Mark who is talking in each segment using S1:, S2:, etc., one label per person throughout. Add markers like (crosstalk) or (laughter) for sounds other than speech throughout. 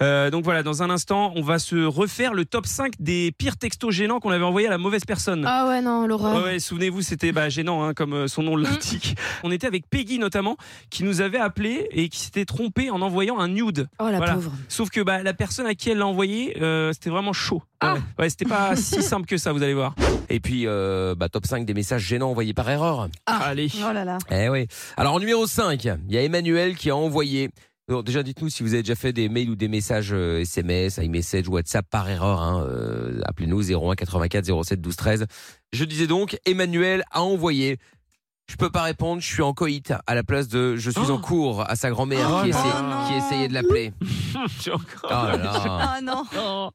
S1: Euh, donc voilà, dans un instant, on va se refaire le top 5 des pires textos gênants qu'on avait envoyés à la mauvaise personne.
S2: Ah ouais, Mm. non, l'horreur.
S1: Ouais, ouais, souvenez-vous, c'était bah, gênant, hein, comme euh, son nom l'indique. On était avec Peggy notamment, qui nous avait appelé et qui s'était trompée en envoyant un nude.
S2: Oh la
S1: Voilà.
S2: pauvre.
S1: Sauf que bah, la personne à qui elle l'a envoyé, euh, c'était vraiment chaud.
S2: Ah.
S1: Ouais, (laughs) ouais, c'était
S3: (laughs)
S1: pas si simple que ça, vous allez voir.
S3: Et puis, euh, bah, top 5 des messages gênants envoyés par erreur.
S2: Ah.
S1: Allez.
S4: Oh là là.
S3: Eh oui. Alors, en numéro 5, il y a Emmanuel qui a envoyé. Alors, déjà, dites-nous si vous avez déjà fait des mails ou des messages euh, SMS, iMessage, WhatsApp par erreur. Hein, euh, Appelez-nous 01 84 07 12 13. Je disais donc, Emmanuel a envoyé. Je peux pas répondre, je suis en coït à la place de je suis en cours à sa grand-mère
S1: Oh
S3: qui,
S1: non.
S3: essaie-
S4: Oh non.
S3: qui essayait de l'appeler.
S1: Je suis encore.
S3: Oh
S2: (laughs)
S3: là là.
S4: Ah
S3: (laughs)
S4: non.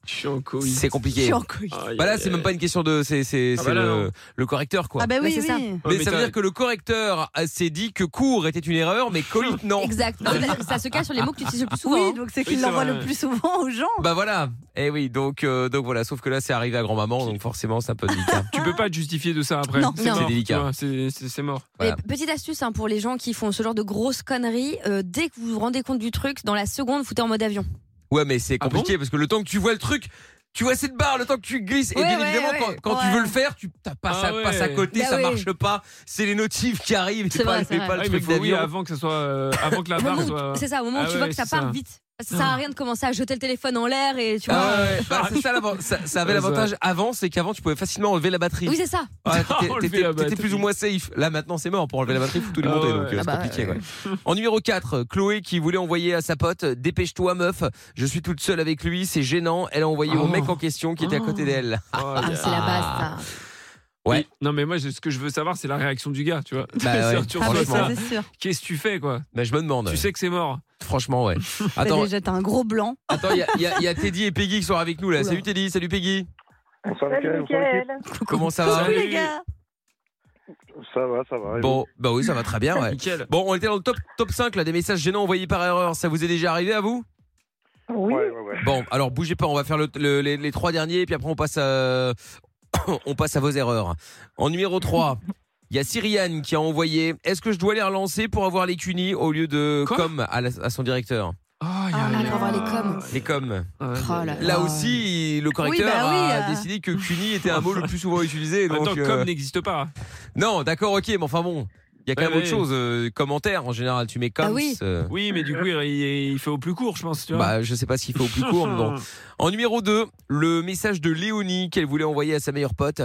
S1: Je suis en couille.
S3: C'est
S4: Je
S3: compliqué.
S4: suis en couille.
S3: Bah là, c'est même pas une question de. C'est c'est-
S1: Ah
S3: c'est
S1: bah là,
S3: le,
S1: non.
S3: le correcteur, quoi.
S4: Ah bah oui,
S2: Ouais, c'est ça.
S4: oui.
S3: mais, ça veut dire que le correcteur a- s'est dit que cours était une erreur, mais coït, non.
S1: (laughs)
S5: Exact. Non, ça, ça se cache sur les mots que tu utilises le plus souvent.
S4: Oui,
S5: hein.
S4: donc c'est qu'il
S1: c'est
S4: l'envoie
S1: vrai,
S4: le
S1: ouais.
S4: plus souvent aux gens.
S3: Bah voilà. Eh oui, donc, euh, donc voilà. Sauf que là, c'est arrivé à grand-maman, donc forcément, c'est un peu hein. délicat.
S1: Tu peux pas te justifier de ça après.
S4: Non,
S1: c'est
S5: non.
S1: mort,
S3: C'est délicat.
S1: tu vois, C'est c'est- c'est mort.
S3: Voilà.
S5: Mais petite astuce hein, pour les gens qui font ce genre de grosses conneries, euh, dès que vous vous rendez compte du truc, dans la seconde, foutez en mode avion.
S3: Ouais, mais c'est
S1: Ah bon
S3: compliqué parce que le temps que tu vois le truc. Tu vois cette barre, le temps que tu glisses, et
S4: Ouais,
S3: bien
S4: ouais,
S3: évidemment,
S4: ouais.
S3: quand, quand tu
S4: Ouais.
S3: veux le faire, tu t'as pas,
S1: Ah
S3: ça
S1: ouais.
S3: passe à côté,
S5: Bah
S3: ça
S5: oui.
S3: marche pas, c'est les notifs qui arrivent,
S5: C'est
S3: et pas,
S5: vrai, c'est
S3: et
S5: vrai.
S3: pas le
S1: Ah oui, mais
S3: truc
S1: faut, oui,
S3: d'avion.
S1: avant que ça soit, euh, avant que la
S5: Au
S1: barre
S5: moment où-
S1: soit.
S5: C'est ça, au moment où
S1: Ah
S5: tu
S1: ouais,
S5: vois
S1: ouais,
S5: que ça
S1: c'est
S5: part
S1: ça. Ah.
S5: vite. Ça sert à rien de commencer à jeter le téléphone en l'air et tu vois.
S3: Ah ouais, (laughs) bah, c'est ça, l'avant- ça, ça avait
S1: Ouais,
S3: l'avantage avant, c'est qu'avant tu pouvais facilement enlever la batterie.
S5: Oui, c'est ça.
S1: (laughs)
S3: Ouais, t'étais-
S1: Enlever
S3: T'étais
S1: la
S3: t'étais plus
S1: batterie.
S3: ou moins safe. Là maintenant c'est mort pour enlever la batterie, faut tout démonter.
S1: Ah ouais.
S3: donc euh,
S1: Ah
S3: c'est
S4: bah,
S3: compliqué. quoi. En numéro 4, Chloé qui voulait envoyer à sa pote Dépêche-toi meuf, je suis toute seule avec lui, c'est gênant. Elle a envoyé au
S1: Oh.
S3: mec en question qui était à côté
S1: Oh.
S3: d'elle.
S1: Oh,
S5: Ah,
S1: yeah.
S5: c'est la base, ça.
S3: Ouais.
S1: Non, mais moi, je- ce que je veux savoir, c'est la réaction du gars, tu vois. (laughs)
S3: Bah ouais,
S1: C'est-à-dire, tu
S4: Ah
S1: reçois
S4: bah
S3: franchement.
S4: ça,
S1: ça,
S4: c'est sûr.
S1: Qu'est-ce que tu fais, quoi
S3: Bah, je me demande.
S1: Tu sais que c'est mort. (laughs)
S3: Franchement, ouais.
S4: Bah,
S3: Attends,
S4: déjà, t'as un gros blanc.
S3: attends, il y, a- il y a- il y a Teddy et Peggy qui sont avec nous là. Salut Teddy, salut Peggy.
S6: Bonsoir,
S7: Salut
S6: Mickaël, bonsoir,
S7: Mickaël.
S3: Comment ça va
S4: Coucou
S1: Salut.
S4: les gars.
S6: l'équipe. Ça va, ça va. et
S3: Bon, bah oui, ça va très bien, (laughs) ouais.
S1: Nickel.
S3: Bon, on était dans le top, top 5 là, des messages gênants envoyés par erreur. Ça vous est déjà arrivé à vous
S6: vous
S7: Oui,
S6: Ouais, ouais, ouais.
S3: Bon, alors bougez pas, on va faire le- le- les, les trois derniers, et puis après on passe à, (coughs) on passe à vos erreurs. En numéro 3, il y a Cyriane qui a envoyé Est-ce que je dois les relancer pour avoir les cunis au lieu de
S1: Quoi
S3: com à, la- à son directeur
S1: Oh,
S4: Ah,
S1: yeah, yeah.
S5: pour avoir les coms.
S3: Les com.
S1: Ah Ouais.
S2: Oh là
S3: Là
S2: là.
S3: aussi, le correcteur
S4: bah oui,
S3: a
S4: euh.
S3: décidé que cunis était un mot le plus souvent utilisé.
S1: Attends,
S3: Donc, euh,
S1: com n'existe pas.
S3: Non, d'accord, ok, mais enfin bon. Il y a quand
S1: Ouais,
S3: même autre
S1: ouais. Bah
S3: chose. euh, commentaire, en général, tu mets comme. euh,
S5: Ah oui.
S1: Oui, mais du coup, il, il fait au plus court, je pense, tu vois.
S3: Bah, je sais pas s'il faut au plus court, mais
S1: (laughs)
S3: bon. En numéro 2, le message de Léonie qu'elle voulait envoyer à sa meilleure pote.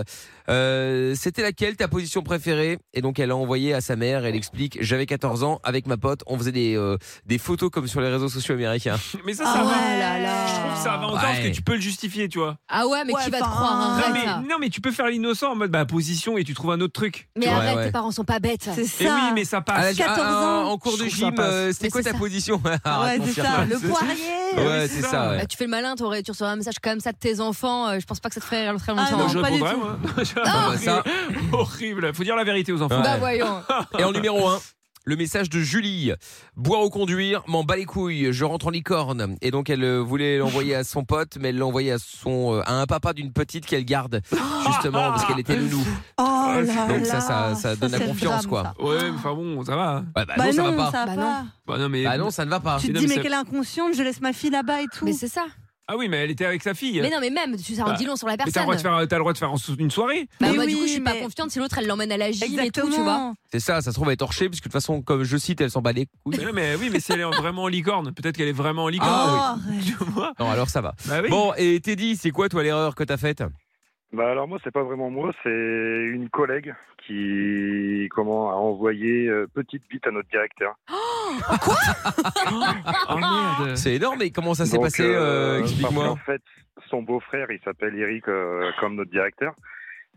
S3: Euh, C'était laquelle ta position préférée Et donc elle a envoyé à sa mère, elle explique, j'avais 14 ans, avec ma pote, on faisait des, euh, des photos comme sur les réseaux sociaux
S1: (laughs)
S3: américains.
S1: Mais ça,
S4: Ah
S1: ça va.
S4: ouais.
S5: là là.
S1: Je trouve que ça va encore
S3: Ouais.
S1: parce que tu peux le justifier, tu vois.
S5: Ah ouais, mais
S4: Ouais,
S5: qui va te
S4: bah,
S5: croire hein,
S4: ah,
S1: non,
S5: arrête, ça.
S1: mais, non, mais tu peux faire l'innocent en mode bah, position et tu trouves un autre truc.
S5: Mais
S3: Ouais,
S5: arrête,
S3: ouais.
S5: tes parents sont pas bêtes.
S4: C'est
S1: Et
S4: ça.
S1: Eh oui, mais ça
S3: À la-
S1: passe. Ah,
S3: à-
S4: 14
S3: à-
S4: ans.
S3: en cours
S1: Je
S3: de
S1: trouve ça
S3: gym,
S1: passe.
S3: euh, c'était
S5: Mais
S3: quoi
S5: c'est
S3: ta
S5: ça.
S1: (laughs)
S3: position
S1: Ah,
S4: Ouais, c'est ça. Le poirier.
S3: Ouais,
S1: Oui,
S3: c'est
S1: c'est
S3: ça.
S1: ça. Ah,
S3: ouais.
S5: Bah, tu fais le malin, t'aurais- tu recevrais un message comme ça de tes enfants. euh, je pense pas que ça te ferait très
S4: Ah
S5: longtemps.
S4: non,
S1: Moi,
S5: hein.
S1: je
S4: pas du
S1: répondrais,
S4: tout.
S1: moi.
S3: Ah, bah, ça.
S1: Horrible. Faut dire la vérité aux enfants.
S3: Ouais.
S5: Bah voyons.
S3: Et en numéro 1, le message de Julie. Boire ou conduire, m'en bats les couilles, je rentre en licorne. Et donc elle euh, voulait l'envoyer à son pote, mais elle l'a envoyé à, son, euh, à un papa d'une petite qu'elle garde, justement, parce qu'elle était nounou.
S4: Oh là
S3: Donc ça,
S4: là.
S3: ça, ça donne la
S4: c'est le
S3: confiance,
S4: drame,
S3: quoi.
S4: ça.
S1: Ouais, mais enfin bon, ça va. hein.
S3: Ouais, bah,
S4: Bah
S3: non, ça
S4: non,
S3: va pas.
S4: ça
S5: Bah
S4: va
S5: non.
S4: pas.
S1: Bah non, mais.
S3: Bah non, ça ne va pas.
S4: Tu te
S1: non,
S4: dis,
S1: mais
S4: mais
S1: ça-
S4: quelle inconsciente, je laisse ma fille là-bas et tout.
S5: Mais c'est ça.
S1: Ah oui, mais elle était avec sa fille.
S5: Mais non, mais même, tu ça en
S1: Bah,
S5: dit long sur la
S1: Mais t'as
S5: personne.
S1: le droit de faire, t'as le droit de faire en sou- une soirée.
S5: Bah,
S4: Mais
S5: moi,
S4: oui,
S5: du coup, je suis pas
S4: mais-
S5: confiante si l'autre elle l'emmène à la gym et tout,
S4: Exactement.
S5: tu vois.
S3: C'est ça, ça se trouve, elle est torchée, puisque de toute façon, comme je cite, elle s'en bat les couilles.
S1: Mais, non, mais oui, mais si elle est vraiment en licorne, peut-être qu'elle est vraiment en licorne.
S3: Ah
S4: Oh, arrête.
S1: Tu vois
S3: Non, alors ça va.
S1: Bah oui.
S3: Bon, et Teddy, c'est quoi, toi, l'erreur que t'as faite
S6: Bah alors moi c'est pas vraiment moi, c'est une collègue qui comment a envoyé euh, petite bite à notre directeur.
S1: Oh merde.
S3: C'est énorme, et comment ça s'est
S6: Donc,
S3: passé
S6: euh,
S3: euh,
S6: parce
S3: Explique-moi.
S6: qu'en fait, son beau-frère, il s'appelle Eric euh, comme notre directeur.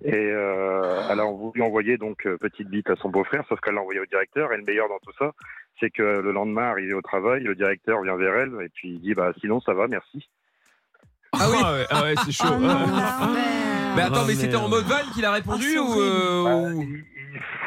S6: Et euh, elle a voulu envoyer donc euh, petite bite à son beau-frère, sauf qu'elle l'a envoyé au directeur. Et le meilleur dans tout ça, c'est que le lendemain, arrivé au travail, le directeur vient vers elle et puis il dit bah sinon ça va, merci.
S3: Ah oui.
S1: ouais, (laughs) ah ouais, c'est chaud.
S4: Oh non,
S1: Ah.
S4: là.
S3: Mais attends,
S1: Ah,
S3: mais c'était
S1: merde.
S3: en mode van qu'il a répondu
S4: c'est
S3: ou,
S4: horrible.
S3: euh,
S6: Bah,
S3: ou-
S6: il- il-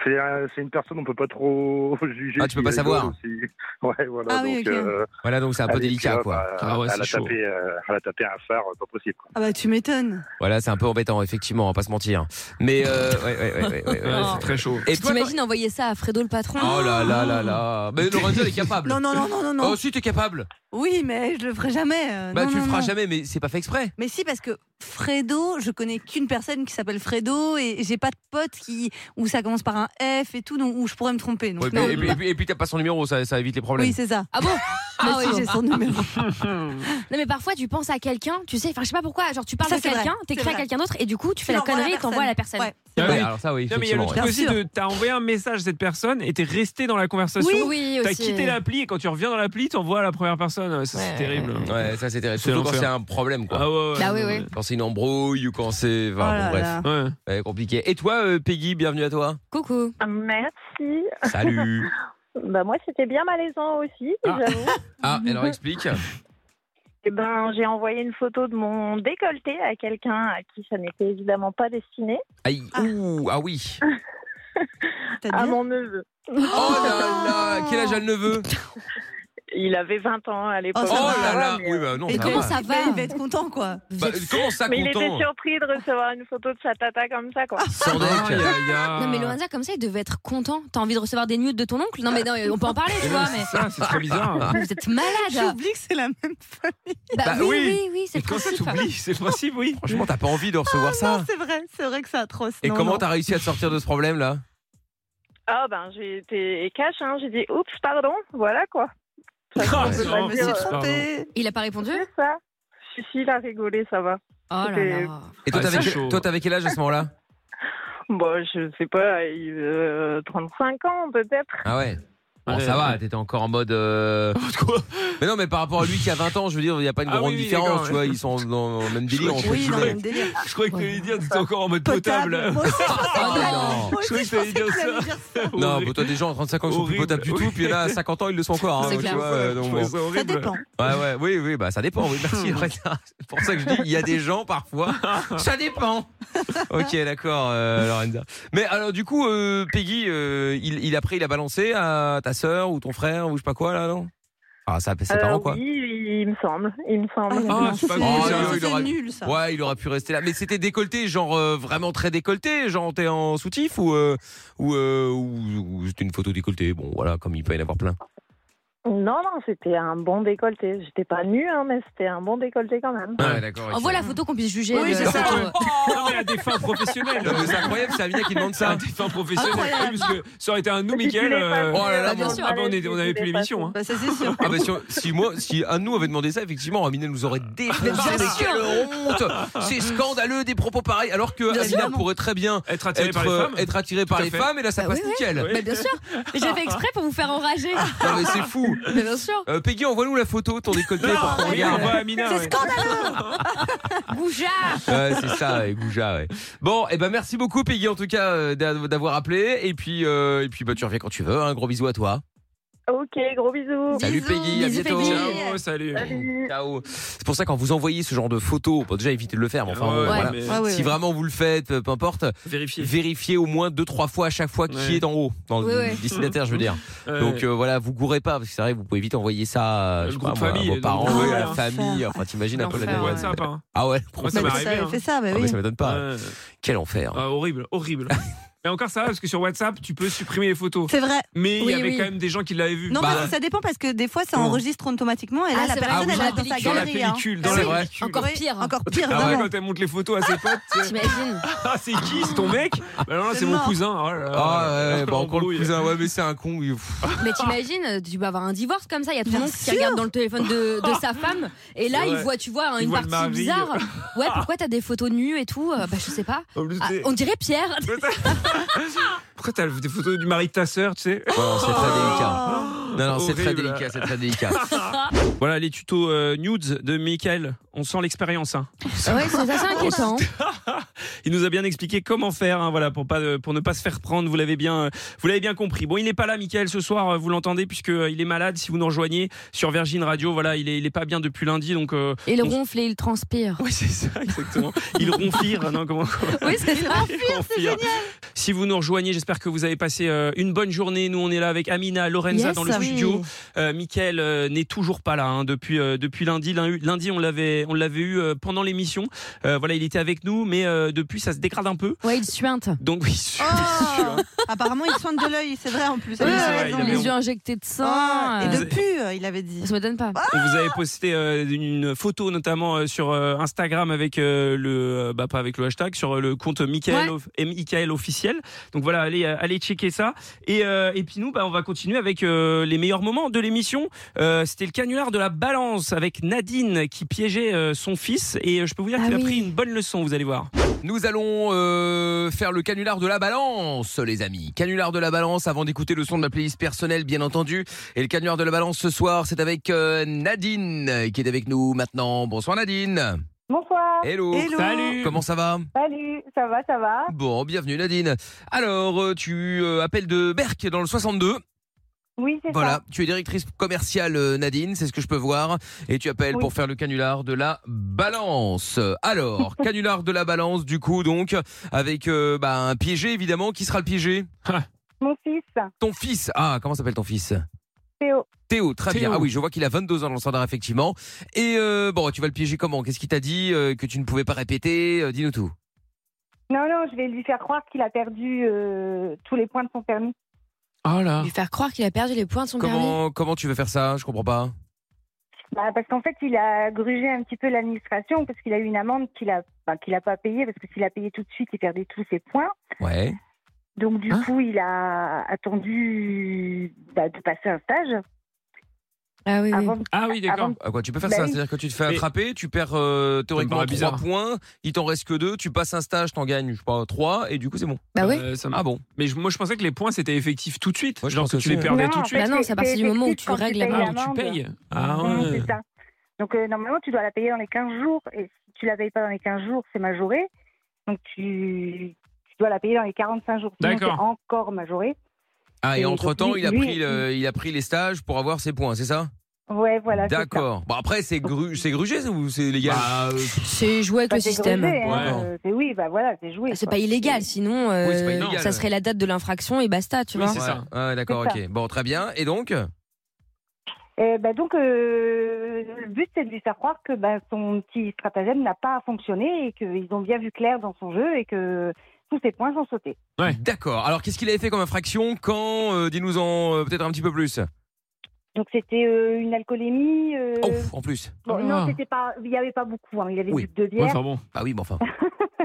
S6: C'est un- c'est une personne, on peut pas trop (laughs) juger.
S3: Ah, tu peux
S6: s'il
S3: pas
S6: rigole
S3: savoir.
S6: ou s'il- (laughs) Ouais, voilà.
S4: Ah oui,
S6: donc,
S4: ok.
S6: euh,
S3: Voilà, donc c'est un peu
S6: Allez,
S3: délicat,
S6: puis,
S3: quoi.
S6: euh,
S1: Ah ouais,
S6: elle, a
S1: c'est chaud.
S6: tapé, euh, elle a tapé un phare euh, pas possible. quoi.
S4: Ah bah tu m'étonnes.
S3: Voilà, c'est un peu embêtant, effectivement, on va pas se mentir. Mais euh, ouais, ouais, ouais, ouais, ouais, ouais.
S1: Ouais, (laughs) c'est très chaud.
S3: Et Oh
S5: Tu
S3: toi,
S5: T'imagines envoyer ça à Fredo le patron
S1: (laughs)
S3: toi- Oh là là là là. Mais Lorenzo, elle est capable.
S4: Non non non non non non.
S3: Oh, si, t'es capable.
S4: Oui, mais je le ferai jamais. euh,
S3: Bah,
S4: non,
S3: tu le
S4: non,
S3: feras
S4: non.
S3: jamais, mais c'est pas fait exprès.
S4: Mais si, parce que Fredo, je connais qu'une personne qui s'appelle Fredo et j'ai pas de pote qui où ça commence par un F et tout, donc où je pourrais me tromper. Donc
S3: Ouais,
S4: non.
S3: et, puis, et puis- et puis t'as pas son numéro, ça, ça évite les problèmes.
S4: oui, c'est ça. (laughs)
S5: Ah bon
S4: Ah
S5: Ah
S4: oui,
S5: ouais.
S4: j'ai son (laughs) numéro. Ah,
S5: Non mais parfois tu penses à quelqu'un, tu sais, enfin je sais pas pourquoi, genre tu parles
S4: Ça,
S5: de
S4: c'est vrai.
S5: quelqu'un,
S4: C'est
S5: t'écris à
S4: vrai.
S5: quelqu'un d'autre et du coup tu fais
S4: Tu
S5: la
S4: l'envoies à la
S5: connerie et t'envoies à la personne.
S4: Ouais.
S1: Ah
S3: Ouais,
S1: oui.
S3: alors ça, oui.
S1: Non, mais il y a le
S3: effectivement,
S1: truc
S4: ouais.
S1: aussi
S4: Bien
S1: de t'as envoyé un message à cette personne et t'es resté dans la conversation.
S5: Oui, oui
S1: T'as
S5: aussi.
S1: quitté l'appli et quand tu reviens dans l'appli, t'envoies à la première personne. Ça, c'est
S5: Ouais.
S1: terrible.
S3: ouais. Ouais, ça c'est terrible.
S1: C'est
S3: Surtout quand
S1: l'enfer.
S3: c'est un problème, quoi.
S1: Ah ouais, ouais,
S5: Bah oui,
S1: non,
S5: oui.
S3: Quand c'est une embrouille ou quand c'est. enfin,
S4: Oh là
S3: bon, bref.
S4: là.
S1: ouais.
S3: Ouais, compliqué. Et toi, euh, Peggy, bienvenue à toi.
S5: Coucou.
S2: Merci.
S3: Salut.
S2: (laughs) Bah moi c'était bien malaisant aussi,
S3: Ah.
S2: j'avoue.
S3: ah, alors explique.
S2: Eh ben j'ai envoyé une photo de mon décolleté à quelqu'un à qui ça n'était évidemment pas destiné,
S3: Aïe,
S4: Ah.
S3: ouh, ah oui.
S4: T'as
S2: à
S4: dit
S2: mon neveu.
S3: Oh là là, quel âge a le neveu
S2: (laughs) Il avait 20 ans à l'époque.
S4: Oh,
S3: Oh
S4: ça va,
S3: là
S2: Ça
S3: là.
S2: va, mais, euh,
S3: Oui, bah non,
S4: Et
S3: ça
S5: comment
S3: va.
S5: ça
S4: Bah,
S5: va
S4: il va être content, quoi.
S5: Vous
S3: Bah,
S5: êtes-
S3: Comment ça,
S2: mais il était
S3: content
S2: surpris de recevoir une photo de sa tata comme ça quoi.
S3: Sans
S1: Aïe,
S4: Ah,
S3: deck.
S1: aïe, aïe.
S3: Ah.
S5: Non mais Lorenza comme ça il devait être content. T'as envie de recevoir des nudes de ton oncle Non mais non, on peut en parler tu vois mais
S1: Ça, c'est très bizarre.
S5: mais (laughs) vous êtes malade.
S4: J'oublie que c'est la même.
S5: Bah,
S3: Bah
S5: oui
S3: oui.
S5: oui oui, c'est
S1: Et
S5: le
S1: quand ça
S5: principe.
S3: Bah
S1: t'oublies, c'est le principe, oui.
S3: Franchement, t'as pas envie de recevoir
S8: Ah
S3: ça.
S4: Ah, Non, c'est vrai, c'est vrai que c'est atroce.
S3: Et
S4: Non,
S3: comment
S4: non.
S3: t'as réussi à te sortir de ce problème là
S2: Ah ben j'ai été cash, hein. j'ai dit oups pardon, voilà
S3: (laughs)
S2: quoi. Ça,
S1: Ah,
S2: je peux
S1: non,
S2: pas
S4: Je me
S2: dire,
S4: suis
S2: euh,
S4: trompée.
S5: Il a pas répondu Oh
S2: c'est ça. Si, si, il a rigolé, ça va.
S5: là
S2: C'était-
S5: là.
S3: Et toi,
S1: Ah,
S3: t'avais
S1: c'est
S3: que-
S1: chaud.
S3: toi, t'avais quel âge à ce moment-là
S2: (laughs) Bon, je sais pas, euh, 35 ans peut-être.
S3: Ah ouais. Bon,
S1: Ouais,
S3: ça va,
S1: ouais.
S3: t'étais encore en mode. euh,
S1: Quoi
S3: Mais non, mais par rapport à lui qui a 20 ans, je veux dire, il n'y a pas une
S1: Ah
S3: grande
S1: oui, oui,
S3: différence,
S1: d'accord,
S3: tu vois, ils sont dans le même délire.
S1: crois
S3: entre
S1: que-
S4: Oui,
S1: Je
S4: dans le
S1: voulais-
S3: guillemets.
S4: même délire.
S1: (laughs) Je croyais que t'allais dire, t'étais encore en mode potable. Ah
S4: Moi aussi, je
S5: Oh
S3: Ah,
S4: pensais-
S5: non.
S4: moi
S1: Je croyais
S4: aussi,
S1: que
S4: je
S1: t'allais
S4: pensais
S1: dire
S4: que tu allais
S1: ça.
S4: dire ça.
S3: Non, mais toi, des gens en 35 ans ils sont plus
S1: Horrible.
S3: potables du tout,
S1: Oui.
S3: puis il y en a à 50 ans, ils le sont encore. hein,
S5: C'est
S3: tu
S5: clair.
S3: vois, euh, donc
S1: Je
S3: bon.
S1: trouvais ça
S4: Ça
S1: horrible.
S4: dépend.
S3: Ouais, ouais, oui, oui, bah ça dépend, oui,
S4: (laughs)
S3: merci. Lorena. C'est pour ça que je dis, il y a des gens parfois, ça dépend. Ok, d'accord, euh, Lorenza. Mais alors, du coup, euh, Peggy, euh, il, il après, il a balancé à ta sœur ou ton frère ou je sais pas quoi, là, non Ah, ça, ses
S2: Euh,
S3: parents, quoi.
S2: oui, il me semble, il me
S4: Ah,
S2: semble.
S4: il a
S1: Ah,
S4: balancé.
S1: c'est pas
S3: grave. Oh, il
S4: c'est
S3: aura-
S4: nul ça.
S3: Ouais, il aurait pu rester là. Mais c'était décolleté, genre euh, vraiment très décolleté, genre t'es en soutif ou, euh, ou, euh, ou- ou c'était une photo décolletée. Bon, voilà, comme il peut y en avoir plein.
S2: Non, non, c'était un bon décolleté. J'étais pas nue, hein, mais c'était un bon décolleté quand même.
S1: Ouais,
S3: d'accord.
S5: Envoie la photo qu'on puisse juger.
S4: Oui,
S5: de-
S4: c'est ça.
S5: de-
S1: Oh, Non, mais à des fins professionnelles.
S3: Non, mais c'est incroyable, c'est Amina qui demande
S1: À
S3: ça.
S1: des fins professionnelles.
S4: Incroyable.
S1: oui, Parce que ça aurait été (laughs) un nous,
S2: Si tu
S1: Michael.
S2: l'es pas
S1: euh,
S2: fait,
S3: Oh là là,
S1: ah,
S5: bien
S1: bon,
S5: sûr.
S1: ah, bah, on, est- on avait
S2: Si tu
S1: plus
S2: l'es
S1: l'émission.
S2: pas
S1: Hein.
S4: Bah, ça, c'est sûr.
S3: Ah bah (laughs) si, on- si moi, si un de nous avait demandé ça, effectivement, Amina nous aurait défoncé. Mais quelle honte C'est scandaleux des propos pareils, alors que
S4: Bien
S3: Amina
S4: évidemment.
S3: pourrait très bien
S1: Être attiré
S3: être,
S1: par les
S3: euh,
S1: femmes.
S3: être attirée par
S1: à
S3: les
S1: fait.
S3: femmes et là ça
S5: Bah
S3: passe
S5: oui,
S3: nickel.
S1: Oui.
S5: Mais bien sûr, j'ai fait exprès pour vous faire enrager.
S3: Ah, Non mais c'est fou.
S5: Mais bien sûr,
S3: Euh, Peggy, envoie-nous la photo, ton décolleté
S1: Non,
S3: pour qu'on
S1: oui, on
S3: regarde.
S1: voit Amina.
S4: C'est
S1: ouais.
S4: scandaleux.
S5: (laughs) Goujat
S3: Ouais, c'est ça, ouais, Gouja. ouais. Bon, et ben merci beaucoup Peggy en tout cas euh, d'a- d'avoir appelé et puis euh, et puis bah tu reviens quand tu veux. Un gros bisou à toi.
S2: Ok, gros bisous.
S3: Salut
S5: Bisous,
S3: Peggy, à
S5: bisous,
S3: bientôt.
S5: Peggy.
S1: Ciao, salut.
S2: Salut.
S3: Ciao. C'est pour ça quand vous envoyez ce genre de photos, bon, déjà évitez de le faire, mais enfin
S1: Ouais,
S3: bon,
S1: ouais,
S3: voilà.
S1: mais
S4: Ouais, ouais,
S3: Si
S4: ouais.
S3: vraiment vous le faites, euh, peu importe,
S1: Vérifier.
S3: vérifiez au moins deux trois fois à chaque fois qui
S1: Ouais.
S3: est en haut dans
S5: Oui,
S3: le
S5: oui.
S3: destinataire, je veux dire.
S1: (laughs) Ouais.
S3: Donc euh, voilà, vous gourrez pas parce que c'est vrai, vous pouvez vite envoyer ça à,
S1: Le
S3: je sais
S1: groupe
S3: pas, moi, à
S1: famille,
S3: vos
S1: le
S3: parents,
S1: groupe
S3: à la
S4: famille.
S3: famille. Enfin, t'imagines un peu la
S5: L'enfer,
S3: délire.
S5: ouais.
S1: WhatsApp. hein.
S3: Ah ouais,
S1: Moi, ça
S4: Bah,
S1: m'est
S4: ça
S1: arrivé.
S4: avait
S1: hein.
S4: fait ça, bah
S3: Ah,
S4: oui.
S3: mais ça m'étonne pas.
S1: Ouais.
S3: Quel enfer.
S1: Ah, horrible, horrible. Et encore ça, va, parce que sur WhatsApp, tu peux supprimer les photos.
S4: C'est vrai.
S1: Mais il
S5: Oui,
S1: y avait
S5: oui.
S1: quand même des gens qui l'avaient vu.
S4: Non,
S3: Bah,
S4: mais ça dépend parce que des fois, ça
S1: Comment
S4: enregistre automatiquement et là,
S5: Ah,
S4: la
S5: c'est vrai,
S4: personne,
S5: oui,
S4: elle
S5: dans
S4: va
S5: la
S4: dans sa
S1: dans la
S4: galerie. hein.
S1: pellicule, dans
S3: C'est
S1: la
S3: vrai.
S1: pellicule.
S5: Encore
S4: Oui,
S5: pire.
S4: Encore pire,
S1: Ah ouais,
S4: vraiment.
S1: quand elle montre les photos à ses potes, tu sais,
S5: T'imagines
S1: (laughs) ah c'est qui, c'est ton mec Bah non, là, c'est
S4: C'est
S1: mon
S4: mort.
S1: cousin. Oh là là.
S3: Ah ouais, bah encore le
S1: Embrouille.
S3: cousin, ouais mais c'est un con. il- pff.
S5: Mais t'imagines, euh, tu vas avoir un divorce comme ça, il y a ton
S4: Bien
S5: oncle qui
S4: sûr.
S5: regarde dans le téléphone de, de
S1: (laughs)
S5: sa femme, et là
S1: C'est
S5: il
S1: vrai.
S5: voit, tu vois, hein,
S1: Il
S5: une
S1: voit le
S5: partie
S1: Marvin. (laughs)
S5: bizarre. Ouais, pourquoi t'as des photos nues et tout Euh, Bah je sais pas.
S1: En plus,
S5: Ah,
S1: t'es-
S5: on dirait
S1: (laughs)
S5: Pierre.
S1: Pourquoi t'as des photos du mari de ta sœur, tu sais
S3: Non, non, c'est très délicat.
S4: Oh.
S3: Non, non, c'est très
S1: Horrible.
S3: délicat, c'est très délicat.
S1: (laughs) Voilà les tutos euh, nudes de Michael. On sent l'expérience. hein.
S4: Ah
S5: Ouais, c'est assez
S1: (laughs)
S5: inquiétant.
S1: Il nous a bien expliqué comment faire, hein, voilà, pour pas, euh, pour ne pas se faire prendre. Vous l'avez bien, euh, vous l'avez bien compris. Bon, il n'est pas là, Michael, ce soir. euh, Vous l'entendez puisque euh, il est malade. Si vous nous rejoignez sur Virgin Radio, voilà, il est, il est pas bien depuis lundi, donc. euh,
S5: Et il
S1: on-
S5: ronfle et il transpire.
S1: Oui, (laughs) c'est ça, exactement. Il ronfire, non comment
S5: (laughs) Oui, c'est
S1: (laughs)
S5: ça.
S1: Confire. Si vous nous rejoignez, j'espère que vous avez passé euh, une bonne journée. Nous, on est là avec Amina, Lorenza
S5: Yes, ah
S1: dans le
S5: oui.
S1: studio. Euh, Mickaël euh, n'est toujours pas là hein, depuis euh, depuis lundi. Lun- Lundi, on l'avait on l'avait eu euh, pendant l'émission. Euh, voilà, il était avec nous, mais euh, depuis ça se dégrade un peu.
S5: Ouais, il suinte.
S1: Donc oui. sûr, sûr, hein.
S4: Oh Apparemment, il soigne de l'œil, c'est vrai en plus. elle
S1: Oui, c'est
S4: a
S1: vrai,
S4: raison.
S1: il avait-
S5: les yeux injectés de sang.
S4: Ah,
S5: euh,
S4: et de pu, il avait dit. Ah
S5: Ça me donne pas.
S1: On vous avait posté euh, une photo notamment euh, sur euh, Instagram avec euh, le euh, bah pas avec le hashtag sur euh, le compte Michael
S5: Ouais.
S1: Of- M- Michael officiel. Donc voilà, allez euh, allez checker ça et euh, et puis nous bah on va continuer avec euh, les meilleurs moments de l'émission. Euh, c'était le canular de la balance avec Nadine qui piégeait euh, son fils et euh, je peux vous dire
S5: Ah
S1: qu'il
S5: oui.
S1: a pris une bonne leçon, vous allez voir.
S3: Nous allons euh, faire le canular de la balance, les amis. Canular de la balance, avant d'écouter le son de ma playlist personnelle, bien entendu. Et le canular de la balance ce soir, c'est avec euh, Nadine, euh, qui est avec nous maintenant. Bonsoir Nadine.
S2: Bonsoir.
S3: Hello.
S4: Hello.
S1: Salut.
S3: Comment ça va
S2: Salut. Ça va, ça va
S3: Bon, bienvenue Nadine. Alors, euh, tu euh, appelles de Berck dans le 62.
S2: Oui, c'est
S3: Voilà, tu es directrice commerciale euh, Nadine, c'est ce que je peux voir. Et tu appelles
S2: Oui.
S3: pour faire le canular de la balance.
S2: (laughs)
S3: Alors, canular de la balance, du coup, donc, avec euh, bah, un piégé, évidemment. Qui sera le piégé
S2: Mon fils,
S3: Ton fils. Ah, comment s'appelle ton fils
S2: Théo,
S3: Théo, très
S1: Théo.
S3: bien. Ah oui, je vois qu'il a 22 ans dans le standard, effectivement. Et euh, bon, tu vas le piéger comment Qu'est-ce qu'il t'a dit euh, que tu ne pouvais pas répéter Euh, Dis-nous tout.
S2: non, non, je vais lui faire croire qu'il a perdu euh, tous les points de son permis.
S1: Oh là.
S5: Lui faire croire qu'il a perdu les points de son
S2: Ben
S5: permis.
S3: Comment, comment tu veux faire ça Je comprends pas.
S2: Bah, parce qu'en fait, il a grugé un petit peu l'administration parce qu'il a eu une amende qu'il a, enfin, qu'il a pas payée parce que s'il a payé tout de suite, il perdait tous ses points.
S3: Ouais.
S2: Donc du
S1: Hein
S2: coup, il a attendu bah, de passer un stage
S5: Ah oui, oui.
S2: avant. de-
S1: Ah oui, d'accord.
S2: avant de-
S3: Ah, quoi, tu peux faire
S2: Bah
S3: ça
S2: oui.
S3: C'est-à-dire que tu te fais
S1: Mais-
S3: attraper, tu perds euh, théoriquement
S1: paraît
S3: 3
S1: bizarre.
S3: points, il t'en reste que 2, tu passes un stage, t'en gagnes, je sais pas, 3, et du coup, c'est bon.
S5: Bah oui.
S1: Euh, ça me-
S3: Ah bon
S1: Mais je- moi je pensais que les points c'était effectif tout de suite.
S3: Moi, je
S1: Genre
S3: pense
S1: que tu
S3: aussi,
S1: les
S3: ouais.
S1: perdais
S2: Non,
S1: tout de
S2: en
S1: suite.
S5: Bah
S2: fait,
S5: non,
S2: c'est-
S5: c'est à partir
S2: c'est
S5: du moment où
S2: effectif
S5: tu
S2: quand
S5: règles
S2: payes
S5: la-
S1: Ah, où tu
S2: l'amende.
S1: payes. Ah
S2: Non,
S1: ouais.
S2: c'est ça. Donc euh, normalement, tu dois la payer dans les 15 jours. Et si tu la payes pas dans les 15 jours, c'est majoré. Donc tu, tu dois la payer dans les 45 jours. Sinon,
S1: D'accord.
S2: c'est encore majoré.
S3: Ah, et
S2: Et donc,
S3: entre-temps,
S2: lui-
S3: il, a
S2: lui-
S3: pris le- il a pris les stages pour avoir ses points, c'est ça
S2: Ouais, voilà. c'est ça.
S3: D'accord. Bon, après, c'est gru- c'est grugé ou c'est légal
S1: Bah, euh,
S5: C'est jouer avec
S2: Bah,
S5: le
S2: c'est
S5: système. Ah,
S2: grugé, hein,
S1: Ouais.
S2: euh, c'est- oui, bah voilà, c'est joué.
S5: C'est
S2: quoi.
S5: pas illégal, sinon euh,
S3: Oui, c'est pas illégal.
S5: ça serait la date de l'infraction et basta, tu
S1: Oui,
S5: vois.
S1: c'est
S3: Ouais,
S1: ça.
S3: ouais, d'accord,
S2: C'est
S3: ok. Bon, très bien. Et donc
S2: Et bah, donc euh, le but c'est de lui faire croire que bah, son petit stratagème n'a pas fonctionné et qu'ils ont bien vu clair dans son jeu et que tous ses points sont sautés.
S1: Ouais.
S3: D'accord. Alors, qu'est-ce qu'il avait fait comme infraction Quand euh, Dis-nous-en euh, peut-être un petit peu plus.
S2: Donc c'était euh, une alcoolémie. euh,
S3: Oh, en plus.
S2: bon,
S1: Ah.
S2: Non, c'était pas. Il n'y avait pas beaucoup. hein, Il y avait
S3: Oui.
S2: juste deux
S1: ouais,
S2: bières.
S1: enfin bon.
S3: Ah oui,
S2: (laughs)
S3: mais enfin.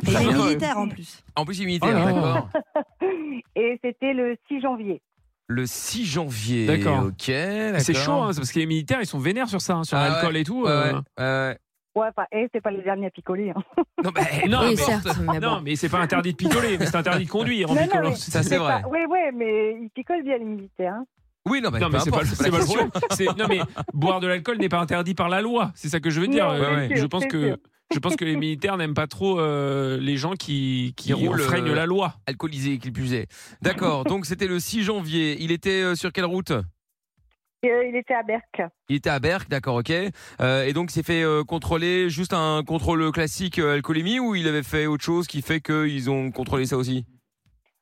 S4: Et il est
S1: Ouais.
S4: militaire en plus.
S3: En plus, il est
S5: Ah,
S3: militaire,
S1: Oh là là.
S3: Ah, d'accord.
S2: (laughs) Et c'était le 6 janvier.
S3: Le 6 janvier.
S1: D'accord.
S3: Ok, d'accord.
S1: C'est chaud, hein, c'est parce que les militaires, ils sont vénères sur ça, hein, sur
S3: Ah
S1: l'alcool et tout.
S3: Ouais,
S1: euh.
S3: ouais, ouais.
S2: Ouais, enfin, et c'est pas les derniers à picoler. hein.
S3: (laughs) Non, bah,
S1: Non,
S5: oui,
S1: mais-
S5: certes, mais bon.
S1: Non, mais c'est pas interdit de picoler, mais c'est interdit de conduire en
S2: Non, non,
S1: picolant.
S2: mais-
S3: ça, c'est vrai.
S2: Pas- Ouais, ouais, mais ils picolent bien les militaires. hein.
S3: Oui, non, bah,
S1: Non,
S3: peu
S1: mais c'est pas,
S3: importe,
S1: le- c'est
S3: la (laughs)
S1: pas le
S3: question.
S1: problème. C'est- Non, mais boire de l'alcool n'est pas interdit par la loi. C'est ça que je veux dire.
S2: Non,
S1: Euh,
S3: ouais,
S2: c'est
S1: je
S2: sûr,
S1: pense
S2: c'est
S1: que.
S2: sûr.
S1: Je pense que les militaires n'aiment pas trop euh, les gens qui, qui
S3: Qui roulent,
S1: enfreignent
S3: euh,
S1: la loi.
S3: Alcoolisé, qu'il puisait. D'accord, donc c'était le 6 janvier. Il était euh, sur quelle route
S2: Et, euh, il était à Berck.
S3: Il était à Berck, d'accord, ok. Euh, et donc, il s'est fait euh, contrôler juste un contrôle classique euh, alcoolémie ou il avait fait autre chose qui fait qu'ils ont contrôlé ça aussi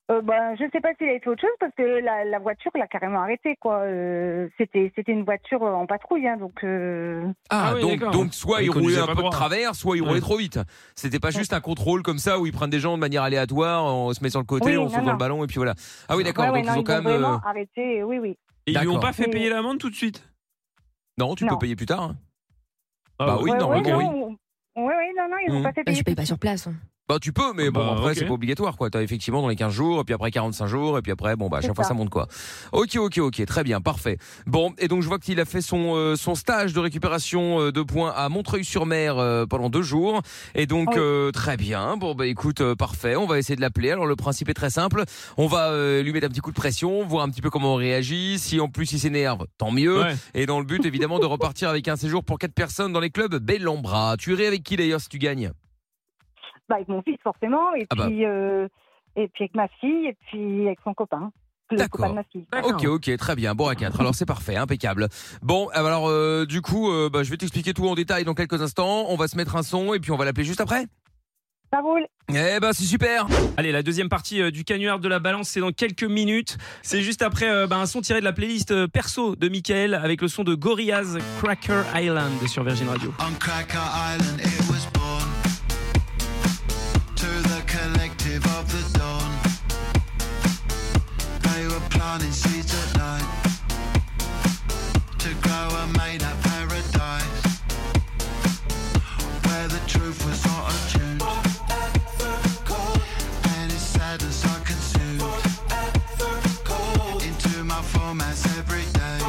S2: Euh, ben, je sais pas s'il a fait autre chose parce que la, la voiture l'a carrément arrêté quoi. Euh, c'était c'était une voiture en patrouille hein, donc. euh,
S3: Ah,
S1: Ah oui,
S3: donc,
S1: d'accord.
S3: donc soit
S1: Ils
S3: il roulait
S1: conduisaient
S3: un
S1: pas
S3: peu de
S1: droit.
S3: travers, soit il roulait
S1: Ouais.
S3: trop vite. C'était pas juste un contrôle comme ça où ils prennent des gens de manière aléatoire en se met sur le côté,
S2: Oui,
S3: en
S2: non,
S3: sautant
S2: non.
S3: le ballon et puis voilà. Ah oui, d'accord.
S2: ouais, ouais,
S3: donc
S2: non,
S3: ils ont quand même. euh,
S2: vraiment arrêté. Oui oui.
S1: Et ils lui ont
S3: D'accord.
S1: pas fait
S2: Mais-
S1: payer l'amende tout de suite.
S3: Non, tu
S2: Non.
S3: peux payer plus tard. hein.
S1: Ah
S3: Bah
S2: Ouais,
S1: ouais.
S3: oui,
S2: ouais,
S3: normalement, oui.
S2: non, on- ouais, ouais, non non ils
S3: Mhm.
S2: ont pas fait
S5: Bah,
S2: payer.
S5: tu payes pas sur place. hein.
S3: Bah tu peux, mais
S1: Ah
S3: bon
S1: bah,
S3: après
S1: ok.
S3: c'est pas obligatoire quoi. T'as effectivement dans les 15 jours, et puis après 45 jours, et puis après bon bah à chaque
S2: C'est
S3: fois
S2: ça.
S3: ça monte quoi. Ok ok ok, très bien, parfait. Bon et donc je vois qu'il a fait son euh, son stage de récupération euh, de points à Montreuil-sur-Mer euh, pendant deux jours. Et donc
S2: Oui.
S3: euh, très bien. Bon bah écoute euh, parfait, on va essayer de l'appeler. Alors le principe est très simple. On va euh, lui mettre un petit coup de pression, voir un petit peu comment on réagit. Si en plus il s'énerve, tant mieux.
S1: Ouais.
S3: Et dans le
S2: (laughs)
S3: but évidemment de repartir avec un séjour pour quatre personnes dans les clubs Bellambra. Tu irais avec qui d'ailleurs si tu gagnes
S2: Bah, avec mon fils forcément et
S3: Ah bah.
S2: puis euh, et puis avec ma fille et puis avec son copain. Le
S3: D'accord.
S2: copain de ma fille.
S1: D'accord.
S3: Ok, ok, très bien. Bon à 4. Alors c'est parfait, impeccable. Bon, alors euh, du coup, euh, bah, je vais t'expliquer tout en détail dans quelques instants. On va se mettre un son et puis on va l'appeler juste après.
S2: Ça roule.
S3: Eh ben, c'est super.
S1: Allez, la deuxième partie euh, du canular de la balance, c'est dans quelques minutes. C'est juste après euh, ben, un son tiré de la playlist euh, perso de Michael avec le son de Gorillaz Cracker Island sur Virgin Radio.
S7: On Cracker Island it was born to the collective of the dawn. They were planting seeds at night to grow a made up paradise where the truth was not attuned. And its sadness I consumed into my formats every day.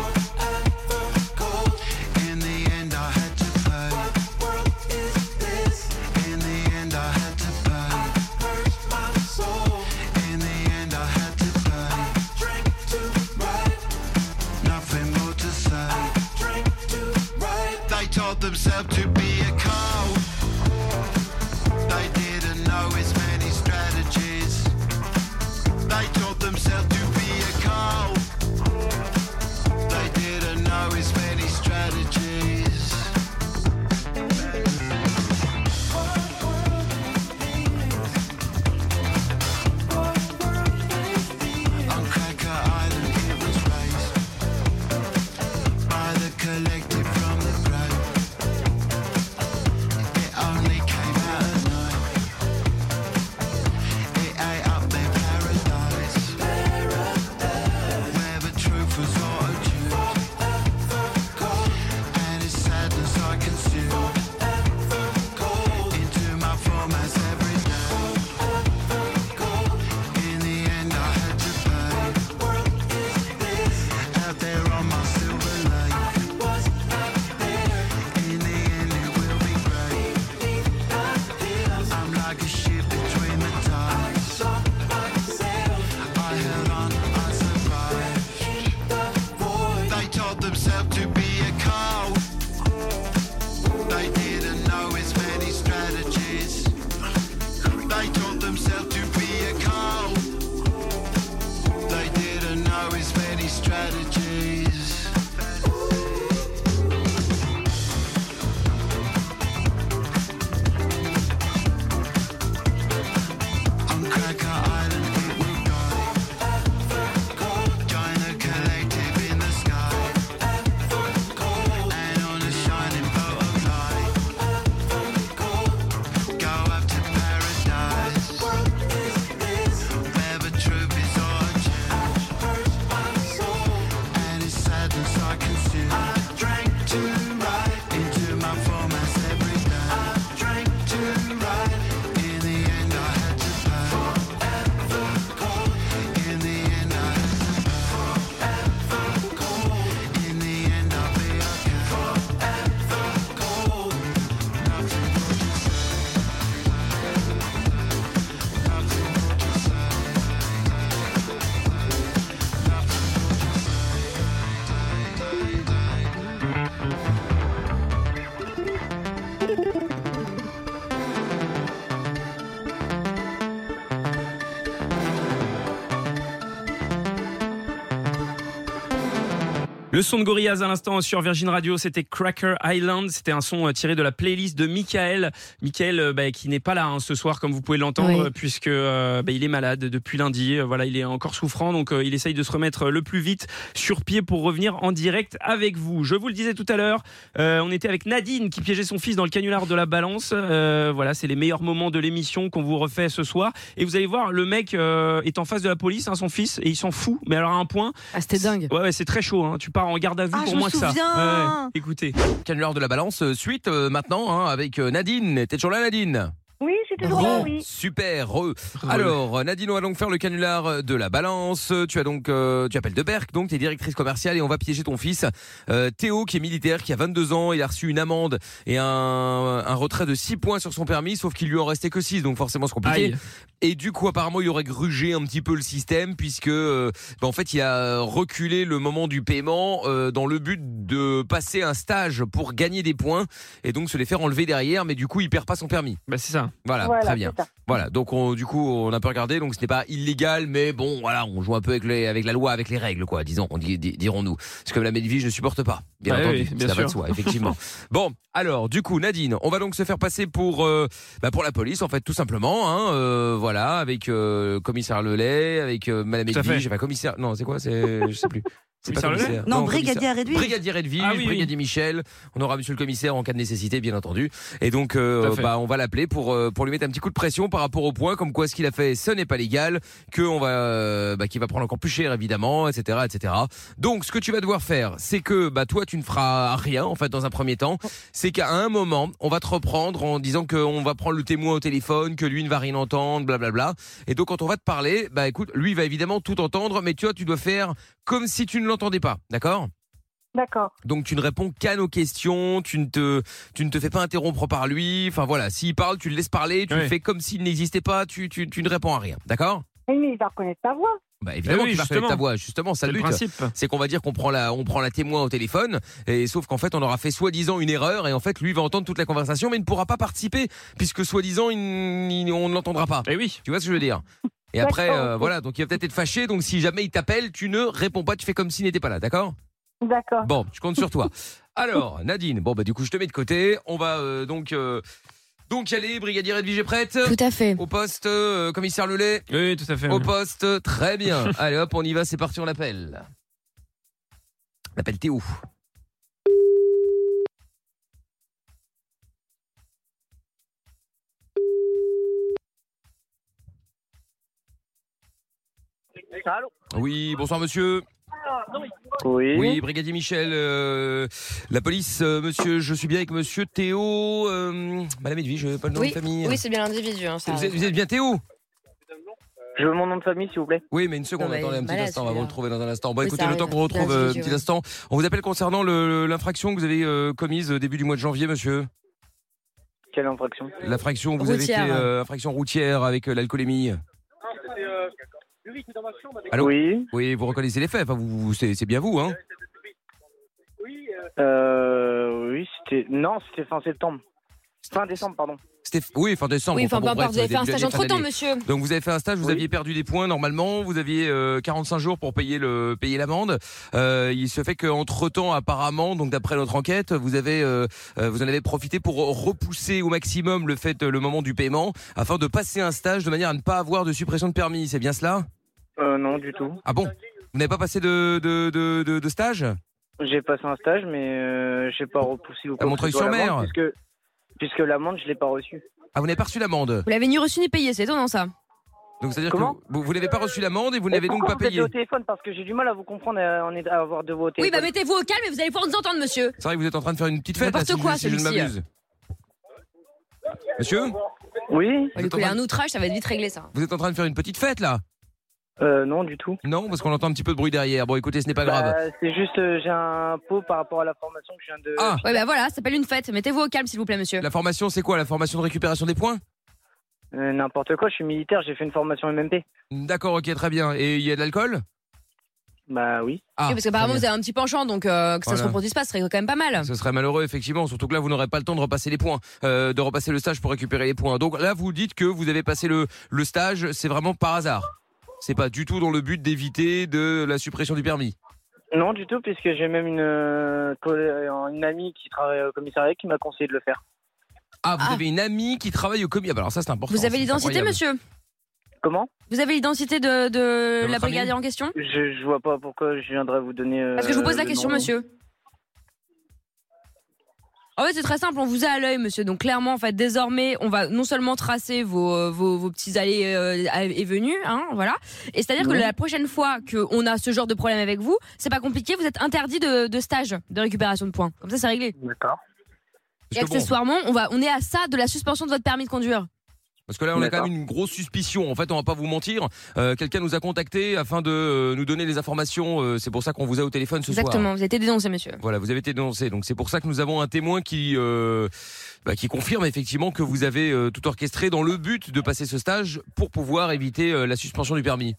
S7: In the end, I had to pay. In the end, I had to pay. In the end, I had to pay. Nothing more to say. They told themselves to be a cow. They didn't know its many strategies. They told themselves to be a cow. They didn't know its many strategies. On Cracker Island, it was raised by the collective from the grave. It only came out at night. It ate up their paradise, where the truth was not due, and its sadness I consumed into my formats every day. In the end, I had to pay out there on my silver lake. In the end, it will be great. I'm like a ship between the tides. I held on, I survived. They told themselves to be a cow. They didn't know as many strategies. They told themselves to be a cow. They didn't know as many strategies. On Cracker Island, it will die. Join the collective in the sky. And on a shining boat of light. Go up to paradise. Where the truth is all and it's sadness I consume. I drank too right into my formats every day. I drank too right. In the end, I had to pay. In the end, I had to pay. In the end, I'll be okay. Nothing more to say. Nothing more to say.
S1: Le son de Gorillaz à l'instant sur Virgin Radio, c'était Cracker Island. C'était un son euh, tiré de la playlist de Michael. Michael euh, bah, qui n'est pas là hein, ce soir, comme vous pouvez l'entendre,
S5: Oui.
S1: puisque euh, bah, il est malade depuis lundi. Euh, Voilà, il est encore souffrant, donc euh, il essaye de se remettre le plus vite sur pied pour revenir en direct avec vous. Je vous le disais tout à l'heure, euh, on était avec Nadine qui piégeait son fils dans le canular de la balance. Euh, voilà, c'est les meilleurs moments de l'émission qu'on vous refait ce soir. Et vous allez voir, le mec euh, est en face de la police, hein, son fils, et il s'en fout. Mais alors à un point,
S5: Ah, c'était dingue.
S1: Ouais, ouais, c'est très chaud. hein. Tu pars en garde à vue
S4: Ah,
S1: pour
S4: je me
S1: moins que ça.
S4: souviens.
S1: Ouais, écoutez,
S3: Canular de la balance, euh, suite euh, maintenant hein, avec euh, Nadine. T'es toujours là, Nadine
S2: Oui, je suis toujours là, oui.
S3: Super. re. Alors, euh, Nadine, on va donc faire le canular euh, de la balance. Tu as donc, euh, tu appelles de Berck, donc t'es directrice commerciale et on va piéger ton fils Euh, Théo, qui est militaire, qui a 22 ans. Il a reçu une amende et un, un retrait de 6 points sur son permis, sauf qu'il lui en restait que 6, donc forcément c'est compliqué.
S1: Aïe.
S3: Et du coup, apparemment, il aurait grugé un petit peu le système puisque, euh, bah, en fait, il a reculé le moment du paiement euh, dans le but de passer un stage pour gagner des points et donc se les faire enlever derrière. Mais du coup, il perd pas son permis.
S1: Bah, c'est ça.
S3: Voilà, très bien.
S2: c'est ça.
S3: Voilà, donc on- du coup, on a peu regardé, donc ce n'est pas illégal, mais bon, voilà, on joue un peu avec, les, avec la loi, avec les règles, quoi, disons, on dit- di- dirons-nous. Parce que la Médivie, je ne supporte pas, bien
S1: Bah oui,
S3: entendu,
S1: oui, bien
S3: ça va
S1: sûr.
S3: de
S1: (laughs)
S3: soi, effectivement. bon, alors, du coup, Nadine, on va donc se faire passer pour, euh, bah, pour la police, en fait, tout simplement, hein, euh, voilà, avec euh, commissaire Lelay, avec euh, Madame
S1: Tout à fait.
S3: Edwige, enfin, commissaire, non, c'est quoi, c'est, je
S1: (laughs)
S3: sais plus. C'est pas
S1: Commissaire Lelay
S3: commissaire.
S4: Non,
S3: commissaire.
S4: brigadier Edwige.
S3: Brigadier Edwige,
S1: Ah oui, oui.
S3: brigadier Michel. On aura Monsieur le Commissaire en cas de nécessité, bien entendu. Et donc, euh,
S1: Tout à fait.
S3: bah, on va l'appeler pour euh, pour lui mettre un petit coup de pression par rapport au point, comme quoi ce qu'il a fait, ce n'est pas légal, que on va euh, bah, qu'il va prendre encore plus cher, évidemment, etc., etc. Donc, ce que tu vas devoir faire, c'est que bah toi, tu ne feras rien en fait dans un premier temps.
S1: Oh.
S3: C'est qu'à un moment, on va te reprendre en disant qu'on va prendre le témoin au téléphone, que lui ne va rien entendre, blablabla. Et donc, quand on va te parler, bah écoute, lui il va évidemment tout entendre, mais toi, tu dois faire comme si tu ne l'entendais pas, d'accord
S2: D'accord.
S3: donc tu ne réponds qu'à nos questions, tu ne te, tu ne te fais pas interrompre par lui. Enfin voilà, s'il parle, tu le laisses parler, tu
S1: Oui.
S3: fais comme s'il n'existait pas, tu, tu, tu ne réponds à rien. D'accord
S2: Oui, mais il va reconnaître ta voix.
S3: Bah évidemment,
S1: Eh oui,
S3: tu vas reconnaître
S1: justement.
S3: ta voix. Justement, ça
S1: C'est
S3: le
S1: le
S3: but.
S1: principe.
S3: C'est qu'on va dire qu'on prend la, on prend la témoin au téléphone, et sauf qu'en fait on aura fait soi-disant une erreur, et en fait lui va entendre toute la conversation, mais il ne pourra pas participer puisque soi-disant il n- il- on ne l'entendra pas.
S1: Eh oui.
S3: Tu vois ce que je veux dire Et après
S2: D'accord.
S3: euh, voilà, donc il va peut-être être fâché, donc si jamais il t'appelle, tu ne réponds pas, tu fais comme s'il n'était pas là, d'accord
S2: D'accord.
S3: Bon, je compte
S2: (laughs)
S3: sur toi. Alors, Nadine, bon, bah, du coup, je te mets de côté. On va euh, donc, euh, donc y aller. Brigadier Edwige est prête
S5: Tout à fait.
S3: Au poste, euh, commissaire Lelay
S1: Oui, tout à fait.
S3: Au poste, très Eh bien. Allez, hop, on y va, c'est parti, on l'appelle. On appelle Théo. Oui, bonsoir monsieur.
S9: Oui.
S3: Oui, brigadier Michel, euh, la police, euh, monsieur, je suis bien avec monsieur Théo, euh, madame Edwige, je pas le nom de famille.
S5: Oui, c'est bien l'individu. hein, ça.
S3: vous, êtes, vous êtes bien Théo
S9: Je veux mon nom de famille, s'il vous plaît.
S3: Oui, mais une seconde,
S5: Non, mais
S3: attendez un petit
S5: malade,
S3: instant, on va
S5: celui-là.
S3: vous le trouver dans un instant. Bon,
S5: Oui,
S3: écoutez,
S5: ça
S3: le temps
S5: arrive.
S3: qu'on retrouve
S5: Bien
S3: euh, un
S5: individu,
S3: petit
S5: ouais.
S3: instant. On vous appelle concernant le- l'infraction que vous avez euh, commise euh, début du mois de janvier, monsieur.
S9: Quelle infraction
S3: L'infraction, où vous
S5: Routière.
S3: avez été euh, infraction routière avec euh, l'alcoolémie. Allô
S9: Oui.
S3: Oui, vous reconnaissez les faits, enfin, vous, vous- c'est c'est bien vous, hein
S9: Euh, oui, c'était. Non, c'était fin septembre. Fin décembre, pardon.
S3: C'était- Oui, fin décembre.
S5: Oui, enfin,
S3: bon,
S5: peu importe,
S3: bref,
S5: vous avez fait un
S3: début
S5: stage
S3: d'année, fin
S5: entre temps,
S3: d'année.
S5: monsieur.
S3: Donc vous avez fait un stage, vous
S9: Oui.
S3: aviez perdu des points normalement, vous aviez euh, 45 jours pour payer le payer l'amende. Euh, il se fait qu'entre temps apparemment, donc d'après notre enquête, vous avez euh, euh, vous en avez profité pour repousser au maximum le fait le moment du paiement afin de passer un stage de manière à ne pas avoir de suppression de permis. C'est bien cela
S9: Euh, non, du tout.
S3: Ah bon Vous n'avez pas passé de de, de, de- de stage
S9: J'ai passé un stage, mais euh, j'ai pas repoussé ou quoi. que ce soit
S3: Montreuil-sur-Mer.
S9: l'amende, Puisque, puisque l'amende, je l'ai pas reçue.
S3: Ah vous n'avez pas reçu l'amende.
S5: Vous l'avez ni reçu ni payé, c'est étonnant ça.
S3: Donc c'est à dire que
S9: Comment
S3: vous, vous n'avez pas reçu l'amende et vous
S9: Vous
S3: n'avez donc pas payé.
S9: au téléphone parce que j'ai du mal à vous comprendre euh, en est- à avoir de vos
S5: Oui, bah
S9: téléphones.
S5: mettez-vous au calme et vous allez pouvoir nous entendre, monsieur.
S3: C'est vrai que vous êtes en train de faire une petite fête là,
S5: N'importe
S3: si, je-
S5: quoi,
S3: si je ne
S5: celui-ci.
S3: m'abuse. Monsieur,
S9: Oui.
S5: On va lui coller un outrage, ça va être vite réglé ça.
S3: vous êtes en train de faire une petite fête là
S9: Euh, non, du tout.
S3: Non, parce qu'on entend un petit peu de bruit derrière. Bon, écoutez, ce n'est pas grave.
S9: Bah, c'est juste, euh, j'ai un pot par rapport à la formation que je viens de.
S3: Ah,
S5: Ouais, bah voilà, ça s'appelle une fête. Mettez-vous au calme, s'il vous plaît, monsieur.
S3: La formation, c'est quoi La formation de récupération des points
S9: Euh, N'importe quoi, je suis militaire, j'ai fait une formation MMP.
S3: D'accord, ok, très bien. Et il y a de l'alcool
S9: Bah oui.
S3: Ah,
S5: Oui, parce qu'apparemment,
S3: très
S5: vous
S3: bien.
S5: avez un petit penchant, donc euh, que ça
S3: Voilà.
S5: se reproduise pas, ce serait quand même pas mal.
S3: ce serait malheureux, effectivement, surtout que là, vous n'aurez pas le temps de repasser les points, euh, de repasser le stage pour récupérer les points. Donc là, vous dites que vous avez passé le, le stage, c'est vraiment par hasard. C'est pas du tout dans le but d'éviter de la suppression du permis.
S9: Non, du tout, puisque j'ai même une, euh, collè- euh, une amie qui travaille au commissariat qui m'a conseillé de le faire.
S3: Ah, vous
S5: Ah.
S3: avez une amie qui travaille au commis. Ah, bah alors ça, c'est important.
S5: Vous avez
S3: c'est
S5: l'identité,
S3: incroyable.
S5: monsieur
S9: Comment
S5: Vous avez l'identité de, de
S3: votre
S5: Euh, la
S3: ami
S5: brigadière en question
S9: je, je vois pas pourquoi je viendrais vous donner. euh,
S5: Parce que je vous pose la
S9: le
S5: question,
S9: nom.
S5: monsieur. En fait, c'est très simple, on vous a à l'œil, monsieur. Donc, clairement, en fait, désormais, on va non seulement tracer vos, euh, vos, vos petits allées euh, et venues, hein, voilà. Et c'est-à-dire que la prochaine fois qu'on a ce genre de problème avec vous, c'est pas compliqué, vous êtes interdit de, de stage de récupération de points. Comme ça, c'est réglé.
S9: D'accord.
S5: Et
S3: Parce que bon,
S5: accessoirement, on, va, on est à ça de la suspension de votre permis de conduire.
S3: Parce que là, on a quand
S6: D'accord.
S3: même une grosse suspicion. En fait, on va pas vous mentir. Euh, Quelqu'un nous a contacté afin de euh, nous donner les informations. Euh, c'est pour ça qu'on vous a au téléphone ce soir.
S5: Exactement, vous avez été dénoncé, monsieur.
S3: Voilà, vous avez été dénoncé. Donc c'est pour ça que nous avons un témoin qui euh, bah, qui confirme effectivement que vous avez euh, tout orchestré dans le but de passer ce stage pour pouvoir éviter euh, la suspension du permis.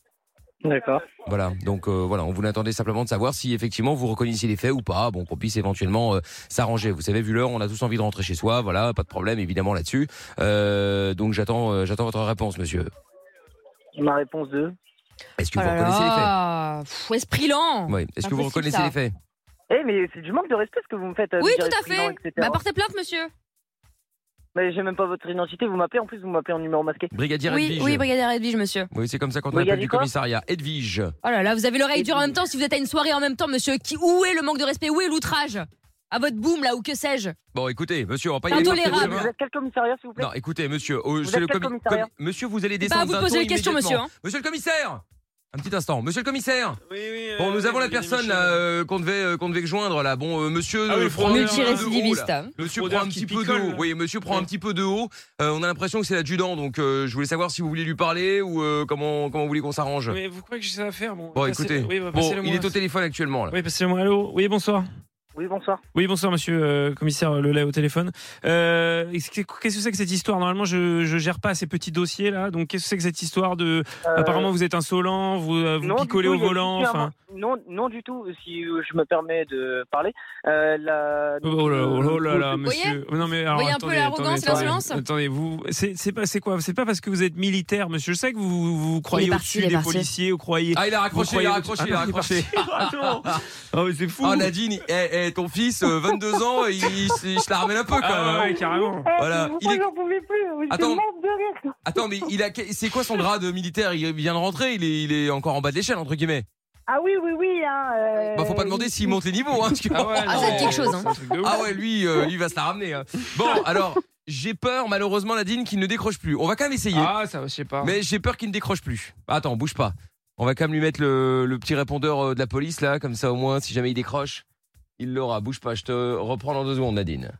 S9: D'accord.
S3: Voilà. Donc euh, voilà, on vous attendait simplement de savoir si effectivement vous reconnaissiez les faits ou pas. Bon, qu'on puisse éventuellement euh, s'arranger. Vous savez, vu l'heure, on a tous envie de rentrer chez soi. Voilà, pas de problème évidemment là-dessus. Euh, donc j'attends euh, j'attends votre réponse, monsieur.
S9: Ma réponse 2.
S3: Est-ce que
S5: Oh
S3: vous
S5: là
S3: reconnaissez les faits
S5: là, pff, esprit lent
S3: Oui. Est-ce que vous
S5: Impossible,
S3: reconnaissez
S5: ça.
S3: les faits
S9: Eh, mais c'est du manque de respect ce que vous me faites. euh,
S5: Oui,
S9: de
S5: tout
S9: dire
S5: à
S9: les prénoms,
S5: fait.
S9: etc.
S5: Bah, portez plainte, monsieur.
S9: Mais j'ai même pas votre identité, vous m'appelez, en plus vous m'appelez en numéro masqué.
S3: Brigadier
S5: Oui,
S3: Edwige.
S5: oui, brigadier Edwige, monsieur.
S3: Oui, c'est comme ça quand on
S9: Brigadier
S3: appelle du
S9: quoi
S3: commissariat. Edwige.
S5: Oh là là, vous avez l'oreille dure en même temps si vous êtes à une soirée en même temps, monsieur. Qui, où est le manque de respect Où est l'outrage À votre boom, là, ou que sais-je
S3: Bon, écoutez, monsieur, on va pas y aller.
S5: Intolérable.
S3: par tous les
S9: Vous
S3: chemins.
S9: êtes quel commissariat s'il vous plaît
S3: Non, écoutez, monsieur, oh,
S9: Vous
S3: c'est
S9: êtes
S3: le
S9: quel
S3: commi-
S9: commissariat
S3: commi- Monsieur, vous
S1: Eh ben,
S3: allez
S5: Bah,
S3: descendre.
S5: vous
S3: d'un
S5: posez
S3: ton
S5: les questions,
S3: immédiatement.
S5: monsieur. hein.
S3: Monsieur le commissaire Un petit instant. Monsieur le commissaire
S1: Oui, oui,
S3: Bon,
S1: euh,
S3: nous
S1: oui,
S3: avons la
S1: Denis
S3: personne
S1: Michaud.
S3: là, euh, qu'on devait, euh, qu'on devait joindre là. Bon, euh, monsieur.
S1: Ah oui,
S3: euh, prend un peu de haut, là.
S5: Multirécidiviste.
S3: Monsieur
S1: Fraudeur
S3: prend un
S1: qui
S3: petit peu de
S1: picole,
S3: haut.
S1: là.
S3: Oui, monsieur prend un petit peu de haut. Euh, on a l'impression que c'est l'adjudant, donc euh, je voulais savoir si vous voulez lui parler ou euh, comment, comment vous voulez qu'on s'arrange.
S1: Mais vous croyez que j'ai ça à faire Bon,
S3: Bon,
S1: passez-
S3: écoutez.
S1: oui, bah,
S3: Bon,
S1: passez-le-moi.
S3: il est au téléphone actuellement là.
S1: Oui, passez-le-moi. Allô Oui, bonsoir.
S9: Oui, bonsoir.
S1: Oui, bonsoir, monsieur euh, commissaire Lelay au téléphone. Euh, est-ce que- qu'est-ce que c'est que cette histoire Normalement, je, je gère pas ces petits dossiers là. Donc, qu'est-ce que c'est que cette histoire de
S9: Euh,
S1: Apparemment, vous êtes insolent, vous, euh, vous
S9: non, du
S1: picolez
S9: tout,
S1: au
S9: il y a
S1: volant.
S9: juste eu un
S1: Enfin,
S9: man- Non, non du tout, si euh, je me permets de parler. Euh, la...
S1: oh là, oh là là,
S9: Euh,
S5: voyez
S1: monsieur. non mais alors,
S5: voyez un peu
S1: attendez,
S5: l'arrogance et
S1: attendez,
S5: l'insolence
S1: attendez, Attendez, vous, c'est c'est pas, c'est quoi C'est pas parce que vous êtes militaire, monsieur. Je sais que vous vous, vous croyez
S5: est parti, il
S1: au-dessus
S5: est
S1: des
S5: parti.
S1: policiers, vous croyez.
S3: Ah, il a
S1: vous
S3: raccroché, il
S1: croyez
S3: a
S1: au-dessus-
S3: raccroché, il a
S1: Ah, non,
S3: raccroché.
S1: (laughs) parti. Ah, non. Ah, mais c'est fou.
S3: Ah, Nadine, il- eh, eh, ton fils, euh, 22 ans, il, il se il se la ramène un peu quand même.
S1: Ah,
S3: hein.
S1: ouais, carrément.
S2: Eh,
S3: Voilà,
S2: vous,
S3: il est-
S2: j'en pouvais plus. Je
S3: Attends.
S2: morte de rire.
S3: Attends, mais il a, c'est quoi son grade militaire Il vient de rentrer, il est, il est encore en bas de l'échelle, entre guillemets.
S2: Ah oui, oui, oui. Hein, euh,
S3: Bah, faut pas demander s'il monte les niveaux, hein.
S8: (laughs)
S3: parce que-
S1: Ah,
S3: (laughs)
S1: ouais,
S5: Ah, ça
S1: non,
S5: dit quelque chose, hein.
S1: c'est un truc de ouf.
S3: Ah ouais, lui, euh, lui va se la ramener. hein.
S2: (laughs)
S3: Bon, alors, j'ai peur, malheureusement, Nadine, qu'il ne décroche plus. On va quand même essayer,
S1: Ah, ça, je sais pas.
S3: mais j'ai peur qu'il ne décroche plus. Attends, bouge pas. On va quand même lui mettre le, le petit répondeur euh, de la police, là, comme ça, au moins, si jamais il décroche, il l'aura. Bouge pas, je te reprends dans deux secondes, Nadine.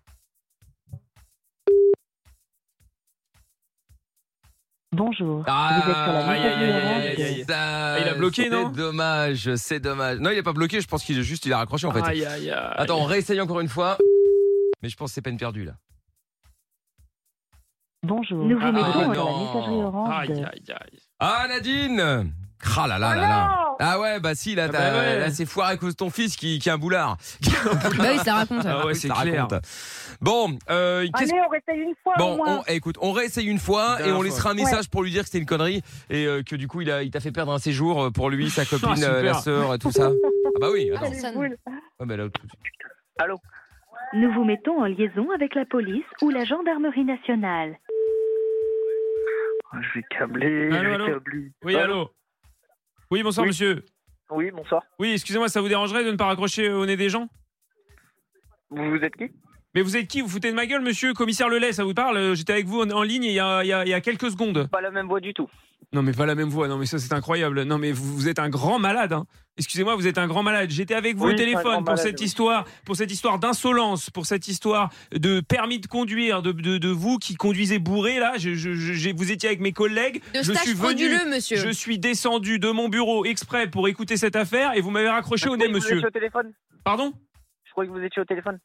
S10: Bonjour. Vous êtes sur la
S3: Ah,
S1: ligne
S3: aïe, aïe, aïe,
S1: orange.
S3: aïe, aïe.
S1: Ah, il a bloqué,
S3: C'est
S1: non
S3: dommage, c'est dommage. Non, il est pas bloqué, je pense qu'il est juste, il a raccroché, en fait.
S1: Aïe, aïe, aïe.
S3: Attends, on réessaye encore une fois. Mais je pense que c'est peine perdue là.
S10: Bonjour.
S2: Nous
S10: Nous
S2: vous
S9: Ah,
S10: vous
S3: mettons
S10: mettons
S3: sur la
S10: la
S3: messagerie
S10: messagerie orange.
S1: Aïe, aïe, aïe.
S3: Ah Nadine Ah là là là là
S2: non
S3: Ah ouais bah si là,
S1: Ah
S3: t'as-
S1: bah ouais.
S3: là, c'est foiré à cause de ton fils qui, qui est un boulard.
S5: Bah oui, ça raconte.
S1: Ah ouais,
S3: Oui,
S1: c'est
S3: ça
S1: clair.
S3: raconte. Bon, euh, qu'est-ce-
S2: Allez, on réessaye une fois au
S3: bon,
S2: moins.
S3: on- eh, écoute, on réessaye une fois et
S1: Dernière
S3: on
S1: fois.
S3: laissera un message pour lui dire que c'était une connerie et euh, que du coup il a, il t'a fait perdre un séjour euh,
S1: (laughs)
S3: pour lui, sa copine,
S1: Ah, super.
S3: euh, la sœur, et
S2: (laughs)
S3: tout ça. Ah bah oui. Attends.
S2: Les
S5: Personne.
S2: boules.
S3: Ah bah là, tout-
S10: Nous vous mettons en liaison avec la police ou la gendarmerie nationale.
S9: Je vais câbler,
S1: Allô,
S9: je vais
S1: allô
S9: câbler.
S1: Oui, allô Oui, bonsoir,
S9: Oui.
S1: monsieur.
S9: Oui, bonsoir.
S1: Oui, excusez-moi, ça vous dérangerait de ne pas raccrocher au nez des gens
S9: Vous, vous êtes qui
S1: Mais vous êtes qui Vous vous foutez de ma gueule, monsieur Commissaire Lelay, ça vous parle Euh, J'étais avec vous en, en ligne il y, a, il y a- il y a quelques secondes.
S9: Pas la même voix du tout.
S1: Non, mais pas la même voix, non, mais ça c'est incroyable. Non, mais vous, vous êtes un grand malade. hein. Excusez-moi, vous êtes un grand malade. J'étais avec vous
S9: Oui,
S1: au
S9: je suis un grand
S1: téléphone pour
S9: malade,
S1: cette
S9: oui.
S1: histoire, pour cette histoire d'insolence, pour cette histoire de permis de conduire, de, de- de vous qui conduisez bourré là. Je, je- je- j'ai- vous étiez avec mes collègues.
S5: De
S1: je suis
S5: stage
S1: venu.
S5: frauduleux, monsieur.
S1: Je suis descendu de mon bureau exprès pour écouter cette affaire et vous m'avez raccroché au
S9: Je
S1: nez,
S9: croyais que Vous
S1: monsieur.
S9: étiez au téléphone
S1: Pardon
S9: Je croyais que vous étiez au téléphone.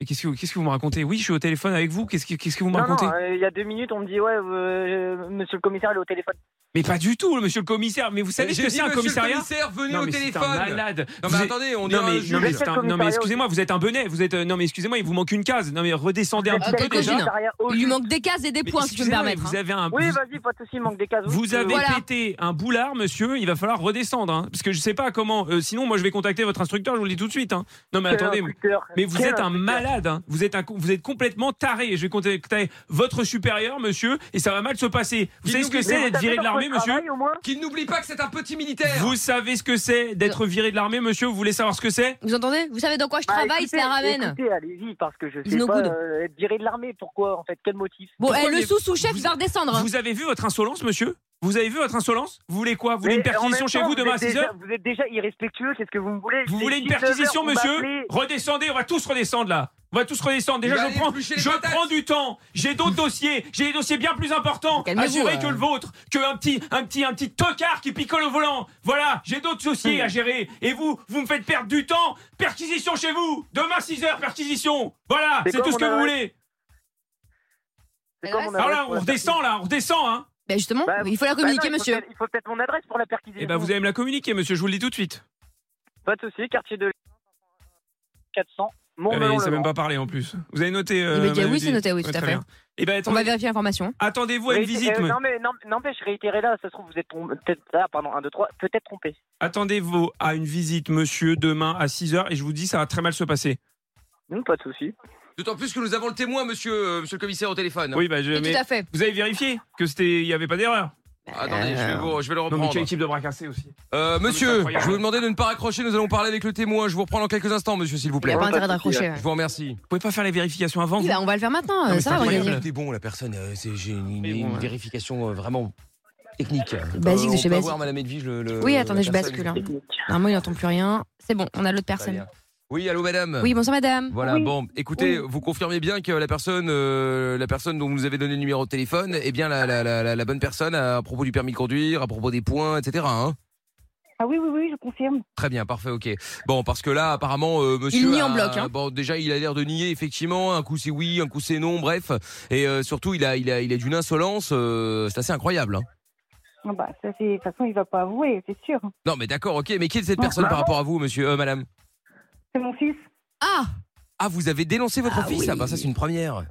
S1: Mais qu'est-ce que, qu'est-ce que vous me racontez Oui, je suis au téléphone avec vous. Qu'est-ce que, qu'est-ce que vous me
S9: non,
S1: racontez
S9: non, euh, il y a deux minutes, on me dit, ouais, euh, monsieur le commissaire, il est au téléphone.
S1: Mais pas du tout, monsieur le commissaire. Mais vous savez ce
S3: Euh, J'ai
S1: que
S3: dit,
S1: c'est un
S3: monsieur
S1: commissariat
S3: le commissaire, venez
S1: Non,
S3: au
S1: mais c'est
S3: téléphone.
S1: un malade.
S3: Non
S1: Vous
S3: mais
S1: êtes-
S3: attendez, on
S1: non,
S3: dirait
S1: mais,
S3: un
S1: non, mais
S3: juge.
S1: c'est un- non, mais excusez-moi, vous êtes un benet. Vous êtes, euh, non, mais excusez-moi, il vous manque une case. Non, mais redescendez un
S9: Vous
S5: Ah,
S1: petit
S9: êtes au
S5: t'as
S1: peu
S5: coquine. déjà.
S1: déjà.
S9: commissariat
S5: Il lui
S9: aujourd'hui.
S5: manque des cases et des
S1: Mais
S5: points, si je peux me
S1: excusez-moi,
S5: permettre.
S1: Vous
S5: hein.
S1: avez un.
S9: Oui,
S1: vous-
S9: vas-y, pas de soucis, il manque des cases.
S1: Vous avez
S5: Voilà.
S1: pété un boulard, monsieur. Il va falloir redescendre, hein, parce que je sais pas comment. euh, sinon, moi, je vais contacter votre instructeur. Je vous le dis tout de suite. hein. Non, mais attendez. Mais vous êtes un malade, hein. vous êtes un, co- vous êtes complètement taré. Je vais contacter votre supérieur, monsieur, et ça va mal se passer. Vous
S3: Il
S1: savez ce que
S3: nous-
S1: c'est d'être viré de l'armée, monsieur
S3: Qu'il n'oublie pas que c'est un petit militaire.
S1: Vous savez ce que c'est d'être viré de l'armée, monsieur Vous voulez savoir ce que c'est
S5: Vous entendez Vous savez dans quoi je
S11: Bah,
S5: travaille, Ah, il se la ramène.
S9: Bah, Écoutez, allez-y, parce que je
S5: Ils
S9: sais
S5: nous
S9: pas,
S5: goudent.
S9: euh, être viré de l'armée, pourquoi, en fait, quel motif
S5: Bon,
S1: Pourquoi
S5: eh, le
S1: les-
S5: sous-sous-chef, il va redescendre. hein.
S1: Vous avez vu votre insolence, monsieur Vous avez vu votre insolence Vous voulez quoi Vous voulez
S11: Mais
S1: une
S11: en même
S1: perquisition chez
S11: temps,
S1: vous demain à
S11: êtes
S1: 6h
S11: déjà- Vous êtes déjà irrespectueux, qu'est-ce que vous me voulez
S1: Vous
S11: C'est
S1: voulez une
S11: 19 heures,
S1: perquisition,
S11: on m'a
S1: monsieur
S11: appelé.
S1: Redescendez, on va tous redescendre là. On va tous redescendre. Déjà,
S11: Mais allez
S1: je prends,
S11: éplucher les
S1: je
S11: patates.
S1: prends du temps. J'ai d'autres dossiers. J'ai des dossiers bien plus importants.
S11: Calmez-vous,
S1: Assurez
S11: hein.
S1: que le vôtre, que un petit, un petit, un petit tocard qui picole au volant. Voilà, j'ai d'autres dossiers à gérer. Et vous, vous me faites perdre du temps. Perquisition chez vous. Demain 6 h perquisition. Voilà,
S11: C'est
S1: c'est
S11: quoi
S1: tout ce
S11: mon
S1: que vous
S11: adresse
S1: voulez.
S11: C'est quoi mon
S1: Alors
S11: adresse
S1: là,
S11: pour
S1: on
S11: la
S1: redescend là, on redescend hein.
S5: Bah justement, il faut la
S11: Bah
S5: communiquer,
S11: non, il faut
S5: monsieur.
S11: peut-être- Il faut peut-être mon adresse pour la
S3: Bah,
S11: perquisition.
S1: Eh ben, vous allez me la communiquer, monsieur. Je vous le dis tout de suite.
S11: Pas de souci, quartier de 400.
S1: Allez,
S11: Montmelon-le-Grand.
S1: Eh, il sait même pas parler en plus. Vous avez noté
S5: Il m'a dit,
S1: madame
S5: ah oui, c'est
S1: Di-
S5: noté, oui, tout à
S1: très
S5: fait.
S1: bien. Eh ben,
S5: On va
S1: attendez-
S5: vérifier l'information.
S1: attendez-vous à une
S11: Réitérer-
S1: visite.
S11: euh,
S1: mais-
S11: Non, mais non, n'empêche, réitérez là, ça se trouve, vous êtes trom- peut-être, ah, pardon, 1, 2, 3, peut-être trompé.
S1: Attendez-vous à une visite, monsieur, demain à 6h et je vous dis, ça va très mal se passer.
S11: Non, pas de souci.
S3: D'autant plus que nous avons le témoin, monsieur, euh, monsieur le commissaire, au téléphone.
S1: Oui, bah, je,
S5: Et
S1: mais
S5: Tout à fait.
S1: vous avez vérifié que c'était, il n'y avait pas d'erreur.
S3: Ah, Attendez, je vais, vous- je vais le
S1: Non, mais
S3: reprendre.
S1: quelle équipe de bras cassés aussi.
S3: Euh,
S1: Non, mais c'est
S3: monsieur,
S1: incroyable.
S3: je vais vous demander de ne pas raccrocher. Nous allons parler avec le témoin. Je vous reprends dans quelques instants, monsieur, s'il vous
S5: Il n'y
S3: plaît.
S5: a pas
S11: pas de
S5: intérêt
S11: souci,
S5: d'accrocher.
S3: Je vous remercie.
S1: Vous pouvez pas faire les vérifications avant
S5: Oui,
S1: vous
S5: bah, on va le faire maintenant,
S1: Non, mais
S5: ça
S1: c'est
S5: va,
S1: incroyable.
S5: organiser.
S3: Tout est bon, la personne. euh, c'est- J'ai une,
S1: Mais bon,
S3: une
S1: ouais.
S3: vérification euh, vraiment technique.
S5: Basique
S3: Euh,
S5: de
S3: on
S5: chez
S3: peut
S5: basique.
S3: avoir, madame Edwige, le, le-
S5: Oui,
S3: la
S5: attendez, je
S3: personne.
S5: bascule. hein. Normalement, il n'entend plus rien. C'est bon, on a l'autre
S3: Très
S5: personne.
S3: bien. Oui, allô, madame.
S5: Oui, bonsoir madame.
S3: Voilà,
S2: Oui.
S3: bon, écoutez, vous confirmez bien que la personne, euh, la personne dont vous nous avez donné le numéro de téléphone, est bien la, la, la, la- la bonne personne à, propos du permis de conduire, à propos des points, etc. hein
S2: Ah oui, oui, oui, je confirme.
S3: Très bien, parfait, ok. Bon, parce que là, apparemment, euh, monsieur.
S5: Il nie
S3: a-
S5: en bloc, hein.
S3: Bon, déjà, il a l'air de nier, effectivement. Un coup, c'est oui, un coup, c'est non, bref. Et euh, surtout, il a, il a, il a d'une insolence, euh, c'est assez incroyable. hein.
S2: Ah bah, ça, c'est... De toute façon, il va pas avouer, c'est sûr.
S3: Non, mais d'accord, ok. Mais qui est
S2: Ah,
S3: cette personne par rapport à vous, monsieur, euh, madame
S2: C'est mon fils.
S5: Ah
S3: Ah, vous avez dénoncé votre
S5: Ah
S3: fils
S5: oui.
S3: Ah, bah, ça, c'est une première.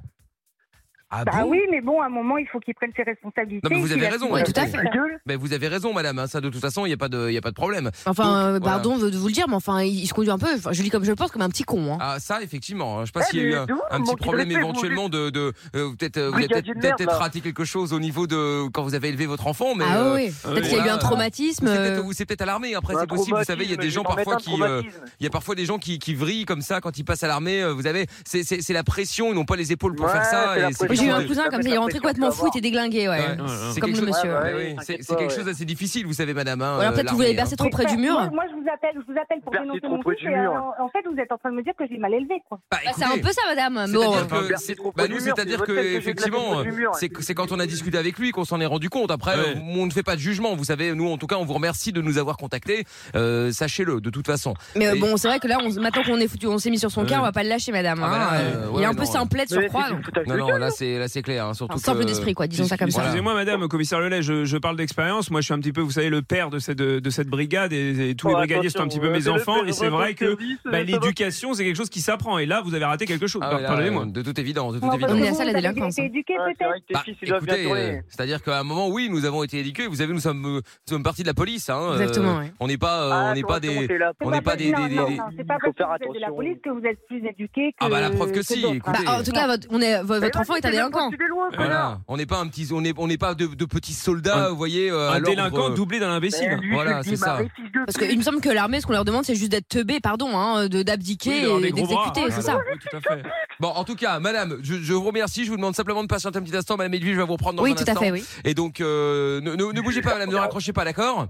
S3: Ah,
S2: Bah
S3: bon
S2: oui, mais bon, à un moment, il faut qu'il prenne ses responsabilités.
S3: Non, mais vous
S2: qu'il
S3: avez
S2: assume
S3: raison, hein.
S5: ouais, tout à
S2: ses
S5: fait.
S2: gueules.
S3: Mais vous avez raison, madame. hein, Ça, de toute façon, il n'y a pas de, il y a pas de problème.
S5: Enfin,
S3: Donc,
S5: euh, pardon de- de vous le dire, mais enfin, il, il se conduit un peu, enfin, je lis comme je le pense, comme un petit con. hein.
S3: Ah, ça, effectivement. hein, Je sais pas
S11: Eh,
S3: s'il y a eu
S11: mais
S3: un, un
S11: d'où vous
S3: petit
S11: manquez de
S3: problème
S11: respect, vous
S3: éventuellement de, de euh, peut-être, euh, vous avez
S11: Oui, il y a
S3: peut-être,
S11: du
S3: peut-être
S11: merde, là.
S3: raté quelque chose au niveau de euh, quand vous avez élevé votre enfant, mais.
S5: ah
S3: euh,
S5: oui,
S1: euh,
S5: peut-être qu'il y a eu
S3: voilà,
S5: un
S3: euh,
S5: traumatisme.
S3: c'est
S5: euh,
S3: peut-être- Ou c'est peut-être à l'armée. Après,
S11: Un
S3: c'est possible. Vous
S11: traumatisme,
S3: savez, il y a
S11: je
S3: des gens
S11: vais m'en
S3: parfois
S11: mettre un
S3: qui, euh,
S11: traumatisme.
S3: il y a parfois des gens qui, qui vrillent comme ça quand ils passent à l'armée. euh, Vous avez, c'est, c'est, c'est la pression. Ils n'ont pas les épaules pour
S11: Ouais,
S3: faire ça.
S11: c'est la
S3: et c'est
S11: pression.
S5: J'ai eu
S3: quelque
S5: un
S3: chose-
S5: cousin comme ça, il est rentré complètement fou, il était déglingué, ouais.
S3: Ouais,
S1: ouais.
S3: c'est
S5: Comme
S3: quelque
S5: le
S3: chose-
S5: monsieur.
S11: ouais,
S3: ouais,
S11: ouais,
S3: ouais, c'est-
S11: t'inquiète
S3: c'est
S11: pas,
S3: quelque
S11: ouais.
S3: chose d'assez difficile, vous savez, madame. hein,
S5: Ou alors
S3: euh,
S5: peut-être que vous l'avez
S3: l'armée, hein.
S5: bercé trop
S2: Mais
S5: près
S2: ça,
S5: du mur.
S2: Moi, moi, je vous appelle, je vous appelle pour
S11: Bercé
S2: dénoncer
S11: trop
S2: mon
S11: près
S2: fils.
S11: du
S2: et,
S11: mur.
S2: euh, en fait, vous êtes en train de me dire que j'ai mal élevé, quoi.
S3: Bah,
S5: Bah, c'est un
S3: écoutez,
S5: peu ça, madame. Bon,
S3: C'est-à-dire
S5: euh,
S3: que,
S11: c'est
S3: c'est-
S11: trop
S3: bah,
S11: près du
S3: nous,
S11: mur,
S3: c'est-à-dire
S11: c'est
S3: que,
S11: votre tête que j'ai placée
S3: effectivement,
S11: au-dessus du mur, hein.
S3: c'est c'est quand on a discuté avec lui qu'on s'en est rendu compte. Après,
S1: Ouais.
S3: euh, on ne fait pas de jugement. Vous savez, nous, en tout cas, on vous remercie de nous avoir contactés. Euh, Sachez-le, de toute façon.
S5: Mais euh,
S3: Et-
S5: bon, c'est vrai que là, on, maintenant qu'on est foutu, on s'est mis sur son
S1: Ouais.
S5: cas, on va pas le lâcher, madame.
S3: Ah
S5: hein.
S3: bah là, euh,
S5: il
S3: ouais,
S5: est un
S3: non,
S5: peu simple, sur
S11: Mais
S5: croix.
S11: c'est du foutage de
S3: Non, non,
S11: gueule.
S3: là, c'est là, c'est clair. hein, surtout
S5: Un simple
S3: que-
S5: d'esprit, quoi, disons ça comme ça.
S1: Excusez-moi, madame, commissaire Lelay, je, je parle d'expérience. Moi, je suis un petit peu, vous savez, le père de cette, de cette brigade et, et tous les
S11: Oh,
S1: brigadiers sont un petit
S11: attention,
S1: peu mes
S11: euh,
S1: enfants.
S11: le-
S1: Et c'est vrai que
S11: service,
S1: bah,
S11: euh, ça va.
S1: l'éducation, c'est quelque chose qui s'apprend. Et là, vous avez raté quelque chose.
S3: Ah
S1: Par-
S3: ouais, là,
S1: Pardonnez-moi.
S3: de toute évidence, de toute
S2: Non, parce
S3: évidence.
S2: que
S5: On est à
S2: vous,
S5: ça, la
S2: vous avez
S5: délinquance,
S2: été
S5: hein.
S2: éduqué,
S11: Ouais, c'est
S2: peut-être
S11: vrai que tes
S3: Bah,
S11: fils, ils doivent bien
S3: écoutez,
S11: tourner.
S3: euh, c'est-à-dire qu'à un moment, oui, nous avons été éduqués. Vous avez, nous sommes, euh, nous sommes partie de la police. Hein, euh,
S5: Exactement, ouais.
S3: On n'est pas, euh,
S11: Ah,
S3: on n'est pas
S11: attention,
S3: des.
S11: t'es là.
S2: C'est
S3: On n'est pas des-
S2: parce-
S3: des-
S2: non,
S3: des-
S2: non, non, c'est pas
S11: Faut
S2: parce que
S11: faire
S2: vous êtes de la
S11: attention.
S2: police que vous êtes plus éduqué que.
S3: Ah bah la preuve que si,
S2: d'autres, hein.
S3: écoutez.
S5: Bah, en tout cas, votre, on est, vo- votre enfant est un délinquant.
S11: Ah,
S3: Voilà. On n'est pas un petit, on n'est, on n'est pas de, de petits soldats,
S1: Un-
S3: vous voyez. euh,
S1: Un
S3: à l'ordre,
S1: délinquant
S3: euh,
S1: doublé d'un
S11: Ben,
S1: imbécile.
S3: Voilà, c'est ça.
S5: Parce qu'il me semble que l'armée, ce qu'on leur demande, c'est juste d'être teubé, pardon, hein, de-
S1: Oui,
S5: d'abdiquer
S1: d'avoir des
S5: et
S1: gros bras.
S5: d'exécuter,
S3: hein,
S5: c'est
S1: Voilà,
S5: ça.
S1: oui, tout à fait.
S3: Bon, en tout cas, madame, je, je vous remercie. Je vous demande simplement de patienter un petit instant. Madame Edwige, je vais vous reprendre dans
S5: Oui,
S3: un
S5: tout
S3: instant.
S5: à fait, oui.
S3: Et donc, euh, ne, ne- ne bougez pas, madame, ne raccrochez pas, d'accord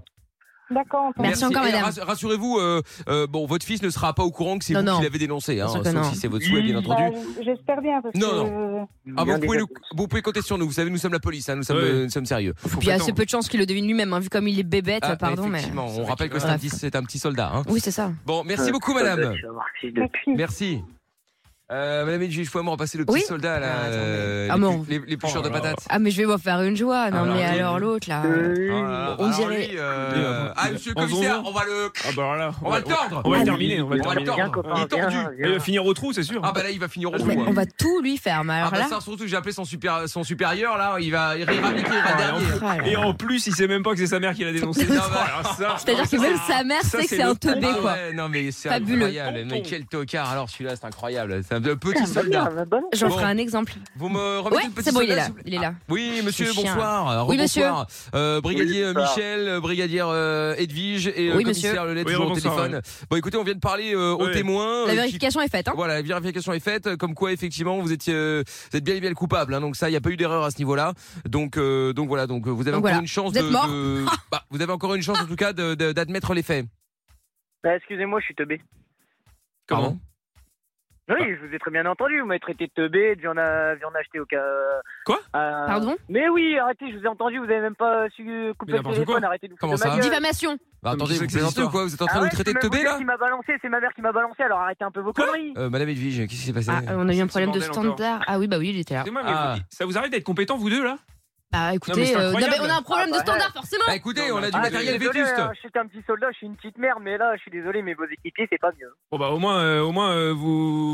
S2: D'accord, entendu.
S5: Merci encore,
S3: Et
S5: madame.
S3: rass- Rassurez-vous, euh, euh, bon, votre fils ne sera pas au courant que c'est
S5: Non,
S3: vous
S5: non.
S3: qui l'avez dénoncé, hein,
S5: Bien sûr
S3: sauf
S5: que non.
S3: si c'est votre souhait, bien
S2: Bah,
S3: entendu.
S2: J'espère bien, parce
S3: Non,
S2: que.
S3: Ah, vous,
S11: Bien
S3: pouvez
S11: des-
S3: nous- vous pouvez compter sur nous. Vous savez, nous sommes la police, hein, nous, sommes,
S1: Oui.
S3: euh, nous sommes sérieux.
S1: Faut
S5: Puis il y a
S1: pas
S5: assez
S1: tant.
S5: peu de chances qu'il le devine lui-même, hein, vu comme il est bébête,
S3: Ah,
S5: pardon, mais.
S3: effectivement, on
S1: vrai
S3: rappelle
S1: que-
S3: que c'est un
S5: Bref.
S3: petit- c'est un petit soldat. hein.
S5: Oui, c'est ça.
S3: Bon, merci beaucoup, madame.
S2: Merci.
S3: Merci. Euh, madame Edwige, faut me repasser le petit
S5: Oui.
S3: soldat, là,
S5: Ah, attendez.
S3: euh,
S5: Ah,
S3: les,
S5: bon.
S3: pu- les, les plucheurs
S1: Oh
S3: de
S1: là là.
S3: patates.
S5: Ah, mais je vais vous faire une joie. Non,
S3: Ah,
S5: mais
S3: alors, Euh,
S5: alors
S3: oui.
S5: l'autre, là. euh,
S3: Alors,
S5: On dirait-
S3: lui, euh, Ah, monsieur le
S1: En
S3: commissaire,
S1: zonzon.
S3: on va le.
S1: Ah bah voilà.
S3: On va le tordre.
S1: On va le terminer. On va le
S3: On va le
S1: terminer.
S3: tordre. Il est tordu.
S1: Il va finir au trou, c'est sûr.
S3: Ah bah là, il va finir au
S5: Mais
S3: trou. hein.
S5: on va tout lui faire, mais
S3: Ah
S5: alors
S3: bah
S5: là.
S3: ça, surtout, j'ai appelé son, super, son supérieur, là, il va, il va, il va, il
S1: Ah,
S3: va dernier.
S1: et en-
S5: Ah là
S1: Et
S5: là.
S1: en plus, il sait même pas que c'est sa mère qui l'a dénoncé.
S3: Non, bah,
S1: Ah, ça-
S5: (laughs) C'est-à-dire que même sa mère
S1: ça,
S5: sait que
S1: c'est
S5: c'est un
S1: le
S5: teubé,
S3: Ah
S5: quoi.
S3: ouais, non mais c'est
S5: Fabuleux.
S3: incroyable, mais quel tocard. Alors celui-là, c'est incroyable. Ça un de petit soldat.
S5: J'en
S3: Bon,
S5: ferai un exemple.
S3: Vous me remettez
S5: Ouais,
S3: le petit
S5: c'est bon, il est
S3: soldat,
S5: là.
S3: s'il vous plaît Ah,
S5: Il est là.
S3: Oui, monsieur,
S5: Ce chien.
S3: bonsoir.
S5: Oui,
S3: Rebonsoir. Euh, brigadier
S5: Oui,
S3: euh,
S5: bonsoir.
S3: Michel, euh, brigadier euh, Edwige et euh,
S5: Oui, monsieur.
S3: commissaire Le Lettre
S1: Oui,
S3: toujours au
S1: rebonsoir,
S3: téléphone. Bon, écoutez, on vient de parler euh, aux
S1: Oui.
S3: témoins.
S5: La
S3: euh, qui-
S5: vérification est faite. Hein.
S3: Voilà, la vérification est faite, euh, comme quoi effectivement vous étiez, euh, vous êtes bien et bien le coupable. hein. donc ça, il n'y a pas eu d'erreur à ce niveau-là. Donc, euh, donc voilà, donc euh, vous avez
S5: Donc
S3: encore
S5: voilà.
S3: une chance
S5: Vous êtes
S3: de,
S5: mort. (laughs)
S3: de- bah, vous avez encore une chance en tout cas de- de- d'admettre les faits.
S11: Bah, excusez-moi, je suis teubé.
S3: Comment Ah.
S11: Oui, je vous ai très bien entendu. Vous m'avez traité de teubé, de viande, à- viande achetée au cas.
S1: Quoi
S11: Euh,
S5: Pardon
S11: Mais oui, arrêtez, je vous ai entendu. Vous avez même pas su couper
S1: Mais
S11: le
S1: n'importe
S11: téléphone.
S1: quoi.
S11: Arrêtez de vous
S3: Comment
S11: foutre de
S3: ça
S11: ma gueule.
S5: Diffamation.
S3: Bah,
S1: Mais qu'est-ce
S3: Attendez, vous
S1: que c'est que
S3: plaisantez
S1: cette
S3: ou quoi Vous êtes en train
S11: Ah ouais,
S3: de me traiter de
S11: c'est même
S3: teubé
S11: vous
S3: là
S11: qui m'a balancé, c'est ma mère qui m'a balancé. Alors arrêtez un peu vos
S1: Quoi
S11: conneries.
S3: Euh, Madame Edwige, qu'est-ce qui s'est passé
S5: Ah, on a eu un problème de
S1: bordel encore.
S5: standard. Ah oui, bah oui, il était là.
S1: Excusez-moi, mais
S3: Ah.
S1: vous- ça vous arrive d'être compétents, vous deux, là
S5: Bah
S1: Non, mais
S5: écoutez,
S1: c'est
S5: euh, non, mais
S1: incroyable.
S5: on a Ah, un problème
S11: Ah,
S5: de
S11: bah,
S5: standard, forcément.
S3: Bah écoutez,
S1: Non,
S3: on a
S1: mais
S3: du
S1: attendez,
S11: je suis
S3: matériel
S11: Ah, désolé,
S3: vétuste.
S11: hein, je suis un petit soldat, je suis une petite merde, mais là, je suis désolé, mais vos équipiers, c'est pas mieux.
S1: Bon, bah, au moins, euh, au moins euh, vous,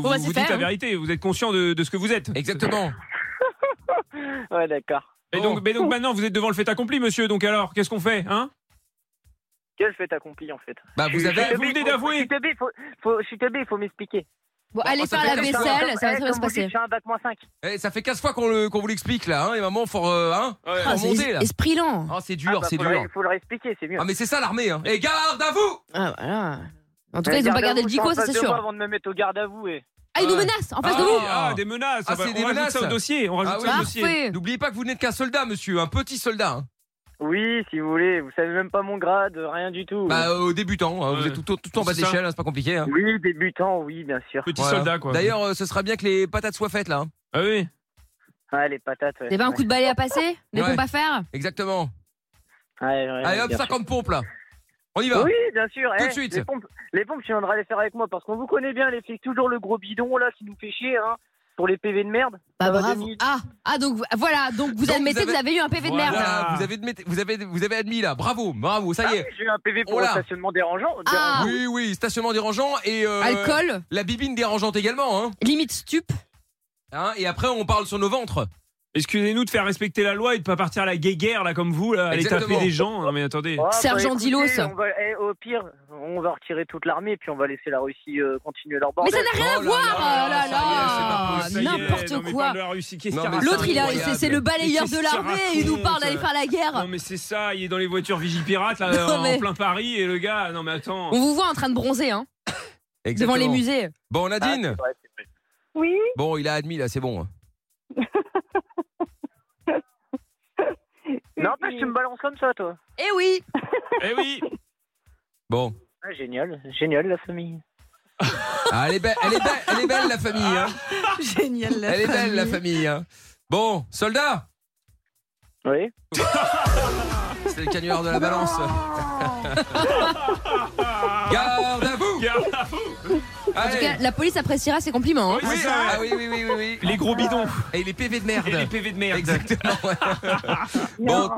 S5: Bon,
S1: vous,
S5: bah, c'est
S1: vous dites
S5: fait,
S1: la
S5: hein.
S1: vérité, vous êtes conscient de, de ce que vous êtes.
S3: Exactement.
S11: (laughs)
S3: Oh.
S11: Ouais, d'accord.
S1: Et
S3: Bon.
S1: donc, mais
S11: (laughs)
S1: donc maintenant, vous êtes devant le fait accompli, monsieur, donc alors, qu'est-ce qu'on fait, hein
S11: Quel fait accompli en fait
S3: Bah vous
S11: Je- je-
S3: avez.
S1: Vous venez
S11: faut-
S1: d'avouer.
S11: Je suis teubé, faut, faut- je suis teubé, il faut m'expliquer.
S5: Bon,
S3: Bon,
S5: allez
S3: ça
S5: faire
S3: fait
S5: la
S3: comme ça.
S5: vaisselle, ça va
S11: Eh,
S5: très bien
S11: comme
S5: se
S11: vous dites,
S5: passer.
S11: Je suis un bac moins 5.
S3: Eh, ça fait 15 fois qu'on le- qu'on vous l'explique là, hein, et maman, faut euh, hein,
S1: Ouais.
S3: faut
S5: Ah, c'est
S3: remonter là.
S5: esprit lent.
S3: Ah, c'est dur, c'est
S11: bah, faut le-
S3: dur.
S11: faut leur expliquer, c'est mieux.
S3: Ah mais c'est ça l'armée, hein. Et garde à vous
S5: Ah, voilà.
S11: Eh,
S5: En tout cas, ils ont pas gardé le dico, ça c'est sûr.
S11: Avant de me mettre au garde à vous et.
S5: Ah, ils nous
S3: Ah.
S5: menacent en face
S1: ah,
S5: de
S1: oui,
S5: vous.
S1: ah, des menaces,
S3: Ah,
S1: on va-
S3: c'est
S1: on
S3: des
S1: rajoute
S3: menaces.
S1: ça au dossier, on rajoute
S3: Ah
S1: ça au
S3: oui.
S1: dossier.
S5: Parfait.
S3: N'oubliez pas que vous n'êtes qu'un soldat, monsieur, un petit soldat. hein.
S11: Oui, si vous voulez, vous savez même pas mon grade, rien du tout.
S3: Bah, euh, débutant, hein, vous
S1: Ouais.
S3: êtes tout, tout en bas
S1: C'est
S3: de
S1: ça.
S3: l'échelle, hein, c'est pas compliqué. hein.
S11: Oh. oui, débutant, oui, bien sûr.
S1: Petit
S3: Voilà.
S1: soldat, quoi.
S3: D'ailleurs, euh, ce sera bien que les patates soient faites là. hein.
S1: Ah oui.
S11: Ah, les patates.
S5: T'as
S11: Ouais.
S5: pas Eh ben, un coup de balai à passer Des
S3: Ouais.
S5: pompes à faire
S3: Exactement.
S11: Ouais, ouais,
S3: Allez hop,
S11: bien sûr.
S3: 50 pompes là. On y va.
S11: Oui, bien sûr.
S3: Tout
S11: eh,
S3: de suite.
S11: Les pompes, les pompes, tu viendras les faire avec moi parce qu'on vous connaît bien, les filles. Toujours le gros bidon là qui nous fait chier, hein, pour les PV de merde.
S5: Bah
S11: Ça va,
S5: bravo.
S11: Denis
S5: Ah, ah donc voilà, donc vous
S3: Donc,
S5: admettez
S3: vous
S5: que vous avez eu un PV de merde.
S1: Voilà.
S3: Voilà, vous avez, admis- vous, avez, vous avez admis là. Bravo, bravo, ça
S11: Ah
S3: y
S11: oui,
S3: est.
S11: J'ai eu un PV pour
S3: Oh là.
S11: un stationnement dérangeant.
S5: Ah.
S11: dérangeant.
S3: Oui, oui, stationnement dérangeant et euh,
S5: Alcool,
S3: la bibine dérangeante également. Hein.
S5: limite stup.
S3: Hein, et après, on parle sur nos ventres.
S1: Excusez-nous de faire respecter la loi et de pas partir à la guéguerre, là, comme vous, là, aller
S3: Exactement.
S1: taper des gens. Non, mais attendez.
S11: Ah, bah,
S5: Sergent
S11: écoutez,
S5: Dilos.
S11: on va- eh, Au pire, on va retirer toute l'armée puis on va laisser la Russie euh, continuer leur
S5: Mais
S11: bordel.
S5: ça n'a rien à
S3: Oh là
S5: voir.
S3: là
S5: Ah
S3: là
S5: là là,
S1: Ça y est, c'est pas possible.
S5: n'importe
S1: Non, mais
S5: quoi.
S1: parle de la Russie, qu'est-ce
S3: Non,
S1: qu'il
S3: mais
S1: raconte
S5: L'autre, il a,
S3: incroyable.
S5: c'est c'est le balayeur de
S1: Qu'est-ce qu'il euh
S5: l'armée. Il nous parle d'aller faire la
S1: Non
S5: guerre.
S1: mais c'est ça, il est dans les voitures Vigipirate là,
S5: Non,
S1: en
S5: mais-
S1: plein Paris et le gars, non mais attends.
S5: On vous voit en train de bronzer, hein, devant les
S3: Exactement.
S5: musées.
S3: Bon,
S11: Ah, c'est
S3: Nadine.
S11: vrai, c'est vrai.
S2: Oui,
S3: Bon, il a admis là, c'est bon. hein.
S11: N'empêche, tu me balances comme ça, toi.
S5: Eh oui.
S1: Eh oui,
S3: Bon.
S11: Ah, génial,
S5: (laughs)
S11: génial la famille.
S3: Ah, elle, est belle, elle, est belle, elle est belle la famille. hein.
S5: Ah,
S4: Génial. La
S3: Elle est belle la famille. hein. Bon, soldat.
S11: Oui.
S3: C'est le canular de
S5: (laughs)
S3: la balance. (laughs) Garde à vous.
S1: regarde.
S5: En tout cas, la police appréciera ses compliments. hein.
S1: Oui,
S3: Oui,
S1: c'est ça.
S3: ah oui, oui, oui, oui, oui.
S1: les gros bidons
S3: Et les PV de merde.
S1: et les PV de merde. (laughs)
S3: Exactement. bon,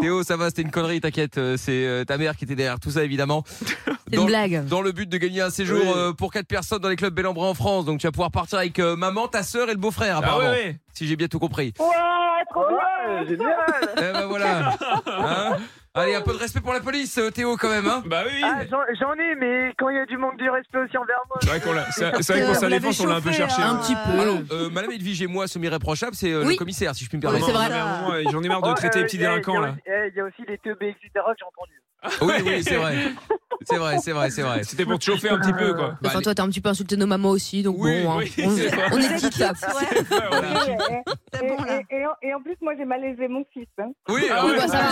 S3: Théo, ça va, c'était une connerie, t'inquiète. euh, C'est euh, ta mère qui était derrière tout ça, évidemment.
S5: C'est une
S3: Dans,
S5: blague.
S3: dans le but de gagner un séjour
S1: Oui.
S3: euh, pour quatre personnes dans les clubs Bellambra en France. Donc tu vas pouvoir partir avec euh, maman, ta sœur et le beau-frère,
S1: Ah
S3: apparemment.
S1: ouais, ouais.
S3: Si j'ai bien tout compris.
S2: ouais, trop bien.
S11: Ouais, génial.
S3: Eh ben
S11: (laughs)
S3: voilà. Hein Allez, un peu de respect pour la police, euh, Théo, quand même. Hein
S1: Bah oui.
S11: Ah, j'en j'en ai, mais quand il y a du manque de respect aussi envers moi.
S1: C'est vrai qu'on l'a- c'est- c'est vrai
S4: Euh,
S1: qu'on sa
S4: on l'avait
S1: défense, on l'a un peu
S4: chauffé,
S1: cherché.
S4: hein.
S5: Un
S1: hein.
S5: petit peu.
S3: Alors, euh, Madame Edwige et moi, semi-réprochable, c'est euh,
S5: Oui.
S3: le commissaire, si je puis me
S1: Non,
S4: Oui,
S1: non,
S3: permettre.
S4: c'est vrai.
S1: mais à un moment, euh, J'en ai marre de
S11: Oh,
S1: traiter les
S11: euh,
S1: petits
S11: il y a-
S1: délinquants
S11: il y a
S1: là.
S11: aussi- eh, Il y a aussi les teubés, etc. que J'ai entendu.
S3: Oui, oui, c'est vrai. C'est vrai, c'est vrai, c'est vrai.
S1: C'était pour te chauffer un petit peu quoi.
S3: Bah,
S5: Enfin, toi, t'as un petit peu insulté nos mamans aussi, donc
S3: Oui,
S5: bon, hein,
S1: oui,
S5: on,
S1: (laughs) c'est vrai.
S5: on
S2: (laughs)
S5: est quitte.
S4: Ouais,
S1: Ouais, voilà.
S2: Et, et-
S4: c'est bon là.
S2: et- et- et en- et en plus, moi, j'ai mal élevé mon fils. hein.
S3: Oui,
S1: Ah
S3: alors,
S1: oui,
S5: bah, ça va.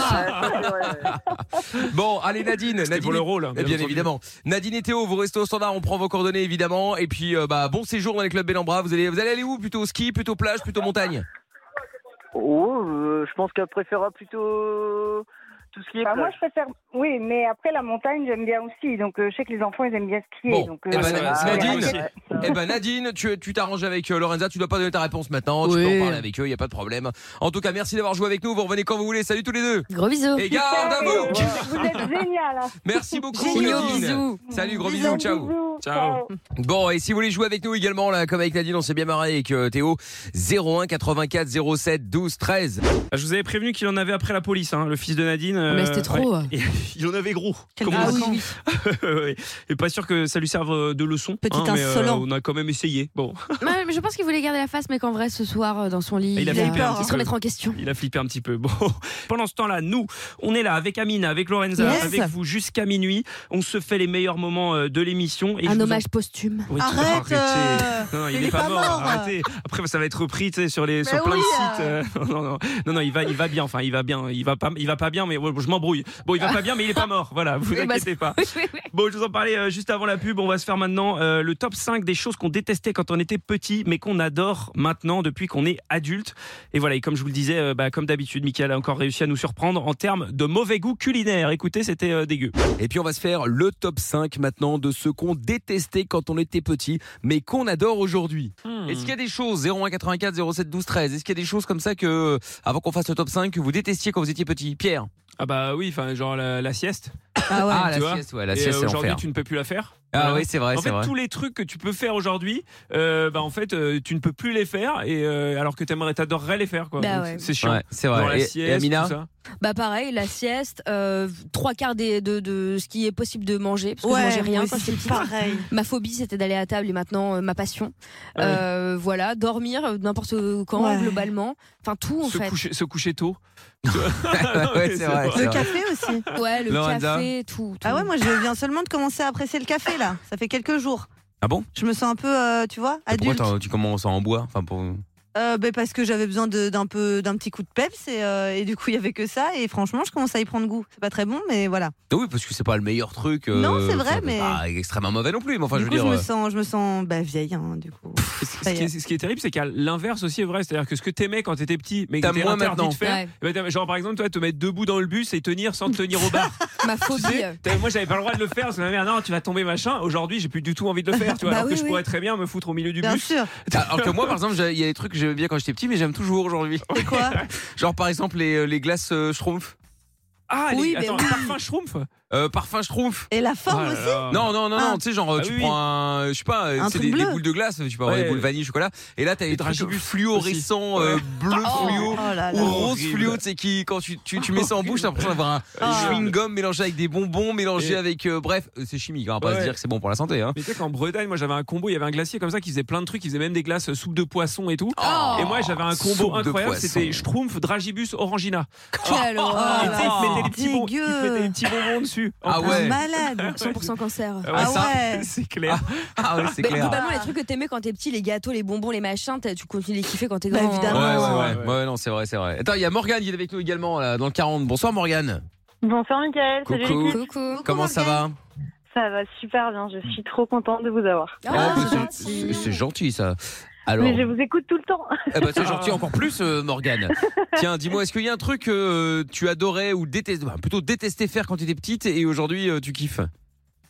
S3: bon, allez Nadine,
S1: C'était
S3: Nadine
S1: pour le rôle. hein,
S3: Eh bien évidemment. Nadine et Théo, vous restez au standard, on prend vos coordonnées évidemment. Et puis euh, bah, bon séjour dans les clubs Bellambra. Vous allez, vous allez aller où Plutôt au ski, plutôt plage, plutôt montagne
S11: (laughs) Oh, euh, je pense qu'elle préférera plutôt tout ce qui est
S2: Bah, moi,
S11: plage.
S2: je préfère. Oui, mais après, la montagne, j'aime bien aussi. Donc, euh, je sais que les enfants, ils aiment bien skier.
S3: Bon,
S2: donc, euh.
S3: eh ben,
S1: c'est
S2: voilà.
S1: vrai, c'est
S3: Nadine,
S1: vrai
S3: Eh ben Nadine, tu tu t'arranges avec euh, Lorenza, tu dois pas donner ta réponse maintenant, tu
S5: Oui.
S3: peux en parler avec eux, il y a pas de problème. En tout cas, merci d'avoir joué avec nous, vous revenez quand vous voulez. Salut tous les deux.
S5: Gros bisous.
S3: Et garde à
S2: Vous,
S3: vous.
S2: vous êtes génial. hein.
S3: Merci beaucoup
S5: Géniaux,
S3: Nadine.
S5: bisous.
S3: Salut, gros
S2: Bisous,
S3: bisous, ciao.
S2: bisous.
S1: Ciao.
S3: Bon, et si vous voulez jouer avec nous également, là, comme avec Nadine, on s'est bien marré avec euh, Théo, 01 84 07 12 13.
S1: Ah, Je vous avais prévenu qu'il en avait après la police, hein, le fils de Nadine. euh,
S8: Mais c'était trop.
S1: ouais. Et (laughs) il en avait gros.
S8: Quel
S1: comme on
S8: vacances.
S1: dit.
S8: Ah oui,
S1: Ouais. (laughs) Et pas sûr que ça lui serve euh, de leçon.
S4: Petit
S1: mais, euh,
S4: insolent.
S1: on a quand même essayé. Bon. (laughs)
S5: Ouais, mais je pense qu'il voulait garder la face, mais qu'en vrai, ce soir, euh, dans son lit,
S1: Il a
S5: va-
S1: flippé un petit
S5: se
S1: peu.
S5: remettre en question.
S1: Il a flippé un petit peu. Bon, (laughs) pendant ce temps-là, nous, on est là avec Amina, avec Lorenza,
S5: Yes.
S1: avec vous jusqu'à minuit. On se fait les meilleurs moments euh, de l'émission. Et je
S5: Un
S1: vous en-
S5: hommage euh. posthume.
S1: Oui, tu- (laughs) arrêtez. Non, non, euh, il n'est pas, mort. Arrêtez. Après, ça va être repris tu sais, sur les sur
S5: Mais
S1: plein
S5: oui,
S1: de sites. euh, (laughs) Non, non, non, non, il va, il va bien. Enfin, il va bien. Il va pas, il va pas bien. Mais ouais, je m'embrouille. Bon, Oh, il va pas bien, mais il est pas mort. Voilà,
S5: Oui,
S1: vous
S12: Eh ben,
S5: bah,
S1: inquiétez pas. Bon, je vous en parlais euh, juste avant la pub. On va se faire maintenant euh, le top 5 des choses qu'on détestait quand on était petit, mais qu'on adore maintenant depuis qu'on est adulte. Et voilà, et comme je vous le disais, euh, bah, comme d'habitude, Michael a encore réussi à nous surprendre en termes de mauvais goût culinaire. Écoutez, c'était euh, dégueu.
S3: Et puis on va se faire le top 5 maintenant de ce qu'on détestait quand on était petit, mais qu'on adore aujourd'hui.
S1: Hmm.
S3: Est-ce qu'il y a des choses 01 84 07 12 13 Est-ce qu'il y a des choses comme ça que euh, avant qu'on fasse le top 5 que vous détestiez quand vous étiez petit, Pierre
S1: Ah bah oui, enfin genre la, la sieste.
S3: Ah ouais. Ah,
S1: Tu
S3: la
S1: vois
S3: sieste, ouais, la
S1: Et,
S3: sieste,
S1: euh,
S3: c'est
S1: Aujourd'hui,
S3: l'enfer.
S1: tu ne peux plus la faire.
S3: Ah oui, c'est vrai,
S1: En fait,
S3: c'est vrai.
S1: tous les trucs que tu peux faire aujourd'hui, euh, bah en fait, euh, tu ne peux plus les faire, et euh, alors que t'aimerais, t'adorerais les faire, quoi.
S5: Bah
S1: Donc,
S5: ouais.
S1: C'est chiant.
S3: Ouais, c'est vrai.
S1: Genre la
S3: Et- et
S1: sieste,
S3: Amina
S1: tout ça.
S5: Bah pareil, la sieste, euh, trois quarts des- de, de ce qui est possible de manger, parce que
S4: Ouais,
S5: je mangeais rien
S4: moi
S5: quand
S4: aussi,
S5: j'étais petite.
S4: pareil.
S5: Ma phobie, c'était d'aller à table et maintenant, euh, ma passion.
S1: Ah ouais.
S5: Euh, Voilà, dormir euh, n'importe quand,
S1: Ouais.
S5: globalement. Enfin, tout, en
S1: se
S5: fait.
S1: coucher, se coucher tôt.
S3: (laughs)
S1: (laughs)
S3: Ouais, c'est vrai, c'est Le vrai.
S4: café aussi.
S5: Ouais, le
S3: Lorenza.
S5: café, tout, tout.
S4: Ah ouais, moi je viens seulement de commencer à apprécier le café là. Ça fait quelques jours.
S3: Ah bon
S4: Je me sens un peu, euh, tu vois,
S3: Et Pourquoi
S4: adulte.
S3: t'en- tu commences à en boire Enfin pour
S4: Euh, ben, parce que j'avais besoin de- d'un peu, d'un petit coup de peps et, euh, et du coup il y avait que ça et franchement je commence à y prendre goût. C'est pas très bon mais voilà.
S3: Ah oui, parce que c'est pas le meilleur truc. euh,
S4: Non, c'est vrai,
S3: enfin,
S4: mais-
S3: Pas extrêmement mauvais non plus, mais enfin,
S4: du
S3: je veux
S4: coup
S3: dire.
S4: je me
S3: euh,
S4: sens, je me sens bah, vieille hein, du coup.
S1: Ce qui, est, ce qui est terrible, c'est qu'à l'inverse aussi est vrai. C'est-à-dire que ce que t'aimais quand t'étais petit, mais que
S3: T'as
S1: t'es
S3: moins
S1: interdit
S3: maintenant.
S1: de faire.
S3: Ouais.
S1: eh ben, t'as- genre par exemple, toi, te mettre debout dans le bus et tenir sans te tenir au bar.
S5: (laughs)
S3: (laughs)
S5: Ma
S1: Tu
S5: phobie. euh,
S1: sais, t'as- moi, j'avais pas le droit de le faire parce que ma mère, non, tu vas tomber machin. Aujourd'hui, j'ai plus du tout envie de le faire. Tu vois,
S3: Bah
S1: alors
S3: oui,
S1: que je
S3: oui.
S1: pourrais très bien me foutre au milieu du
S3: Bien
S1: bus. (laughs)
S4: sûr.
S3: (laughs) Alors que moi, par exemple, j'ai- il y a des trucs que j'aimais bien quand j'étais petit, mais j'aime toujours aujourd'hui.
S4: Et quoi
S3: (laughs) Genre par exemple les, les glaces euh, Schtroumpf.
S1: Ah, les-
S3: Oui, mais
S1: attends,
S3: oui.
S1: parfum Schtroumpf.
S3: Euh, parfum Schtroumpf.
S4: Et la forme
S1: Ah là
S4: aussi
S1: là.
S3: Non, non, non,
S1: Ah.
S3: non, tu sais, genre,
S1: Ah
S3: tu
S1: oui,
S3: prends
S1: oui.
S3: un, je sais pas,
S1: Un
S3: tu sais,
S1: truc
S3: des, des
S1: bleu.
S3: boules de glace, tu peux avoir
S1: Ouais.
S3: des boules vanille, chocolat, et là, t'as des trucs
S1: dragibus
S3: fluorescents,
S1: aussi.
S3: euh,
S1: Ouais.
S3: bleu
S1: Oh.
S3: fluo,
S1: Oh là là.
S3: ou rose
S1: Horrible.
S3: fluo, tu sais, qui, quand tu, tu, tu mets ça en bouche, t'as l'impression d'avoir un
S1: Ah.
S3: chewing-gum mélangé avec des bonbons, mélangé
S1: Et-
S3: avec, euh, bref, euh, c'est chimique, on va pas
S1: Ouais.
S3: se dire que c'est bon pour la santé, hein.
S1: Mais tu sais qu'en Bretagne, moi j'avais un combo, il y avait un glacier comme ça qui faisait plein de trucs, il faisait même des glaces euh, soupe de poisson et tout.
S3: Oh
S1: et moi j'avais un
S3: Soupe
S1: combo
S3: de
S1: incroyable,
S3: poisson. Oh
S1: c'était Schtroumpf, Dragibus, Orangina. (laughs)
S5: Quelle horreur.
S1: Et tu sais, ils te mettaient les petits bon- ils
S4: Dégueu.
S1: te mettaient les petits bonbons dessus. En
S3: Ah
S1: plus. (laughs)
S3: ouais.
S4: Malade.
S5: 100% cancer.
S1: Ah ouais, ça, C'est clair.
S3: Ah ouais, c'est
S5: Mais
S3: clair.
S5: globalement, les trucs que t'aimais quand t'es petit, les gâteaux, les bonbons, les machins, t'as- tu continues de les kiffer quand t'es
S4: Bah,
S5: grand.
S3: Ouais,
S5: hein.
S3: c'est vrai. Ouais, non, c'est vrai, c'est vrai. Attends, il y a Morgane qui est avec nous également, là, dans le 40. Bonsoir, Morgane.
S13: (laughs) Bonsoir Mickaël, salut
S3: Coucou.
S13: l'équipe.
S3: Comment ça va?
S13: Ça va super bien, je suis trop contente de vous avoir.
S5: Ah.
S1: Ah,
S3: Oh, bah, c'est- c'est c'est gentil, ça. Alors.
S13: Mais je vous écoute tout le temps.
S3: Eh ben, c'est gentil encore plus, euh, Morgane. Tiens, dis-moi, est-ce qu'il y a un truc que euh, tu adorais ou détestais, bah, plutôt détestais faire quand tu étais petite et aujourd'hui euh,
S13: (laughs)
S3: tu kiffes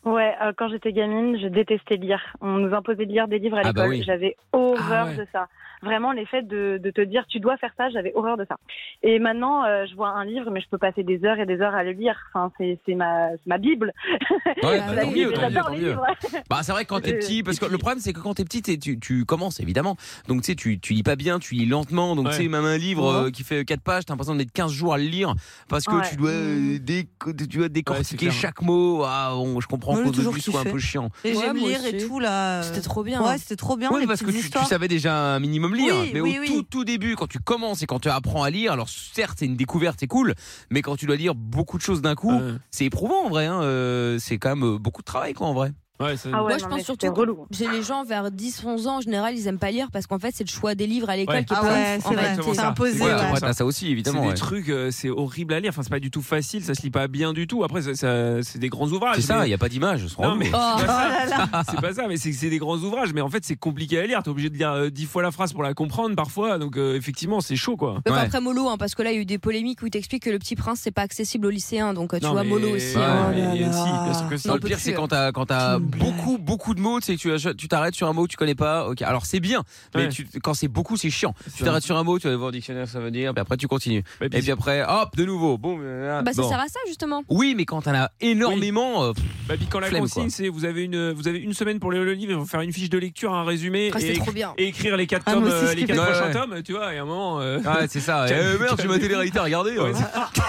S13: Ouais, euh, quand j'étais gamine, je détestais lire. On nous imposait de lire des livres à
S3: Ah
S13: l'école.
S3: bah oui.
S13: J'avais horreur
S3: Ah ouais.
S13: de ça. Vraiment, les faits de, de te dire tu dois faire ça, j'avais horreur de ça. Et maintenant, euh, je vois un livre, mais je peux passer des heures et des heures à le lire. Enfin, c'est c'est ma, c'est ma Bible. (laughs)
S3: Ouais,
S13: La
S3: bah, tant
S13: Bible,
S3: mieux, tant mieux,
S13: Ah j'adore
S3: tant
S13: les
S3: mieux.
S13: livres.
S3: (laughs) Bah, c'est vrai que quand t'es
S13: Euh,
S3: petit, parce que le problème c'est que quand t'es petit, t'es- tu, tu commences évidemment. Donc tu sais, tu, tu lis pas bien, tu lis lentement. Donc
S1: Ouais.
S3: tu sais, même un livre
S1: Ouais.
S3: euh, qui fait 4 pages, t'as l'impression d'être 15 jours à le lire parce que
S13: Mhm. Ouais. Mhm.
S3: tu dois, euh, déco- tu dois décortiquer chaque mot. Ah, bon, je comprends
S4: Moi, j'ai
S3: qu'au
S4: toujours
S3: début ce soit un
S4: kiffé.
S3: peu chiant.
S4: Et
S5: Ouais,
S4: j'aime
S5: moi
S4: lire et
S5: aussi.
S4: tout là.
S5: C'était trop bien.
S4: Ouais, c'était trop bien.
S3: Oui,
S4: les
S3: parce que
S4: petites
S3: tu, tu
S4: histoires.
S3: savais déjà un minimum lire,
S4: Oui,
S3: mais
S4: oui,
S3: au
S4: oui.
S3: tout tout début, quand tu commences et quand tu apprends à lire, alors certes c'est une découverte, c'est cool, mais quand tu dois lire beaucoup de choses d'un coup, c'est éprouvant en vrai. hein, euh, c'est quand même euh, beaucoup de travail quoi en vrai.
S1: Ah Ouais, c'est...
S5: Moi, je pense surtout que j'ai les gens vers 10-11 ans en général, ils aiment pas lire parce qu'en fait, c'est le choix des livres à l'école
S1: Ouais.
S5: qui est
S1: Ah
S5: pas
S1: ouais,
S5: ouf,
S1: c'est
S5: en
S1: vrai,
S5: réalité.
S1: exactement ça. C'est
S3: Ouais,
S1: exactement
S3: ouais, t'as ça aussi évidemment.
S1: C'est
S3: ouais.
S1: des trucs, euh, c'est horrible à lire. Enfin, c'est pas du tout facile, ça se lit pas bien du tout. Après, ça- ça- c'est des grands ouvrages.
S3: C'est ça,
S1: mais-
S3: il y a pas d'image, je
S1: Non, mais
S3: mais...
S1: c'est pas ça. (laughs) C'est pas ça, mais c'est c'est des grands ouvrages. Mais en fait, c'est compliqué à lire. T'es obligé de lire euh, dix fois la phrase pour la comprendre parfois. Donc, euh, effectivement, c'est chaud, quoi.
S5: Enfin, Après Molo, hein, parce que là, il y a eu des polémiques où il t'explique que le petit prince, c'est pas accessible aux lycéens. Donc, euh, tu
S1: Non,
S5: vois,
S1: mais-
S5: Molo aussi.
S1: Ouais,
S5: hein.
S1: mais si, bien sûr que si.
S3: Non, le pire, c'est quand t'as, quand t'as beaucoup, beaucoup de mots, tu sais, tu achètes- tu t'arrêtes sur un mot que tu connais pas, ok. Alors, c'est bien, mais
S1: Ouais.
S3: tu- quand c'est beaucoup, c'est chiant. Tu
S1: ça.
S3: t'arrêtes sur un mot, tu vas voir le dictionnaire, ça veut dire, puis après, tu continues.
S1: Et puis,
S3: Et puis après, hop, de nouveau, boum. euh,
S5: Bah, ça
S3: bon.
S5: sert à ça, justement.
S3: Oui, mais quand t'en as énormément. euh, pff,
S1: Bah, puis quand la
S3: flemme,
S1: consigne,
S3: quoi.
S1: c'est vous avez une euh, vous avez une semaine pour lire le livre, il faut faire une fiche de lecture, un résumé,
S5: Ah, c'est
S1: et,
S5: trop bien.
S1: et écrire les quatre
S3: Ah,
S1: tomes,
S3: moi aussi,
S1: euh,
S3: ce
S1: les
S3: qui
S1: quatre
S3: fait-
S1: prochains
S3: Ouais, ouais.
S1: tomes, tu vois. Et à un moment, euh,
S3: (laughs)
S1: (laughs)
S3: Ah, c'est ça.
S1: Calme-
S3: Eh, merde, j'ai
S1: calme-
S3: ma télé-réalité à regarder.
S1: Ouais,
S3: ouais.
S1: c'est-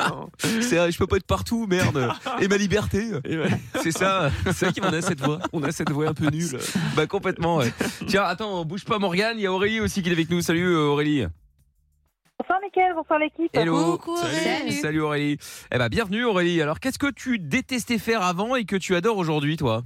S1: Ah, non.
S3: (laughs) C'est- Je peux pas être partout, (laughs) merde. Et ma liberté. C'est ça. (laughs) C'est vrai qu'on a cette voix. On a cette voix un peu nulle. (laughs) Bah complètement. ouais. Tiens, attends, bouge pas Morgane. Il y a Aurélie aussi qui est avec nous. Salut euh, Aurélie.
S2: Bonsoir Mickaël, bonsoir l'équipe.
S3: Hello. Salut Aurélie. Eh ben bienvenue Aurélie. Alors qu'est-ce que tu détestais faire avant et que tu adores aujourd'hui, toi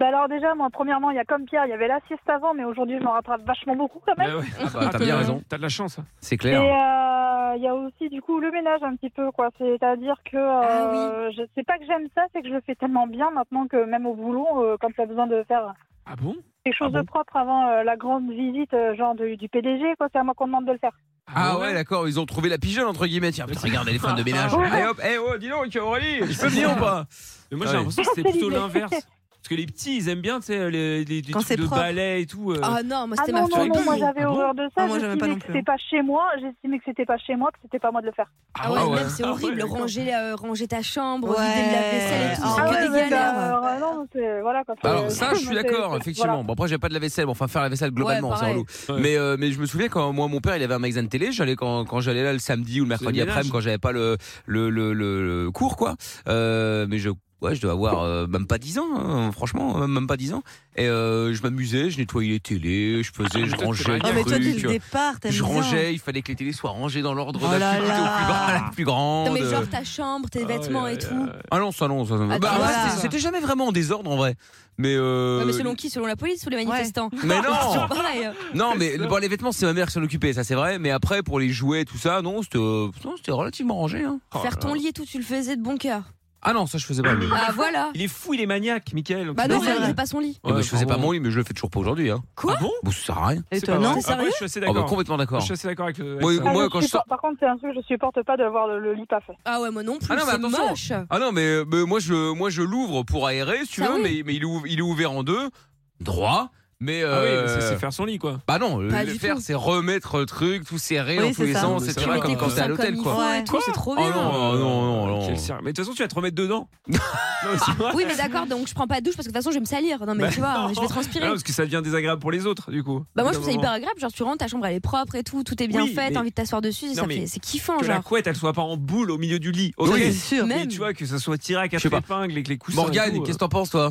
S8: Bah alors déjà, moi, premièrement, il y a comme Pierre, il y avait la sieste avant, mais aujourd'hui, je m'en rattrape vachement beaucoup quand même.
S3: Ah bah, t'as bien raison.
S1: T'as de la chance.
S3: C'est
S8: Et
S3: clair.
S8: euh, il y a aussi du coup le ménage un petit peu quoi. C'est-à-dire que
S1: Ah
S8: euh, je sais pas que j'aime ça, c'est que je le fais tellement bien maintenant que même au boulot, euh, quand t'as besoin de faire
S1: Ah bon
S8: quelque chose de propre avant euh, la grande visite euh, genre de- du PDG quoi, c'est à moi qu'on demande de le faire.
S3: Ah ouais, d'accord, ils ont trouvé la pigeonne entre guillemets. Tiens, putain, regarde, elle est fan de ménage.
S8: Ouais.
S3: Allez hop, eh oh, dis donc, Aurélie, je peux venir ou pas
S1: Mais moi j'ai l'impression que c'était
S5: C'est
S1: plutôt
S5: l'idée.
S1: l'inverse. Parce que les petits, ils aiment bien, tu sais, euh, les, les, les
S5: Quand
S1: trucs
S5: c'est
S1: de
S5: propre.
S1: ballet et tout. euh.
S5: Ah non, moi
S8: ah
S5: c'était
S8: non
S5: ma
S8: non non,
S1: phobie.
S8: moi j'avais
S1: Ah bon
S8: horreur de
S1: Ah,
S8: ça.
S1: moi, j'avais
S8: J'estimais
S1: pas non
S8: que
S1: plus,
S8: c'était pas chez moi. J'estimais que c'était pas chez moi, que c'était pas à moi de le faire.
S5: Ah ouais,
S1: Ah ouais.
S5: même, c'est
S1: Ah ouais,
S5: horrible,
S1: d'accord.
S5: ranger, euh, ranger ta chambre,
S4: Ouais.
S5: vider la vaisselle et tout,
S4: Ah
S5: c'est que
S8: ouais,
S5: des
S8: ouais,
S5: galères.
S8: bah, euh, non, c'est- voilà, quand, (laughs) euh, (laughs)
S3: Alors ça, je suis
S8: c'est-
S3: d'accord,
S8: voilà.
S3: effectivement. Bon après, j'ai pas de la vaisselle, mais enfin faire la vaisselle globalement,
S8: Ouais,
S3: c'est relou. Mais euh, mais je me souviens quand moi mon père, il avait un magasin de télé. J'allais quand quand j'allais là le samedi ou le mercredi
S1: ménage.
S3: après-midi quand j'avais pas le le, le le le cours quoi. Euh, mais je Ouais, je dois avoir euh, même pas 10 ans, hein, franchement, euh, même pas 10 ans. Et euh, je m'amusais, je nettoyais les télés, je faisais, je rangeais.
S4: Oh,
S3: les
S4: mais toi, dès
S3: trucs.
S4: le départ, t'aimes
S3: Je
S4: bien.
S3: rangeais, il fallait que les télés soient rangées dans l'ordre
S4: Oh
S3: la
S4: là
S3: plus petite au plus grand- la plus grande.
S5: Non, mais genre ta chambre, tes vêtements et tout.
S3: Ah non, ça non, ça non.
S5: Ah,
S3: Bah,
S5: voilà.
S3: en fait, C'était jamais vraiment en désordre en vrai. Mais, euh,
S5: Non, mais selon qui Selon la police ou les manifestants
S3: Mais non.
S5: C'est toujours (laughs) pareil. euh.
S3: non, mais bon, les vêtements, c'est ma mère qui s'en occupait, ça c'est vrai. Mais après, pour les jouets, tout ça, non, c'était euh, non, c'était relativement rangé. hein.
S5: Faire ton lit et tout, tu le faisais de bon cœur.
S3: Ah non, ça je faisais pas. mais-
S5: Ah voilà.
S1: Il est fou, il est maniaque, Michael.
S5: Bah non, il faisait pas son lit.
S3: Eh ben, je faisais pas mon lit, mais je le fais toujours pas aujourd'hui. Hein.
S5: Quoi
S3: ah bon, Bon, Ça sert à rien.
S1: C'est pas vrai.
S3: C'est
S1: Ah ouais, je suis assez
S3: Ah bah,
S1: d'accord.
S3: complètement d'accord.
S1: Je suis assez d'accord avec euh, le.
S3: Moi,
S1: avec ça.
S8: Ah,
S3: moi,
S8: je
S3: quand je
S8: supporte-
S3: sors.
S8: Par contre, c'est un truc que je supporte pas de voir le, le lit pas fait.
S5: Ah ouais, moi non plus,
S3: Ah non, mais
S5: c'est
S3: attention.
S5: moche.
S3: Ah non, mais, mais moi je moi je l'ouvre pour aérer, si tu
S5: Ah oui.
S3: veux, mais, mais il, est ouv- il est ouvert en deux, droit. Mais
S1: Ah oui,
S3: euh,
S1: mais c'est- c'est faire son lit, quoi.
S3: Bah non, le
S1: Pas
S3: le
S1: du
S3: faire
S1: tout.
S3: c'est remettre le truc, tout serré
S1: Oui,
S3: dans tous
S1: c'est
S3: les
S1: ça.
S3: sens,
S1: Tu
S3: etc.
S1: mets tes
S3: Comme quand t'es
S1: coussins
S3: à l'hôtel
S1: comme il
S3: quoi.
S1: faut et Ouais. tout,
S5: c'est trop
S3: Oh
S5: bien.
S3: non, non, non, non.
S1: Quel sérieux. Mais de toute façon, tu vas te remettre
S3: (laughs)
S1: dedans. Non, c'est vrai.
S5: Oui, mais d'accord, donc je prends pas de douche parce que de toute façon, je vais me salir. Non, mais
S1: Bah
S5: tu vois,
S1: non.
S5: je vais transpirer.
S1: Ah, parce que ça devient désagréable pour les autres, du coup.
S5: Bah moi je trouve ça
S1: Évidemment.
S5: hyper agréable, genre tu rentres, ta chambre elle est propre et tout, tout est bien
S1: Oui,
S5: fait,
S1: mais-
S5: t'as envie de t'asseoir dessus,
S1: Non,
S5: ça
S1: mais
S5: fait- c'est kiffant
S1: Que la
S5: genre.
S1: couette, elle soit pas en boule au milieu du lit. Ok,
S3: Oui, bien
S5: sûr.
S1: Mais
S5: Même.
S1: tu vois, que ça soit tiré à quatre épingles et euh. que les coussins.
S3: Morgane, qu'est-ce que t'en penses toi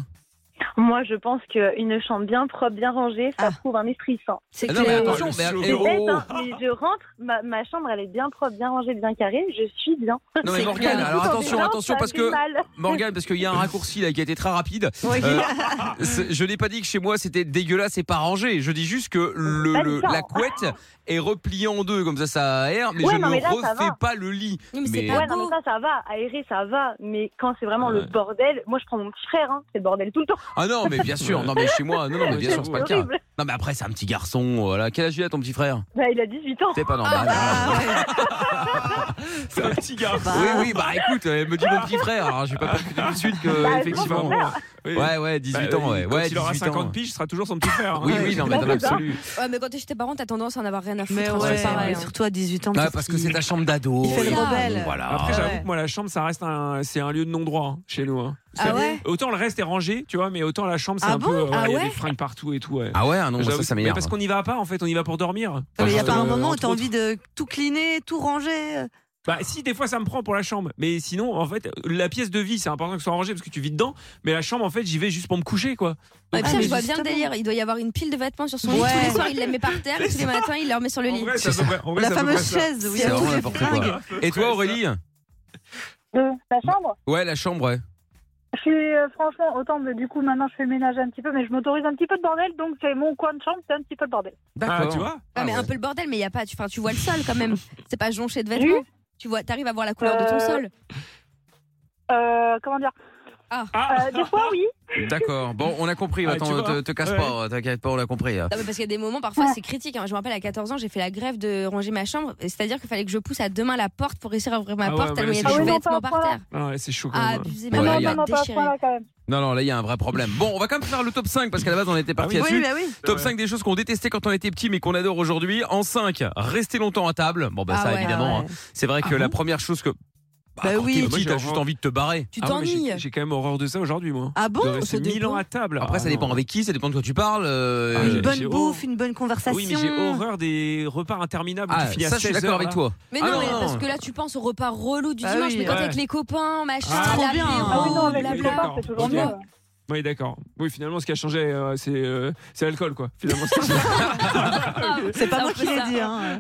S13: Moi, je pense qu'une chambre bien propre, bien rangée, ça trouve un esprit sain.
S5: Ah. C'est
S3: Ah non, mais attention, mais-
S13: C'est
S3: eh, oh.
S13: bête, hein, mais je rentre, ma, ma chambre, elle est bien propre, bien rangée, bien carrée, je suis bien.
S3: Non mais
S13: C'est
S3: Morgane,
S13: clair.
S3: alors
S13: Tout en
S3: attention,
S13: désordre,
S3: attention
S13: ça
S3: parce
S13: fait
S3: que
S13: mal.
S3: (laughs) Morgane, parce qu'il y a un raccourci là qui a été très rapide. Euh,
S13: Oui. (laughs)
S3: c'est- je n'ai pas dit que chez moi c'était dégueulasse et pas rangé. Je dis juste que le,
S13: Pas
S3: le-
S13: différent.
S3: la couette est repliée en deux comme ça, ça aère, mais
S13: Ouais,
S3: je
S13: non,
S3: ne
S13: mais là, ça
S3: refais
S13: va.
S3: pas le lit.
S13: Ouais, non, mais ça, ça va. Aérer, ça va. Mais quand c'est vraiment le bordel, moi, je prends mon petit frère, hein, c'est le bordel tout le temps.
S3: Ah non, mais bien sûr, non mais chez moi, non, non mais bien
S13: C'est
S3: sûr, c'est pas le cas.
S13: horrible.
S3: Non mais après c'est un petit garçon, euh, voilà. Quel âge il a ton petit frère
S13: Bah, il a 18 ans. Ah.
S3: C'est pas normal.
S1: C'est un petit gars.
S3: Oui, oui, bah écoute, elle me dit mon petit frère, hein. alors je vais pas percuter tout de suite que
S1: Bah, c'est
S3: effectivement.
S1: mon frère.
S3: Ouais, ouais, 18
S1: Bah,
S3: ans, ouais.
S1: quand
S3: ouais
S1: il aura
S3: 18 ans.
S1: 50 piges, ce sera toujours son petit frère. hein.
S3: Oui, oui, non mais dans l'absolu.
S5: Ouais, mais quand t'es chez tes parents, t'as tendance à en avoir rien à foutre.
S4: hein. Mais
S5: hein,
S4: ouais,
S5: c'est pareil,
S4: mais
S5: hein.
S4: surtout à 18 ans.
S3: Ouais, parce que c'est ta chambre d'ado.
S4: Il fait le
S3: et
S4: rebelle.
S3: bon, Oh Voilà.
S1: Après, j'avoue
S4: Ouais.
S1: que moi, la chambre, ça reste un, c'est un lieu de non-droit hein, chez nous. hein.
S4: Ah
S1: C'est-
S4: ouais
S1: Autant le reste est rangé, tu vois, mais autant la chambre, c'est
S4: Ah
S1: un
S4: bon
S1: peu. euh,
S4: Ah
S1: Il y a
S4: ouais
S1: des fringues partout et tout. Ouais.
S3: Ah ouais, ah non, ça,
S1: J'avoue,
S3: ça
S1: mais
S3: m'énerve.
S1: Parce qu'on n'y va pas, en fait, on n'y va pour dormir.
S4: Il n'y a pas un
S1: Euh,
S4: moment où
S1: entre
S4: t'as
S1: autres.
S4: envie de tout cleaner, tout
S3: Euh,
S4: ranger.
S1: Bah si des fois ça me prend pour la chambre, mais sinon en fait la pièce de vie c'est important que ce soit rangé parce que tu vis dedans, mais la chambre en fait j'y vais juste pour me coucher
S4: Ah,
S1: quoi.
S5: Ouais,
S1: Donc,
S5: Pierre,
S1: euh,
S5: je vois bien le délire. Il doit y avoir une pile de vêtements sur son lit.
S4: Ouais.
S5: Tous les soirs, il les met par
S1: (laughs)
S5: terre. Tous les matins, il les remet sur le lit.
S1: vrai, c'est à peu près- en vrai, c'est à peu près ça.
S4: où
S3: C'est vraiment n'importe quoi. Et toi, Aurélie
S13: Euh,
S8: De la chambre
S3: Ouais, la chambre, ouais.
S8: Je suis euh, franchement autant de, du coup maintenant je fais le ménage un petit peu mais je m'autorise un petit peu de bordel donc c'est mon coin de chambre c'est un petit peu le bordel.
S1: Ah, tu vois
S5: Ah, mais un peu le bordel, mais il y a pas. Tu, enfin, tu vois le sol quand même. C'est pas jonché de vêtements. Tu vois, t'arrives à voir la couleur de ton
S8: Euh,
S5: sol.
S8: Euh, comment dire
S5: Ah.
S8: Euh, des fois oui.
S3: D'accord. Bon, on a compris.
S1: Ah,
S3: Attends,
S1: tu vois
S3: te, te casse
S1: Ouais.
S3: pas. euh, T'inquiète pas, on a compris. hein.
S5: Non, mais Ah, bah, parce qu'il y a des moments, parfois, c'est critique. hein. Je me rappelle, à 14 ans, j'ai fait la grève de ranger ma chambre. Et C'est-à-dire qu'il fallait que je pousse à deux mains la porte pour réussir à ouvrir ma
S1: Ah ouais,
S5: porte,
S1: ouais,
S5: tellement il y
S1: c'est
S5: avait des
S1: chaud.
S5: vêtements par terre.
S1: Ah ouais, c'est chaud quand
S5: Ah,
S1: même.
S5: abusé,
S3: Ouais,
S5: maman,
S3: il y a-
S5: maman, déchiré.
S3: Non, non, là, il y a un vrai problème. Bon, on va quand même faire le top 5 parce qu'à la base, on était parti
S4: Ah oui.
S3: là-dessus.
S4: Oui, bah oui.
S3: Top 5 des choses qu'on détestait quand on était petit mais qu'on adore aujourd'hui. En 5, rester longtemps à table. Bon, bah,
S4: Ah
S3: ça,
S4: ouais,
S3: évidemment.
S4: ouais. Ah
S3: hein. C'est vrai que la première chose que.
S4: Bah
S14: quand
S4: oui.
S14: t'es
S4: Moi,
S14: petit,
S4: j'ai
S14: t'as juste
S1: horreur.
S14: envie de te barrer.
S4: Tu Ah ouais, mais j'ai- t'ennuies.
S1: J'ai quand même horreur de ça aujourd'hui, moi.
S4: Ah bon
S1: De rester
S4: Ça
S1: mille
S4: dépend.
S1: ans à table.
S3: Après,
S4: Ah
S3: ça dépend avec qui, ça dépend de quoi tu parles. euh,
S1: Ah,
S4: Une bonne
S1: j'ai
S4: bouffe, une bonne conversation.
S1: Oui, mais j'ai horreur des repas interminables
S3: Ah,
S1: où tu finis à
S3: ça, je suis
S1: 16
S3: d'accord
S1: heures,
S3: avec
S1: là. Ah
S3: toi.
S5: Mais non, mais parce que là, tu penses au repas relou du
S1: Bah
S5: dimanche,
S1: oui,
S5: mais quand
S1: ouais.
S5: t'es avec les copains, machin,
S1: Ah, trop
S5: la
S1: bien.
S5: péro,
S1: Ah oui, non, avec les
S5: blabla.
S1: copains, c'est toujours Ok. mieux. Oui, d'accord. Oui, finalement, ce qui a changé, euh, c'est euh, c'est l'alcool, quoi. Finalement, ce qui a changé.
S4: C'est pas moi qui l'ai
S5: Ah, ça.
S4: dit. hein.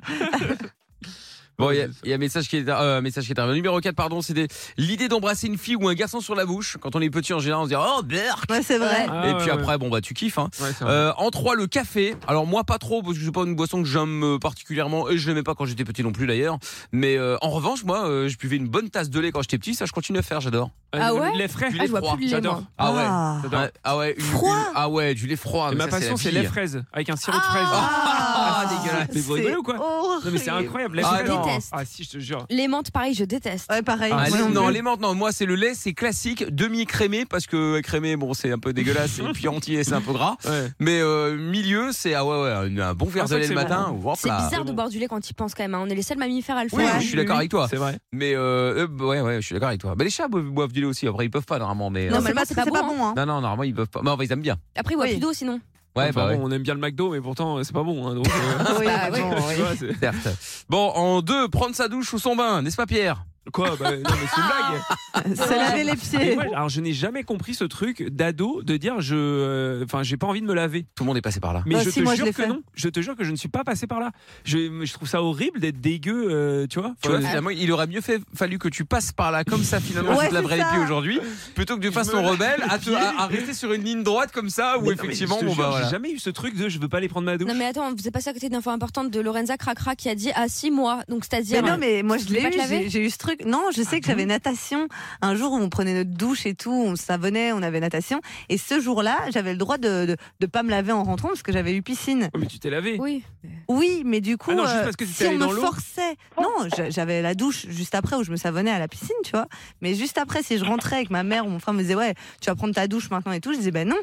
S3: Bon, il y a- il y, a un message qui est, euh, un message qui est arrivé. Numéro 4, pardon, c'était l'idée d'embrasser une fille ou un garçon sur la bouche. Quand on est petit, en général, on se dit Oh, berk
S4: Ouais, c'est vrai.
S3: Et
S1: Ah,
S3: puis après, bon, bah, tu kiffes. Hein. Euh, en 3, le café. Alors, moi, pas trop, parce que c'est pas une boisson que j'aime euh, particulièrement. Et je l'aimais pas quand j'étais petit non plus, d'ailleurs. Mais euh, en revanche, moi, euh, je buvais une bonne tasse de lait quand j'étais petit. Ça, je continue à faire, j'adore.
S1: Ah Euh, ouais du lait frais
S3: Du
S1: Ah,
S3: lait
S1: je vois
S3: froid.
S1: plus de lait,
S3: J'adore.
S1: moi.
S3: Ah ouais.
S1: Ah.
S3: Ah, ah ouais. une- une- ah ouais, du lait froid.
S1: Et ma
S3: mais ça,
S1: passion, c'est
S3: la
S1: lait
S3: vie.
S1: fraise avec un sirop de fraise.
S3: Ah, dégueulasse.
S1: Mais vous
S3: C'est
S1: rigolez ou quoi Non, mais c'est
S3: horrible.
S1: incroyable. lait
S3: Ah,
S1: fraise.
S3: non. Je
S5: déteste.
S1: Ah, si, je te jure.
S5: Les menthes, pareil, je déteste.
S4: Ouais, pareil.
S3: Ah, les- non, les menthes, non. Moi, c'est le lait, c'est classique, demi-crémé, parce que euh, crémé, bon, c'est un
S1: (laughs)
S3: peu dégueulasse, et puis entier, c'est un peu gras. Mais euh, milieu, c'est ah ouais, ouais, un- un bon verre
S5: Ah,
S3: de
S5: ça,
S3: lait
S5: c'est
S3: le
S5: bon.
S3: matin. hop
S5: C'est
S3: là.
S5: bizarre de boire du lait quand tu penses quand même. hein. On est les seuls mammifères à le faire.
S3: Oui, je suis d'accord avec toi. C'est vrai. Mais euh, euh, bah, ouais, ouais, je suis d'accord avec toi. Bah, les chats boivent, boivent du lait aussi. Après, ils peuvent pas normalement. Mais
S5: Non,
S3: euh,
S5: mais c'est pas- c'est pas bon, hein.
S3: Non, non, normalement, ils peuvent pas. Mais enfin, ils aiment bien.
S4: hein.
S5: Après, bois plus d'eau sinon.
S3: Ouais,
S1: Enfin,
S3: bah ouais.
S1: bon, on aime bien le McDo, mais pourtant, euh, c'est pas bon. hein, donc, euh,
S5: (laughs) Oui,
S1: (laughs)
S5: bah,
S1: tu
S5: bon,
S1: vois, c'est-
S3: Certes. Bon, en deux, prendre sa douche ou son bain, n'est-ce pas, Pierre
S1: Quoi Bah, non, mais c'est
S3: Ah (laughs)
S1: une blague.
S4: Se laver les pieds.
S1: Mais moi, alors, je n'ai jamais compris ce truc d'ado de dire je, euh, enfin, j'ai pas envie de me laver.
S3: Tout le monde est passé par là.
S1: Mais
S4: Bah,
S1: je
S4: si,
S1: te
S4: moi, je
S1: jure
S4: l'ai
S1: que
S4: fait.
S1: non. Je te jure que je ne suis pas passé par là. Je, je trouve ça horrible d'être dégueu, euh, tu vois.
S3: Tu vois, finalement, il aurait mieux fait, fallu que tu passes par là comme ça, finalement,
S1: Ouais,
S3: tu te laverais
S1: c'est
S3: les
S1: ça.
S3: pieds aujourd'hui, plutôt que de façon
S1: me lave
S3: rebelle à, te-
S1: les pieds.
S3: à- à rester sur une ligne droite comme
S1: Mais
S3: ça, où
S1: non, mais
S3: effectivement,
S1: je te
S3: bon,
S1: jure,
S3: bah, voilà.
S1: J'ai jamais eu ce truc de je veux pas aller prendre ma douche.
S5: Non mais attends, vous êtes passé à côté d'une info importante de Lorenza Cracra qui a dit à 6 mois. Donc c'est-à-dire.
S4: Mais non, mais moi je
S5: ah, Tu veux
S4: l'ai
S5: pas
S4: eu,
S5: te laver Ah
S4: j'ai- j'ai eu ce truc. Non, je sais que j'avais natation. Un jour où on prenait notre douche et tout, on se savonnait, on avait natation. Et ce jour-là, j'avais le droit de, de, de pas me laver en rentrant parce que j'avais eu piscine.
S1: Oh, Mais tu t'es lavé.
S5: Oui.
S4: Oui, mais du coup,
S1: Ah non, juste
S4: euh,
S1: parce que tu
S4: si
S1: t'es
S4: on
S1: allé
S4: me
S1: dans l'eau
S4: forçait, non, j'a- j'avais la douche juste après où je me savonnais à la piscine, tu vois. Mais juste après, si je rentrais avec ma mère ou mon frère me disait ouais, tu vas prendre ta douche maintenant et tout, je disais ben non,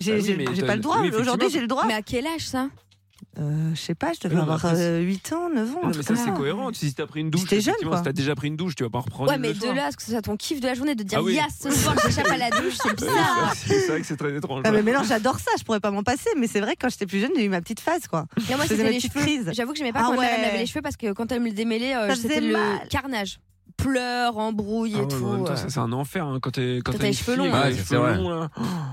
S4: j'ai
S1: Ah oui,
S4: j'ai-
S1: mais
S4: j'ai
S1: t'as-
S4: pas le droit.
S1: oui, effectivement.
S4: Aujourd'hui, j'ai le droit.
S5: Mais à quel âge ça
S4: Euh, je sais pas, je devais
S1: Non, mais
S4: avoir
S1: après,
S4: euh, 8 ans, 9 ans.
S1: Ah Non,
S4: un
S1: mais
S4: truc
S1: ça,
S4: comme
S1: c'est
S4: ça.
S1: cohérent. Si t'as pris une douche,
S4: J'étais jeune,
S1: effectivement,
S4: quoi.
S1: si t'as déjà pris une douche, tu vas pas en reprendre
S5: Ouais,
S1: une
S5: mais
S1: le
S5: de
S1: (laughs) soir.
S5: là, à ce que ce soit ton kiff de la journée de dire
S1: Ah oui.
S5: yes, ce soir j'échappe à la douche,
S1: (laughs)
S5: c'est
S1: Ouais,
S5: bizarre.
S1: C'est c'est vrai que c'est très étrange.
S4: Ah, mais,
S1: ouais.
S4: mais non, j'adore ça, je pourrais pas m'en passer, mais c'est vrai que quand j'étais plus jeune, j'ai eu ma petite phase quoi.
S5: Et moi,
S4: Je faisais
S5: c'était
S4: mes
S5: les
S4: petites
S5: cheveux.
S4: crises.
S5: J'avoue que j'aimais pas
S4: Ah
S5: quand ma mère
S4: ouais.
S5: me lavait les cheveux parce que quand elle me le démêlait, euh,
S4: Ça
S5: c'était
S4: faisait
S5: le
S4: mal.
S5: carnage. Pleurs, embrouilles
S1: Ah
S5: et
S1: ouais, mais
S5: tout.
S1: en même temps,
S5: euh.
S1: ça, c'est un enfer hein, quand t'es quand
S5: Quand
S1: t'as
S5: t'as
S1: une
S5: les cheveux
S1: fille
S5: longs,
S1: avec
S5: ouais.
S1: les
S3: Ouais,
S1: cheveux
S3: c'est vrai.
S1: longs, là.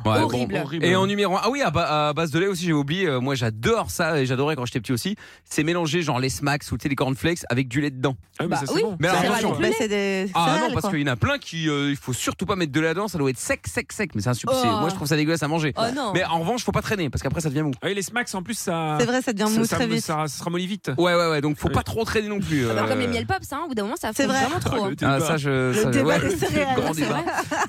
S3: Ouais, bon,
S5: Horrible.
S3: bon, Et en numéro 1, ah oui, à, ba- à base de lait aussi, j'ai oublié, euh, moi j'adore ça, et j'adorais quand j'étais petit aussi, c'est mélanger genre les smacks ou tu sais, les cornflakes avec du lait dedans.
S1: Ah, mais
S4: Bah
S1: ça, c'est
S4: oui,
S1: bon.
S3: Mais
S4: ça
S3: alors,
S4: ira
S3: attention.
S4: avec le lait, c'est des
S3: Ah
S4: céréales,
S3: non, parce
S4: quoi.
S3: qu'il y en a plein qui, euh, il faut surtout pas mettre de lait dedans, ça doit être sec, sec, sec, mais c'est insupportable.
S1: Oh.
S3: Moi je trouve ça dégueulasse à manger.
S1: Oh non.
S3: Mais en revanche, faut pas traîner, parce qu'après ça devient mou.
S1: Ah oui, les smacks en plus ça.
S4: C'est vrai, ça devient mou
S1: ça,
S4: très
S1: me-
S4: vite.
S1: Ça, ça ramollit vite.
S3: Ouais, ouais, ouais, donc faut pas trop traîner non plus.
S5: Ah bah, Comme les
S3: euh.
S5: miel pops, hein, au bout d'un moment, ça
S4: C'est
S5: fait
S4: vrai.
S5: vraiment trop. hein.
S3: Ah, ça, je.
S4: Le
S3: ça, je-
S4: débat
S3: ouais.
S4: des céréales,
S3: Grand
S4: c'est
S3: débat.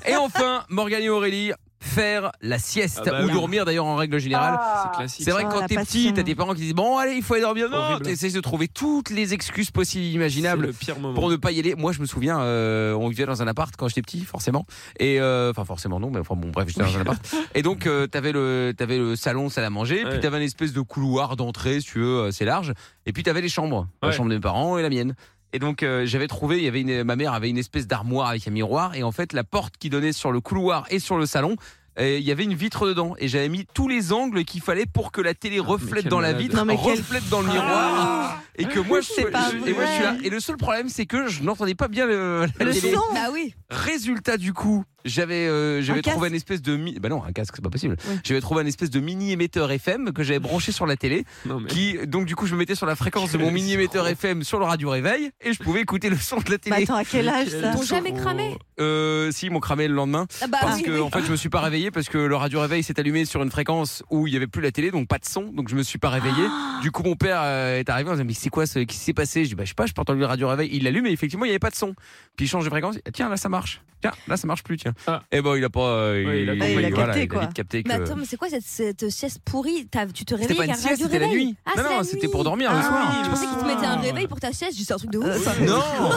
S3: Et enfin, Morgane et Aurélie, faire la sieste
S1: Ah bah
S3: ou
S1: oui.
S3: dormir d'ailleurs en règle générale.
S1: Ah. C'est classique.
S3: C'est vrai que
S1: Ah,
S3: quand
S1: la
S3: t'es
S1: passion.
S3: petit, t'as tes parents qui disent Bon, allez, il faut aller dormir. Non,
S1: Horrible.
S3: t'essayes de trouver toutes les excuses possibles, imaginables.
S1: le pire moment.
S3: Pour ne pas y aller. Moi, je me souviens, euh, on vivait dans un appart quand j'étais petit, forcément. Et euh, enfin, forcément non, mais enfin bon, bref, j'étais dans un appart. Et donc, euh, t'avais le, t'avais le salon, salle à manger, puis t'avais un espèce de couloir d'entrée, si tu veux, euh, c'est large. Et puis t'avais les chambres, la
S1: Ouais.
S3: chambre de mes parents et la mienne. Et donc, euh, j'avais trouvé, il y avait une, ma mère avait une espèce d'armoire avec un miroir, et en fait, la porte qui donnait sur le couloir et sur le salon. euh, Il y avait une vitre dedans et j'avais mis tous les angles qu'il fallait pour que la télé reflète
S1: quelle
S3: dans la
S1: malade.
S3: vitre,
S1: Non, mais quelle
S3: reflète dans le miroir et que moi je,
S4: Ah C'est pas
S3: je- et moi, je suis là.
S4: vrai.
S3: Et le seul problème c'est que je n'entendais pas bien le, la
S4: Le
S3: télé.
S4: son
S5: Bah oui.
S3: Résultat du coup, j'avais euh, j'avais
S4: Un
S3: trouvé
S4: casque.
S3: un espèce de mi- bah non un casque c'est pas possible. J'avais trouvé un espèce de mini émetteur FM que j'avais branché sur la télé, qui donc du coup je me mettais sur la fréquence de mon mini émetteur FM sur le radio réveil et je pouvais écouter le son de la télé.
S4: Bah attends, à quel âge ça
S5: Ils t'ont jamais cramé
S3: Euh, si, ils m'ont cramé le lendemain.
S5: Ah bah
S3: parce
S5: oui,
S3: que,
S5: oui.
S3: en fait, je me suis pas réveillé parce que le radio réveil s'est allumé sur une fréquence où il y avait plus la télé, donc pas de son. Donc je me suis pas réveillé.
S5: Ah.
S3: Du coup, mon père euh, est arrivé en disant Mais c'est quoi ce qui s'est passé Je dis Bah, je Ah, sais pas, je porte le radio réveil. Il l'allume et effectivement, il y avait pas de son. Puis il change de fréquence. Tiens, là, ça marche. Tiens, là, ça marche plus. Tiens. Eh ben, il a pas. euh,
S1: Ouais, Ah. il a
S3: voilà,
S1: compris.
S3: il a vite capté que.
S5: Mais attends, mais c'est quoi cette, cette sieste pourrie T'as- Tu te réveilles
S3: pas
S5: avec
S3: une
S5: un
S3: sieste,
S5: radio
S3: c'était la
S5: réveil.
S3: nuit.
S5: Ah,
S3: Non,
S5: c'est
S3: non,
S5: la
S3: c'était
S5: nuit.
S3: pour dormir le
S5: Ah, (laughs)
S3: soir. Euh,
S5: Je pensais qu'ils te
S4: Ah.
S5: mettaient un réveil pour ta sieste. J'ai dit, c'est un truc de ouf.
S3: Non
S5: (laughs)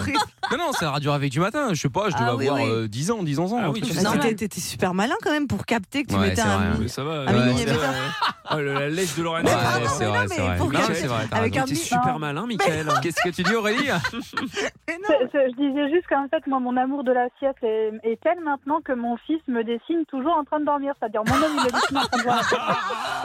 S3: Non, non, c'est la radio réveil du matin. Je sais pas, je
S4: Ah
S3: dois
S4: oui,
S3: avoir
S4: oui.
S3: euh, 10 ans, 10 11
S1: Ah
S4: Ah
S3: ans. un truc comme ça.
S4: T'étais t'étais super malin quand même pour capter que tu
S3: Ouais,
S4: mettais
S3: c'est vrai,
S4: un.
S3: hein.
S1: Mais ça va.
S4: Ah, mais
S1: euh,
S4: il y avait
S1: euh, oh, le- la lèche de Lorraine.
S3: Ouais, c'est vrai, c'est vrai.
S1: pour
S3: Non,
S1: que-
S3: c'est vrai, t'as
S1: avec
S3: raison.
S1: un T'es mi- super non. malin, Michael.
S3: Qu'est-ce que tu dis, Aurélie
S8: C'est- c'est- Je disais juste qu'en fait, moi, mon amour de la sieste est, est tel maintenant que mon fils me dessine toujours en train de dormir. C'est-à-dire, mon homme, il me dessine en train de
S3: (laughs)
S8: dormir.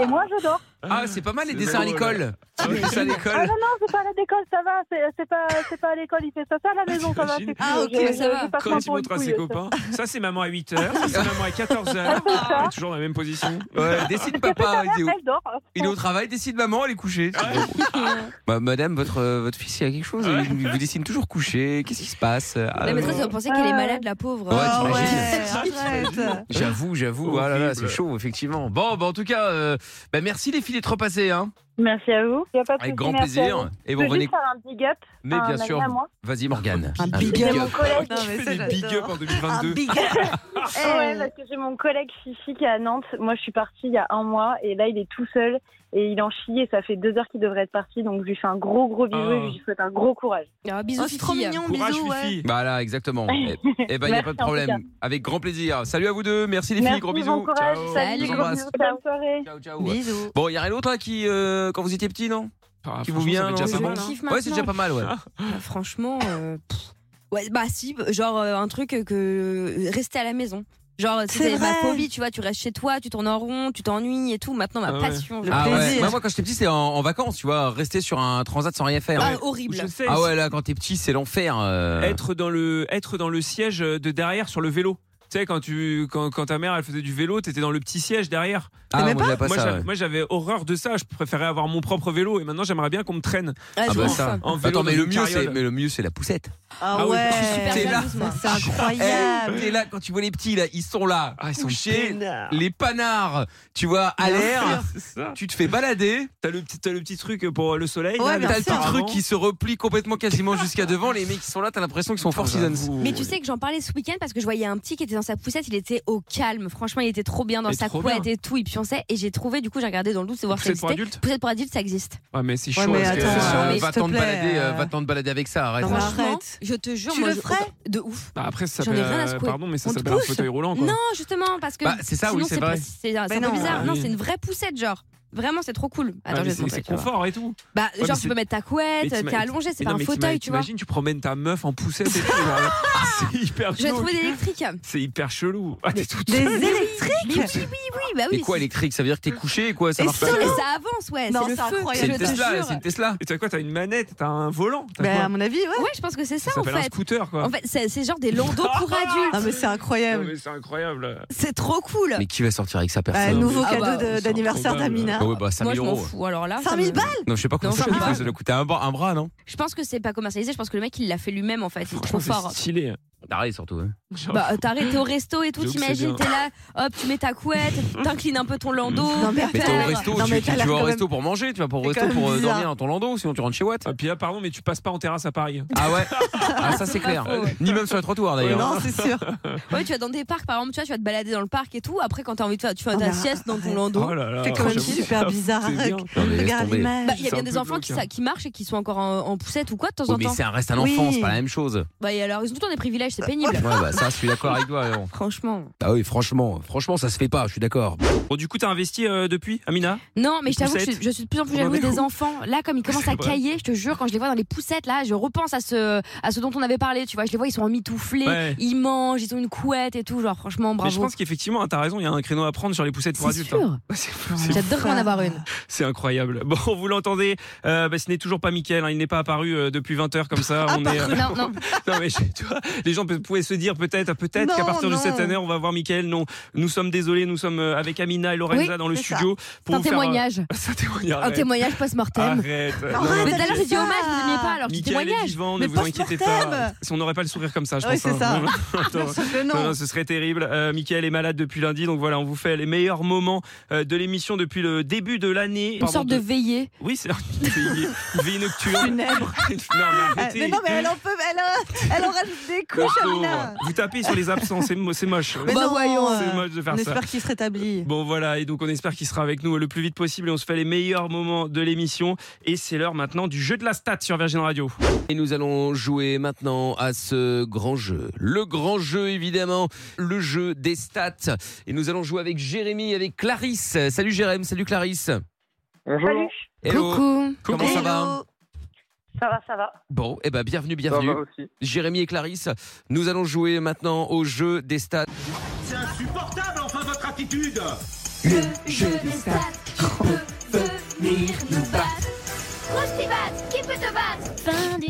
S8: Et moi, je dors.
S3: Ah, c'est pas mal les
S1: C'est
S3: dessins à
S1: drôle.
S3: l'école. Tu (laughs) mets ça à
S8: Ah
S3: l'école.
S8: non, non, c'est pas à la décolle, ça va. C'est c'est pas, c'est pas à l'école, il fait ça, ça à la maison, Ah, ça va. c'est cool.
S1: Ah,
S8: Je- je- je passe
S1: Quand
S8: moins
S1: il
S8: pour une
S1: montre à ses
S8: couille,
S1: copains. Ça, c'est maman à 8h, ça, c'est maman à 14h. toujours dans la même position.
S3: Ouais, décide papa. Il est, au-
S8: Elle dort.
S3: il est au travail, décide maman, elle est couchée.
S5: Ah,
S3: Bah, madame, votre, euh, votre fils, il y a quelque chose. Il vous dessine toujours couché. Qu'est-ce qui se passe Ah,
S5: La maîtresse,
S3: ouais.
S5: on pensait qu'elle est malade, la pauvre.
S3: Ouais, t'imagines.
S4: Arrête.
S3: J'avoue, j'avoue. Ah là là, c'est chaud, effectivement. Bon, bah, en tout cas, euh, bah, merci les filles d'être repassées. Hein.
S8: Merci à vous.
S3: Avec grand plaisir. Et
S8: Et
S3: vous
S8: bon,
S3: revenez.
S8: Juste faire un big up.
S3: Mais
S8: à un
S3: bien
S8: ami
S3: sûr.
S8: à Ah, bah, moi.
S3: Vas-y, Morgane. Un
S8: big up. collègue.
S1: Qui fait des big up en 2022.
S3: (laughs)
S13: Eh Ouais, parce que j'ai mon collègue Fifi qui est à Nantes. Moi, je suis partie il y a un mois et là, il est tout seul et il en chie et ça fait deux heures qu'il devrait être parti. Donc, je lui fais un gros, gros bisou et je
S3: Ah.
S13: lui souhaite un gros courage.
S3: Oh,
S5: bisous,
S13: c'est trop mignon,
S3: Courage,
S13: bisous.
S3: Fifi. Voilà, exactement. Eh eh ben, il n'y a
S13: Merci,
S3: pas de
S13: en tout cas.
S3: problème. Avec grand plaisir. Salut à vous deux. Merci les filles. Gros bisous.
S13: bon courage.
S3: Ciao.
S13: Salut,
S3: Je vous
S13: gros
S3: embrasse.
S13: bisous, ciao.
S3: Ciao, ciao. Bon, il y a rien d'autre hein, qui, euh, quand vous étiez petit, non Qui vous
S1: Ah, franchement,
S3: vient
S1: ça fait déjà
S3: non
S1: pas
S3: Je
S1: mal, hein.
S3: kiffe Ouais, c'est déjà pas mal, ouais.
S5: Bah, franchement, euh, pff, ouais, bah si, genre euh, un truc que rester à la maison. Genre, tu
S4: C'est
S5: sais,
S4: vrai.
S5: ma phobie, tu vois, tu restes chez toi, tu tournes en rond, tu t'ennuies et tout. Maintenant, ma
S3: Ah ouais.
S5: passion,
S3: Ah ouais. Ouais, moi, quand j'étais petit, c'était en, en vacances, tu vois, rester sur un transat sans rien faire.
S5: Ah, horrible.
S1: Je sais,
S3: Ah
S1: c'est-
S3: ouais, là, quand t'es petit, c'est l'enfer. euh.
S1: être dans le être dans le siège de derrière sur le vélo. Tu sais quand tu quand, quand ta mère elle faisait du vélo, t'étais dans le petit siège derrière.
S3: Ah, T'aimais moi, pas j'avais pas
S1: Moi,
S3: ça,
S1: j'avais-
S3: ouais.
S1: moi, j'avais horreur de ça. Je préférais avoir mon propre vélo et maintenant j'aimerais bien qu'on me traîne.
S3: Ah, bah
S1: En-
S3: ça.
S1: en vélo
S3: Attends, mais
S1: dans
S3: le
S1: une
S3: mieux, c'est
S1: carriole.
S3: mais le mieux, c'est la poussette.
S1: Ah
S4: Ah
S1: ouais,
S4: ouais,
S1: je suis super
S4: t'es là.
S5: jalouse, moi.
S4: c'est
S3: Eh,
S4: incroyable.
S3: T'es là quand tu vois les petits là, ils sont là,
S1: Ah, ils sont
S3: couchés,
S1: peinards.
S3: les panards, tu vois, à
S1: Bien
S3: l'air.
S1: sûr, c'est ça.
S3: Tu te fais balader.
S1: T'as le petit t'as le petit truc pour le soleil.
S3: T'as
S1: là,
S3: le
S1: le
S3: petit truc
S1: apparemment.
S3: qui se replie complètement quasiment jusqu'à devant. Les mecs qui sont là, t'as l'impression qu'ils sont Four Seasons.
S5: Mais tu sais que j'en parlais ce week-end parce que je voyais un petit qui était dans sa poussette, il était au calme. Franchement, il était trop bien dans
S1: Mais
S5: sa
S1: trop
S5: couette
S1: bien.
S5: et tout. Il pionçait et j'ai trouvé, du coup, j'ai regardé dans le doute, c'est voir si ça
S1: Poussette pour
S5: existait.
S1: adultes
S5: Poussette pour adultes, ça existe.
S1: Ouais, mais c'est
S3: Ouais,
S1: chaud.
S3: mais
S1: parce que-
S3: attends,
S1: Ah,
S3: euh,
S1: mais-
S3: va
S4: s'il te
S3: t'en te
S4: plaît,
S3: balader, euh,
S4: euh,
S3: va t'en te balader avec ça, arrête.
S4: Non, mais
S3: hein.
S5: Franchement,
S4: Arrête.
S5: je te jure,
S4: Tu
S5: moi,
S4: le
S5: je-
S4: ferais
S5: de ouf.
S1: Bah, après, ça
S5: J'en ai
S1: s'appelle.
S5: rien à
S1: euh,
S5: secouer.
S1: Pardon, mais ça
S5: On te
S1: s'appelle un
S5: pousse.
S1: fauteuil roulant. Quoi.
S5: Non, justement, parce que
S3: Bah, c'est ça, oui,
S5: sinon,
S3: c'est
S5: pas-
S3: vrai.
S5: C'est c'est un
S4: Bah
S5: peu
S4: non.
S5: bizarre.
S1: Ah
S5: Non,
S1: oui.
S5: c'est une vraie poussette, genre. Vraiment, c'est trop cool.
S1: Ah,
S5: Attends, je
S1: mais
S5: vais te
S1: c'est
S5: montrer,
S1: c'est
S5: tu vois.
S1: confort et tout.
S5: Bah,
S1: Ouais, mais
S5: genre,
S1: c'est-
S5: tu peux mettre ta
S1: Mais
S5: couette,
S1: t'ima-
S5: t'es allongé, c'est
S1: Mais
S5: pas
S1: non,
S5: un
S1: mais
S5: fauteuil,
S1: t'ima-
S5: tu vois.
S1: T'imagines, tu promènes ta meuf en poussette et tout. genre, (laughs) C'est hyper
S5: J'ai trouvé
S1: chelou.
S5: des électriques.
S1: C'est hyper chelou. Ah, t'es toute
S4: Des
S1: seule.
S5: Mais oui,
S4: électriques
S5: oui, oui, bah
S3: Mais
S5: oui.
S3: quoi, électrique Ça veut dire que t'es couché, quoi Ça
S4: Et
S3: marche pas.
S4: solo.
S5: Et ça avance, ouais.
S4: Non,
S5: C'est le
S4: c'est
S5: feu.
S4: incroyable.
S3: C'est une
S5: Je te
S3: Tesla,
S5: jure.
S3: c'est une Tesla.
S1: Et t'as quoi T'as une manette, t'as un volant t'as
S4: Bah,
S1: quoi
S4: à mon avis, ouais.
S5: Ouais, je pense que c'est ça,
S1: Ça
S5: en
S1: s'appelle un
S5: fait.
S1: scooter quoi.
S5: En fait, c'est c'est genre des
S3: (laughs)
S5: landaux pour
S4: Ah,
S5: adultes.
S4: mais c'est
S1: Non,
S4: incroyable.
S1: mais c'est incroyable.
S5: C'est trop cool.
S3: Mais qui va sortir avec ça
S4: Un
S3: personne
S4: nouveau
S5: Ah
S4: cadeau
S5: bah,
S4: de-
S1: c'est
S4: d'anniversaire
S1: incroyable.
S4: d'Amina.
S3: Ah ouais, bah 5000
S5: Moi, je m'en
S3: euros.
S5: fous. Alors là, ça
S4: 5000
S5: me-
S4: balles
S3: Non, je sais pas comment
S5: Non,
S3: ça
S5: ça va.
S3: coûte. Ça doit coûter un bras, un bras, non
S5: Je pense que c'est pas commercialisé. Je pense que le mec, il l'a fait lui-même, en fait. Il est trop
S1: Franchement, c'est
S5: fort.
S1: stylé.
S3: D'arrêt surtout. hein.
S1: Genre,
S5: Bah, euh, t'arrêtes, t'es au resto et tout,
S1: J'avoue que c'est
S5: t'imagines,
S1: bien.
S5: t'es là, hop, tu mets ta
S1: (laughs)
S5: couette, t'inclines un peu ton landau.
S4: Non, mais
S5: t'as
S4: attends,
S3: Mais
S5: peur.
S3: t'es au
S4: Faire.
S3: resto,
S4: Non,
S3: tu,
S4: mais
S3: tu-
S4: t'as
S3: tu
S4: l'air
S3: vas au
S4: quand
S3: resto pour manger, tu vas pas au
S4: C'est
S3: resto
S4: quand même
S3: pour euh,
S4: bizarre.
S3: dormir dans ton landau, sinon tu rentres chez Watt.
S1: Et puis ah, pardon, mais tu passes pas en terrasse à Paris. (laughs)
S3: Ah ouais Ah ça c'est
S5: pas
S3: clair.
S5: faux, ouais.
S3: Ni même sur les trottoirs d'ailleurs.
S4: Non, c'est
S3: (laughs)
S4: sûr.
S5: Ouais, tu vas dans des parcs, par exemple, tu vois, tu vas te balader dans le parc et tout. Après, quand t'as envie de faire, tu fais
S4: Ah,
S5: ta
S4: mais
S5: sieste dans ton
S4: arrête.
S5: landau.
S1: Oh là là.
S4: C'est quand même
S1: J'avoue,
S4: super bizarre.
S1: c'est bien.
S3: Non, mais laisse
S4: Regarde
S3: tomber.
S4: l'image.
S5: Bah, il y a
S1: C'est un
S5: bien des
S1: peu hein.
S5: enfants qui,
S1: glauque,
S5: sa- qui marchent et qui sont encore en, en poussette ou quoi de temps
S3: Oui,
S5: en
S3: mais
S5: temps.
S3: c'est un reste à
S4: Oui.
S3: l'enfant, c'est pas la même chose.
S5: Bah, et alors, ils ont tout le temps des privilèges, c'est pénible.
S3: Ouais bah ça je suis d'accord avec toi. Léon.
S5: Franchement.
S3: Ah oui franchement, franchement ça se fait pas, je suis d'accord.
S1: Bon, du coup, t'as investi euh, depuis, Amina
S5: Non, mais
S1: Une
S5: je t'avoue que je,
S1: poussette.
S5: je suis de plus en plus
S1: On en
S5: jalouse
S1: est où
S5: des enfants. Là, comme ils commencent
S1: C'est
S5: à
S1: vrai.
S5: cailler, je te jure, quand je les vois dans les poussettes, là, je repense à ce, à ce dont on avait parlé. Tu vois, je les vois, ils sont mitouflés,
S1: Ouais.
S5: ils mangent, ils ont une couette et tout. Genre, franchement,
S1: Mais je
S5: bravo.
S1: pense qu'effectivement, hein, t'as raison, il y a un créneau à prendre sur les poussettes pour
S5: C'est
S1: adultes. hein.
S5: sûr.
S1: (laughs) C'est- c'est-
S5: J'adore en avoir une.
S1: C'est incroyable. Bon, vous l'entendez, euh, bah, ce n'est toujours pas Mickaël, hein, il n'est pas apparu euh, depuis 20h comme ça.
S13: Ah,
S1: on est, euh,
S5: Non, non.
S1: (laughs) Non, mais je- tu vois, les gens pe- pouvaient se dire peut-être, peut-être
S4: Non,
S1: qu'à partir de
S4: non.
S1: cette année, on va voir Michael. Non, nous sommes désolés, nous sommes euh, avec Amina et Lorenza
S5: Oui,
S1: dans le
S4: c'est ça.
S1: studio
S5: C'est
S1: pour
S5: un
S1: vous faire euh,
S5: témoignage.
S1: c'est un (laughs) témoignage.
S5: Un
S1: arrête.
S5: témoignage post-mortem.
S1: Arrête.
S4: Non,
S5: Mais
S4: arrête,
S5: tout à l'heure, j'ai dit
S4: ça.
S5: hommage, vous n'aimiez pas, alors je dis
S1: Michael est
S5: témoignage.
S1: vivant,
S4: Mais
S1: ne vous inquiétez pas.
S4: post-mortem.
S1: Si on n'aurait pas le sourire comme ça, je
S4: Oui,
S1: pense. hein.
S4: c'est ça.
S1: (laughs) Attends.
S4: Bien sûr que
S1: Non, non,
S4: non.
S1: ce serait terrible. Euh, Michael est malade depuis lundi, donc voilà, on vous fait les meilleurs moments euh, de l'émission depuis le début de l'année.
S5: Une sorte de veillée.
S1: Oui, c'est (laughs) une veillée, (laughs) une veillée nocturne.
S4: Funèbre.
S1: non, mais
S4: Ah,
S1: arrêtez.
S4: Mais non, mais elle en peut, elle, euh, elle en rajoute des couches
S1: pauvre. Vous tapez sur les absents, c'est mo- c'est moche.
S4: Mais Bah non, voyons,
S1: C'est
S4: euh,
S1: moche de faire
S4: on
S1: ça.
S4: espère qu'il se rétablit.
S1: Bon voilà, et donc on espère qu'il sera avec nous le plus vite possible et on se fait les meilleurs moments de l'émission. Et c'est l'heure maintenant du jeu de la stat sur Virgin Radio.
S3: Et nous allons jouer maintenant à ce grand jeu. Le grand jeu, évidemment, le jeu des stats. Et nous allons jouer avec Jérémy, avec Clarisse. Salut Jérémy, salut Clarisse.
S11: Bonjour. Salut.
S3: Hello.
S11: Coucou.
S3: Comment ça va hein
S11: Ça va, ça va.
S3: Bon, eh ben bienvenue, bienvenue.
S11: Ça va aussi.
S3: Jérémy et Clarisse, nous allons jouer maintenant au jeu des stats.
S7: C'est insupportable enfin votre attitude
S3: Le
S7: jeu des stats qui peut venir nous battre.
S14: Rouge t'y batte, qui peut te battre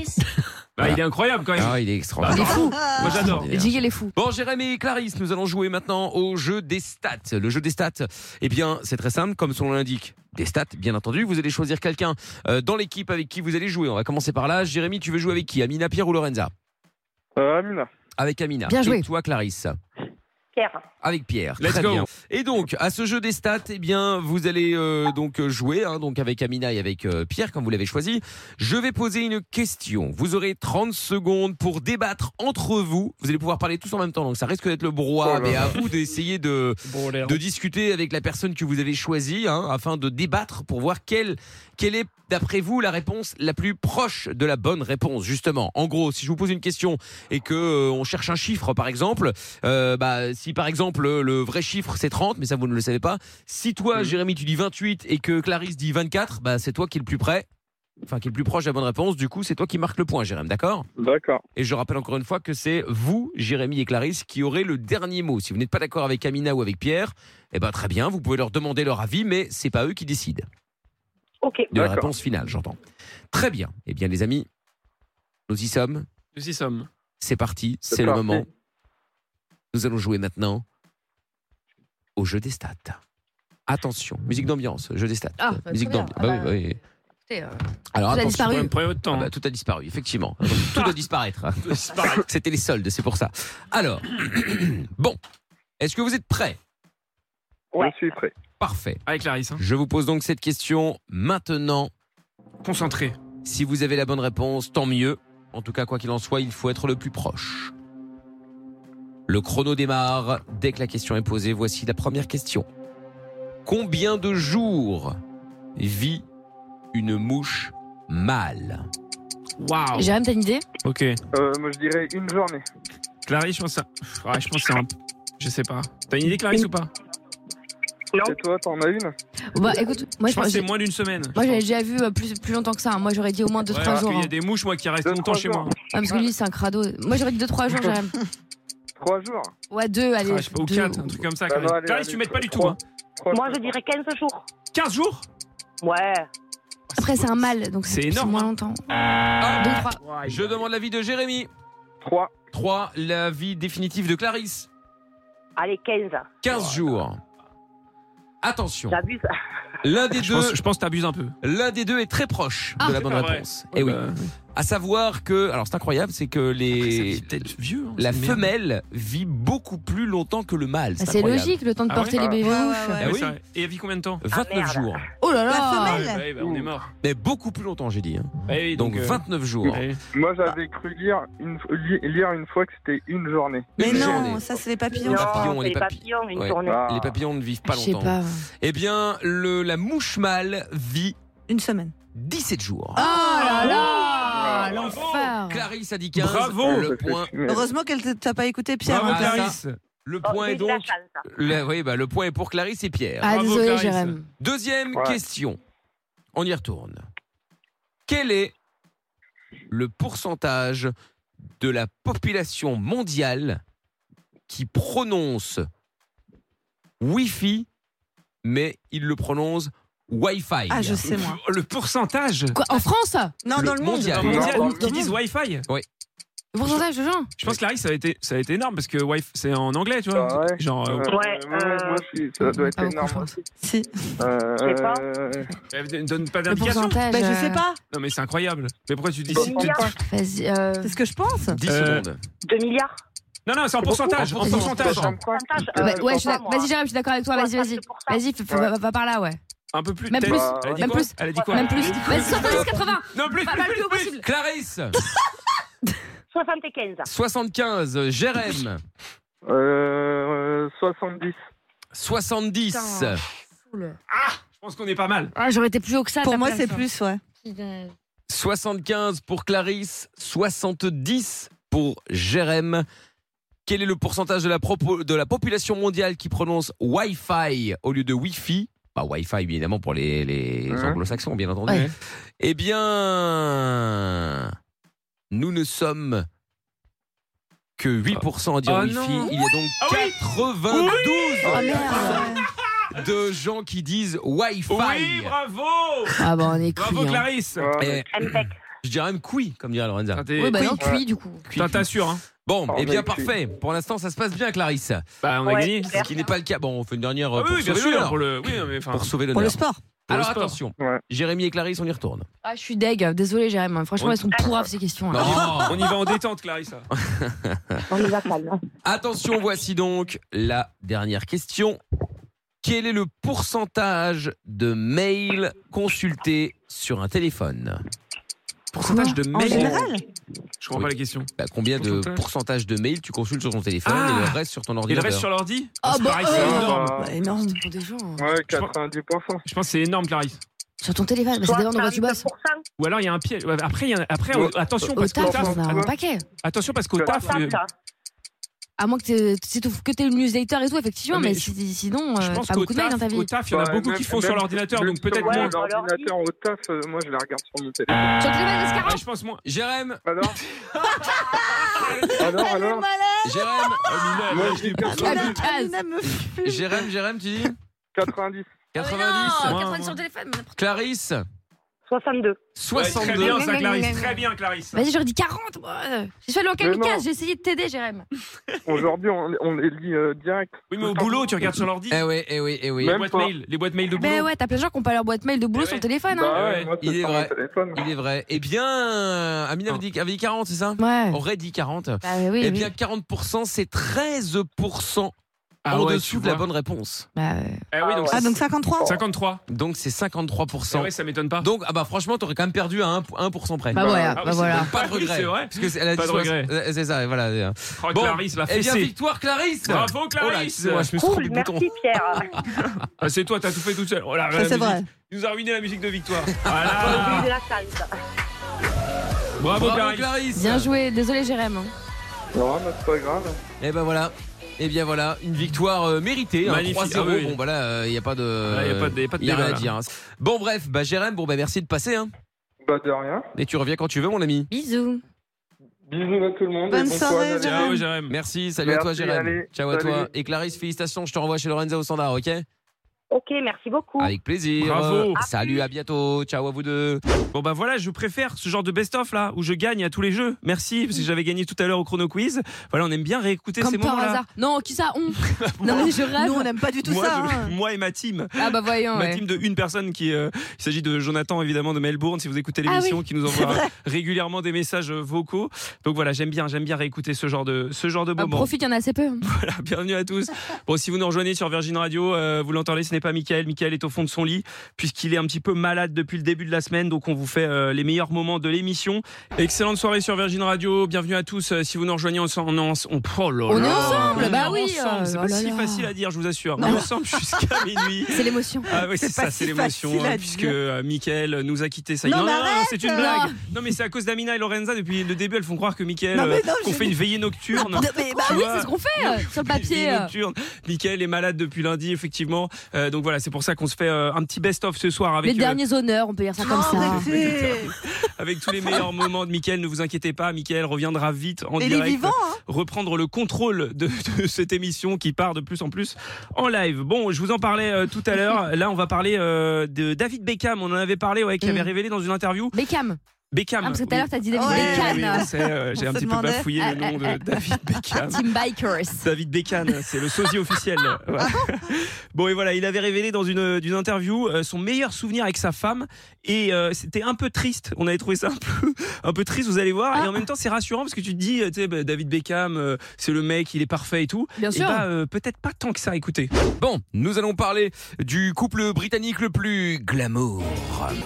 S1: Bah, Il est incroyable quand même.
S3: Ah, il est extraordinaire.
S1: Bah, Moi j'adore.
S3: il est fou. Bon, Jérémy et Clarisse, nous allons jouer maintenant au jeu des stats. Le jeu des stats, eh bien, c'est très simple, comme son nom l'indique. Des stats, bien entendu. Vous allez choisir quelqu'un euh, dans l'équipe avec qui vous allez jouer. On va commencer par là. Jérémy, tu veux jouer avec qui Amina, Pierre ou Lorenza
S11: Euh, Amina.
S3: Avec Amina.
S11: Bien joué.
S3: Et toi, Clarisse
S11: Pierre.
S3: avec Pierre.
S11: Let's
S3: Très
S11: go.
S3: bien. Et donc, à ce jeu des stats, eh bien, vous allez euh, donc euh, jouer hein, donc avec Amina et avec euh, Pierre, comme vous l'avez choisi. Je vais poser une question. Vous aurez 30 secondes pour débattre entre vous. Vous allez pouvoir parler tous en même temps, donc ça risque d'être le brouhaha.
S1: Oh là
S3: mais
S1: là.
S3: à vous d'essayer de, de discuter avec la personne que vous avez choisie hein, afin de débattre pour voir quelle, quelle est, d'après vous, la réponse la plus proche de la bonne réponse, justement. En gros, si je vous pose une question et que euh, on cherche un chiffre, par exemple, euh, bah, si par exemple euh, le vrai chiffre c'est 30, mais ça vous ne le savez pas, si
S1: Mm.
S3: toi, Jérémy, tu dis 28 et que Clarisse dit 24, bah, c'est toi qui es le plus près. Enfin, qui est le plus proche de la bonne réponse, du coup, c'est toi qui marque le point, Jérémy, d'accord
S11: D'accord.
S3: et je rappelle encore une fois que c'est vous, Jérémy et Clarisse, qui aurez le dernier mot. Si vous n'êtes pas d'accord avec Amina ou avec Pierre, eh ben très bien, vous pouvez leur demander leur avis, mais c'est pas eux qui décident
S11: Ok.
S3: de la réponse finale, j'entends. Très bien. Eh bien, les amis, nous y sommes.
S1: Nous y sommes.
S3: C'est parti,
S1: C'est
S3: c'est le
S1: parti.
S3: moment. Nous allons jouer maintenant au jeu des stats. Attention, musique d'ambiance, jeu des stats.
S5: Ah, bah,
S3: musique
S5: très bien.
S3: d'ambiance.
S5: Ah bah,
S3: Bah oui, bah oui.
S5: Écoutez, euh,
S3: Alors
S5: tout a
S3: attention,
S5: disparu.
S3: Ah bah, tout a disparu, effectivement. Tout doit disparaître. (laughs) C'était les soldes, c'est pour ça. Alors, (clears throat) bon, est-ce que vous êtes prêts
S11: Je suis prêt.
S3: Parfait.
S1: Avec Clarisse. hein.
S3: Je vous pose donc cette question maintenant.
S1: Concentré.
S3: Si vous avez la bonne réponse, tant mieux. En tout cas, quoi qu'il en soit, il faut être le plus proche. Le chrono démarre. Dès que la question est posée, voici la première question. Combien de jours vit une mouche mâle
S1: Waouh.
S5: Jérém, t'as une idée
S1: Ok.
S11: Euh, moi, je dirais une journée.
S1: Clarisse, je pense ça. Ouais, je pense que c'est un. Je sais pas. T'as une idée, Clarisse, ou pas
S11: Et toi, t'en as une
S5: Bah écoute, moi je
S1: Je pense que
S5: pense-
S1: c'est moins d'une semaine.
S5: Moi j'avais déjà vu euh, plus, plus longtemps que ça. hein. Moi j'aurais dit au moins 2-3
S1: Ouais, alors
S5: jours.
S1: qu'il y
S5: hein.
S1: a des mouches, moi, qui restent longtemps chez moi.
S5: Ah, parce que lui c'est un crado. Moi j'aurais dit 2-3 jours,
S13: (laughs)
S5: Jérém.
S11: Trois jours.
S5: Ouais, 2, allez.
S1: Ah, je sais pas, ou
S5: deux.
S1: 4, un truc comme ça.
S11: Bah non,
S1: Clarisse,
S11: allez,
S1: Clarisse,
S11: allez,
S1: tu m'aides pas du tout.
S11: trois.
S1: hein.
S11: Moi,
S13: je dirais 15 jours.
S1: 15 jours
S13: Ouais.
S5: Après c'est un mâle, donc c'est c'est
S1: hein.
S5: moins longtemps.
S1: Ah.
S3: Je demande l'avis de Jérémy.
S11: 3.
S3: 3. L'avis définitif de Clarisse.
S13: Allez, 15.
S3: 15 jours. Attention.
S13: J'abuse.
S3: L'un des
S1: Je
S3: deux.
S1: pense, je pense que t'abuses un peu.
S3: L'un des deux est très proche
S1: Ah,
S3: de la
S1: c'est
S3: bonne
S1: pas vrai.
S3: réponse.
S1: Ouais,
S3: Et oui.
S1: bah,
S3: À savoir que, alors c'est incroyable, c'est que les
S1: vieux, hein,
S3: la
S1: cette merde.
S3: femelle vit beaucoup plus longtemps que le mâle.
S5: Bah, c'est
S3: incroyable.
S5: logique, le temps de porter les bébés
S3: Ah
S5: mouches.
S3: ouais,
S1: Ouais,
S3: oui.
S1: c'est vrai. Et elle vit combien de temps
S3: 29 jours.
S5: Oh là là
S1: Ah, ouais, bah, on est mort.
S3: Mais beaucoup plus longtemps, j'ai dit. hein.
S1: oui,
S3: donc,
S1: donc, euh,
S3: 29 jours.
S1: oui.
S11: Moi, j'avais cru lire une, li- lire une fois que c'était une journée. Euh,
S4: Mais non, ça c'est les papillons.
S3: Les papillons, les papi- ouais.
S11: Ah.
S3: Les papillons ne vivent pas
S4: Je sais
S3: longtemps.
S4: pas.
S3: Eh bien, le, la mouche mâle vit
S4: Une semaine.
S3: 17 jours.
S5: Ah,
S4: Oh là
S5: là L'enfer
S3: Clarisse a dit 15.
S1: Bravo.
S3: Le point.
S4: Heureusement qu'elle t- t'a pas écouté, Pierre.
S3: Bravo,
S4: hein, t'as-
S3: Clarisse. Le
S5: Oh,
S3: point est donc. Le, oui, bah, le point est pour Clarisse et Pierre.
S4: Ah, Bravo, désolé, Clarisse.
S5: Jérém.
S3: Deuxième question. On y retourne. Quel est le pourcentage de la population mondiale qui prononce Wi-Fi, mais il le prononce Wi-Fi
S4: Ah, je sais, moi.
S1: Le pourcentage
S5: Quoi, en France
S4: Non, dans le monde.
S3: mondial.
S1: Dans le mondial,
S3: Dans
S1: qui disent Wi-Fi
S3: Oui.
S5: Le pourcentage de gens
S1: Je pense que Clarisse, ça a été, ça a été énorme parce que Wi-Fi, c'est en anglais, tu vois. Genre. euh,
S11: moi, je suis- ça doit être
S1: Pas beaucoup,
S11: énorme.
S1: je pense.
S4: Si.
S11: Euh,
S1: Je sais pas.
S11: euh,
S1: Elle ne donne pas d'indication.
S5: pourcentage, Bah, je euh, sais pas.
S1: Non, mais c'est incroyable. Mais pourquoi tu dis
S5: Bon,
S1: si
S5: bon, Vas-y. euh,
S4: C'est ce que je pense.
S3: 10
S1: Euh,
S3: secondes.
S13: 2 milliards.
S1: Non, non, c'est en pourcentage. En
S5: beaucoup.
S1: pourcentage.
S5: bah,
S13: Euh,
S5: ouais, je suis d'ac- vas-y, Jérém, je suis d'accord avec toi. Vas-y, vas-y. Vas-y, f- f- va, va par là, ouais.
S1: Un peu plus.
S5: Même
S1: T'as-
S5: plus.
S1: Elle a dit
S5: Même
S1: quoi
S5: plus.
S1: Elle a dit quoi
S5: Même plus. Vas-y, 70, 80.
S1: Non, plus,
S5: Pas
S1: plus,
S5: mal
S1: plus,
S5: plus haut
S1: plus.
S5: possible.
S3: Clarisse
S13: 75.
S3: 75, Jérém.
S6: 70.
S3: 70.
S5: Putain.
S1: Je pense qu'on est pas mal.
S5: Ah, j'aurais été plus haut que ça. hein.
S4: Pour moi, c'est plus, ouais.
S3: 75 pour Clarisse, 70 pour Jérém. Quel est le pourcentage de la, propo- de la population mondiale qui prononce Wi-Fi au lieu de Wi-Fi Pas Wi-Fi, évidemment, pour les, les
S1: Ouais.
S3: anglo-saxons, bien entendu.
S1: Ouais.
S3: Eh bien, nous ne sommes que 8% à dire
S1: Oh
S3: Wi-Fi.
S1: non.
S3: Il y a donc 92 de gens qui disent Wi-Fi.
S1: Oui, bravo
S5: Ah bah on est
S1: Bravo Clarisse
S3: Et- je dirais même couille, comme dirait Lorenza.
S1: t'es- Oui, bah non, cuit, du
S5: coup.
S1: T'en t'assures, hein.
S3: Bon,
S1: Oh,
S3: eh bien
S1: mais cuit.
S3: parfait. Pour l'instant, ça se passe bien, Clarisse.
S1: Bah, on a Ouais, gagné.
S3: Ce qui n'est pas le cas. Bon, on fait une dernière
S1: Ah
S3: euh,
S1: oui,
S3: pour,
S1: oui, bien
S3: sauver
S1: sûr,
S3: l'honneur.
S1: pour le- oui, non, mais enfin-
S3: Pour sauver
S1: Pour le
S3: l'honneur.
S1: sport. Pour le
S3: Alors
S1: sport.
S3: attention, Jérémy et Clarisse, on y retourne.
S5: Ah, je suis deg. Désolé, Jérémy. hein. Franchement,
S3: On-
S5: elles sont pourraves ces questions. hein.
S3: Non.
S1: On y va en détente, Clarisse.
S13: On les a calmes.
S3: Attention, voici donc la dernière question. Quel est le pourcentage de mails consultés sur un téléphone
S1: Pourcentage de mails.
S3: général
S1: Je comprends pas la question.
S3: Bah, combien de
S1: Pourcentage
S3: pourcentage de mails tu consultes sur ton téléphone
S1: Ah
S3: et le reste sur ton
S1: Il
S3: ordinateur
S1: reste sur l'ordi
S5: Ah
S1: C'est
S5: bah,
S1: pareil, c'est
S5: euh,
S1: énorme.
S5: Bah, énorme pour des gens.
S1: Ouais, 90%. Je pense que c'est énorme, Clarisse.
S5: Sur ton téléphone, bah, c'est d'abord dans quoi tu bosses.
S1: Ou alors il y a un piège. Ouais, Après, il y a un- après
S5: Ouais.
S1: euh, attention,
S5: Au
S1: parce qu'au
S5: taf,
S1: taf.
S5: on a un paquet.
S1: Attention, parce qu'au taf. euh,
S5: À moins que t'aies- c'est tout- que t'aies le newsletter et tout, effectivement, mais, si- sinon, euh,
S1: Je pense
S5: t'as
S1: qu'au
S5: beaucoup de mails dans ta
S1: taf,
S5: vie.
S1: au taf, il y en a
S15: Bah,
S1: beaucoup
S15: même-
S1: qui font sur
S15: même-
S1: l'ordinateur,
S15: même
S1: donc peut-être
S15: sur
S1: moins.
S15: l'ordinateur au taf, euh, moi je la regarde sur mon
S1: Sur
S15: téléphone.
S1: le téléphone,
S5: Mascara
S1: Ouais, Je pense moins. Ah,
S3: Jérém
S15: Alors Ah, Alors, alors
S3: Jérém
S15: Moi je dis
S4: Ah,
S5: Abby
S3: Jérém, Jérém, tu dis
S15: 90.
S1: Ah,
S3: 90
S5: 90 sur le téléphone. mais n'importe
S3: Clarisse
S13: 62.
S1: Ouais, très
S3: 62
S1: bien, ça, Clarisse. Très bien, Clarisse.
S5: quoi. Vas-y, j'aurais dit 40. moi. J'ai fait le
S15: Mais
S5: kamikaze,
S15: non.
S5: j'ai essayé de t'aider, Jérém.
S15: Aujourd'hui on, on les lit euh, direct.
S1: Oui, mais au boulot, tu regardes sur l'ordi.
S3: Eh oui, eh oui, eh oui.
S1: Les
S15: Même
S1: boîtes
S15: pas.
S1: mail, les boîtes mail de boulot.
S5: Mais Bah ouais, t'as plein de gens qui ont pas leur boîte mail de boulot sur le téléphone.
S15: Bah
S1: Bah
S5: hein.
S3: il est vrai. Il est vrai. Eh bien, Amine avait dit, avait dit 40, c'est ça
S5: Ouais. Bah
S3: Aurait dit 40.
S5: oui,
S3: eh
S5: oui.
S3: bien, 40%, c'est 13%
S1: Ah ouais,
S3: au-dessous
S1: tu
S3: de la
S1: vois.
S3: bonne réponse.
S5: Bah,
S1: Eh oui, donc
S4: Ah,
S1: c'est-
S4: donc 53
S1: 53.
S3: Donc, c'est 53%.
S1: Eh ouais, ça m'étonne pas.
S3: Donc, ah bah, franchement, t'aurais quand même perdu à 1%, près.
S4: Bah ouais, Ah bah
S1: oui, voilà. c'est-
S3: Pas de
S1: (laughs) oui,
S3: regret.
S1: c'est vrai.
S3: Parce que c'est- elle a
S1: Pas
S3: dit
S1: de
S3: soix-
S1: regret.
S3: euh, C'est ça, et voilà.
S1: Oh, Clarisse l'a
S3: eh bien,
S1: fessée.
S3: victoire, Clarisse.
S1: Bravo,
S3: Oh là,
S1: Clarisse.
S3: excusez-moi, je me suis trompé de bouton.
S13: Merci Pierre.
S1: Ah, c'est toi, t'as tout fait tout seul. Oh là,
S4: Ça,
S1: la
S4: c'est
S1: musique.
S4: vrai.
S1: Il nous a ruiné la musique de victoire. Voilà.
S13: De la salsa.
S1: Bravo,
S3: Bravo,
S1: Clarisse.
S3: Clarisse.
S5: Bien joué, désolé, Jérém. hein.
S15: Non, mais c'est pas grave.
S3: Et ben voilà. Et bien voilà, une victoire euh, méritée, hein,
S1: Magnifique.
S3: 3-0.
S1: Ah oui.
S3: Bon bah là, il n'y a pas de
S1: Là, y a pas de- y a pas de
S3: y a
S1: débat,
S3: rien à
S1: là.
S3: dire. hein. Bon bref, bah Jérém, bon bah merci de passer hein.
S15: Bah de rien.
S3: Et tu reviens quand tu veux mon ami.
S5: Bisous.
S15: Bisous à tout le monde. et
S4: Bonne
S15: bon
S4: soirée,
S15: courage à
S4: Jérém.
S1: Ciao, Jérém.
S3: Merci, salut à
S15: Merci,
S3: toi Jérém.
S15: allez,
S3: Ciao à
S15: salut.
S3: toi. Et Clarisse, félicitations, je te renvoie chez Lorenza au standard, OK
S13: Ok, merci beaucoup.
S3: Avec plaisir.
S1: Bravo.
S3: euh, Salut, à bientôt. Ciao à vous deux.
S1: Bon bah voilà, je préfère ce genre de best-of là où je gagne à tous les jeux. Merci parce que j'avais gagné tout à l'heure au chrono quiz. Voilà, on aime bien réécouter ces
S5: Comme par
S1: moments là.
S5: hasard. Non, qui ça
S1: (laughs)
S5: On Non, mais je rêve.
S4: Nous, on n'aime pas du tout
S1: Moi,
S4: ça.
S1: je-
S4: hein.
S1: (laughs) moi et ma team.
S5: Ah bah voyons.
S1: Ma
S5: ouais.
S1: team de une personne qui. euh, il s'agit de Jonathan, évidemment, de Melbourne, si vous écoutez
S5: Ah
S1: l'émission,
S5: oui.
S1: qui nous envoie régulièrement des messages euh, vocaux. Donc voilà, j'aime bien, j'aime bien réécouter ce genre de, ce genre de
S5: Ah,
S1: moment.
S5: profite, il y en a assez peu. hein.
S1: (laughs) Voilà, bienvenue à tous. Bon, si vous nous rejoignez sur Virgin Radio, euh, vous l'entendez, ce n'est pas Michael. Michael est au fond de son lit, puisqu'il est un petit peu malade depuis le début de la semaine. Donc, on vous fait euh, les meilleurs moments de l'émission. Excellente soirée sur Virgin Radio. Bienvenue à tous. Euh, si vous nous rejoignez, on, s'en- on, en- on, oh là
S5: On est
S1: là.
S5: ensemble,
S1: On
S5: bah
S1: est
S5: oui,
S4: Ah
S1: ensemble.
S5: euh,
S1: C'est pas
S5: oh là
S1: si
S5: là.
S1: facile à dire, je vous assure. On est
S4: (laughs)
S5: (laughs)
S1: ensemble jusqu'à minuit.
S5: C'est l'émotion.
S1: Ah oui, c'est
S4: C'est pas
S1: ça, c'est
S4: si
S1: l'émotion,
S4: facile à
S1: hein, puisque
S4: dire.
S1: euh, Michael nous a quitté. Ça y est.
S4: Non, mais arrête,
S1: c'est une
S4: non.
S1: blague. Non, mais c'est à cause d'Amina et Lorenza depuis le début, elles font croire que Michael,
S4: Non, mais
S1: euh,
S4: non,
S1: qu'on
S4: je-
S1: fait une veillée nocturne.
S4: Non, mais bah
S5: Ah
S1: Tu
S5: oui,
S1: vois,
S5: c'est ce qu'on fait euh, sur le papier.
S1: Vie
S5: euh.
S1: nocturne. Michael est malade depuis lundi, effectivement. Euh, donc voilà, c'est pour ça qu'on se fait euh, un petit best-of ce soir avec
S5: Les
S1: euh, Ah,
S5: derniers honneurs, on peut dire ça comme ça.
S4: Arrêtez.
S1: avec tous les meilleurs moments de Michael. Ne vous inquiétez pas, Michael reviendra vite en
S4: Mais il est
S1: direct.
S4: vivant, hein.
S1: Reprendre le contrôle de, de cette émission qui part de plus en plus en live. Bon, je vous en parlais euh, tout
S5: (laughs)
S1: à l'heure. Là, on va parler euh, de David Beckham. On en avait parlé, ouais, qui avait révélé dans une interview.
S5: Mm. Beckham. Ah,
S1: Beckham.
S5: parce que tout à l'heure, t'as dit David
S1: Oui,
S5: Beckham.
S1: oui, je sais, euh, J'ai
S4: On se
S1: un petit peu
S4: demandait.
S1: bafouillé
S5: Eh,
S1: le
S5: (laughs)
S1: nom de David Beckham.
S5: Team Bikers.
S1: David Beckham, c'est le sosie officiel.
S5: Ah
S1: Ouais. Bon et voilà, il avait révélé dans une, d'une interview euh, son meilleur souvenir avec sa femme et euh, c'était un peu triste. On avait trouvé ça un peu, un peu triste, vous allez voir.
S5: Ah.
S1: Et en même temps, c'est rassurant parce que tu te dis, euh, tu sais, bah, David Beckham, euh, c'est le mec, il est parfait et tout.
S5: Bien
S1: et
S5: sûr.
S1: bah, euh, peut-être pas tant que ça. Écoutez,
S3: Bon, nous allons parler du couple britannique le plus glamour.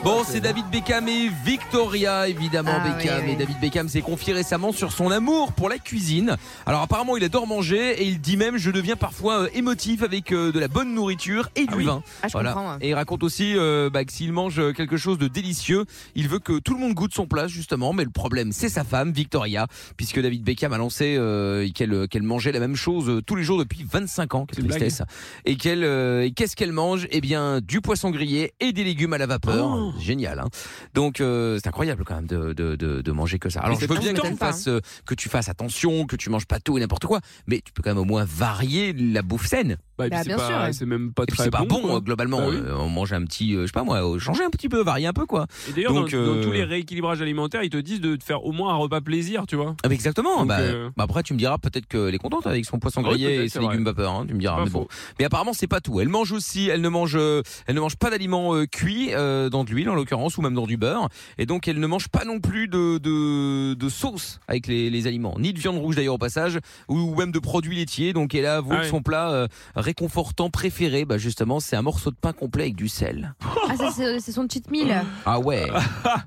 S3: Bon, c'est David Beckham et Victoria David évidemment
S16: Ah,
S3: Beckham.
S16: oui, oui.
S3: Et David Beckham s'est confié récemment sur son amour pour la cuisine. Alors apparemment, il adore manger et il dit même je deviens parfois euh, émotif avec euh, de la bonne nourriture et du vin.
S16: Ah, je comprends, ouais.
S3: Et il raconte aussi euh, bah, que s'il mange euh, quelque chose de délicieux, il veut que tout le monde goûte son plat justement. Mais le problème, c'est sa femme Victoria, puisque David Beckham a lancé euh, qu'elle qu'elle mangeait la même chose euh, tous les jours depuis 25 ans. Quelle
S16: une blague.
S3: tristesse. Et qu'elle, euh, et qu'est-ce qu'elle mange Eh bien, du poisson grillé et des légumes à la vapeur.
S16: Oh.
S3: Génial. hein. Donc, euh, c'est incroyable quand même de, de, de, de manger que ça. Alors,
S16: Mais
S3: je
S16: c'est
S3: veux
S16: tout
S3: bien
S16: le
S3: que
S16: temps,
S3: tu,
S16: ça, hein.
S3: fasses, euh, que tu fasses attention, que tu manges pas tout et n'importe quoi, mais tu peux quand même au moins varier la bouffe saine.
S1: Bah, et puis Bah, c'est bien pas- sûr, ouais. c'est même pas
S3: Et puis
S1: très
S3: c'est pas
S1: bon,
S3: bon,
S1: quoi.
S3: euh, globalement.
S1: Bah oui.
S3: Euh, on mange un petit, euh, je sais pas moi, euh, changer un petit peu, varier un peu quoi.
S1: Et d'ailleurs, dans,
S3: Donc,
S1: dans
S3: euh,
S1: tous les rééquilibrages alimentaires, ils te disent de te faire au moins un repas plaisir, tu vois.
S3: ah, mais exactement.
S1: Donc,
S3: bah,
S1: euh,
S3: bah après, tu me diras peut-être qu'elle est contente avec son poisson
S1: Ouais,
S3: grillé et
S1: peut-être,
S3: ses
S1: c'est vrai.
S3: légumes vapeur. hein, tu me diras.
S1: Pas
S3: Mais, bon. mais apparemment, c'est pas tout. Elle mange aussi. Elle ne mange. euh, Elle ne mange pas d'aliments euh, cuits euh, dans de l'huile en l'occurrence ou même dans du beurre. Et donc, elle ne mange pas non plus de de, de sauce avec les, les aliments, ni de viande rouge d'ailleurs au passage, ou même de produits laitiers. Donc, elle a avoué
S1: Ah
S3: que
S1: ouais.
S3: son plat euh, réconfortant préféré, bah justement, c'est un morceau de pain complet avec du sel.
S5: Ah, ça, c'est c'est son cheat meal.
S1: Oh, (laughs)
S3: Ah ouais.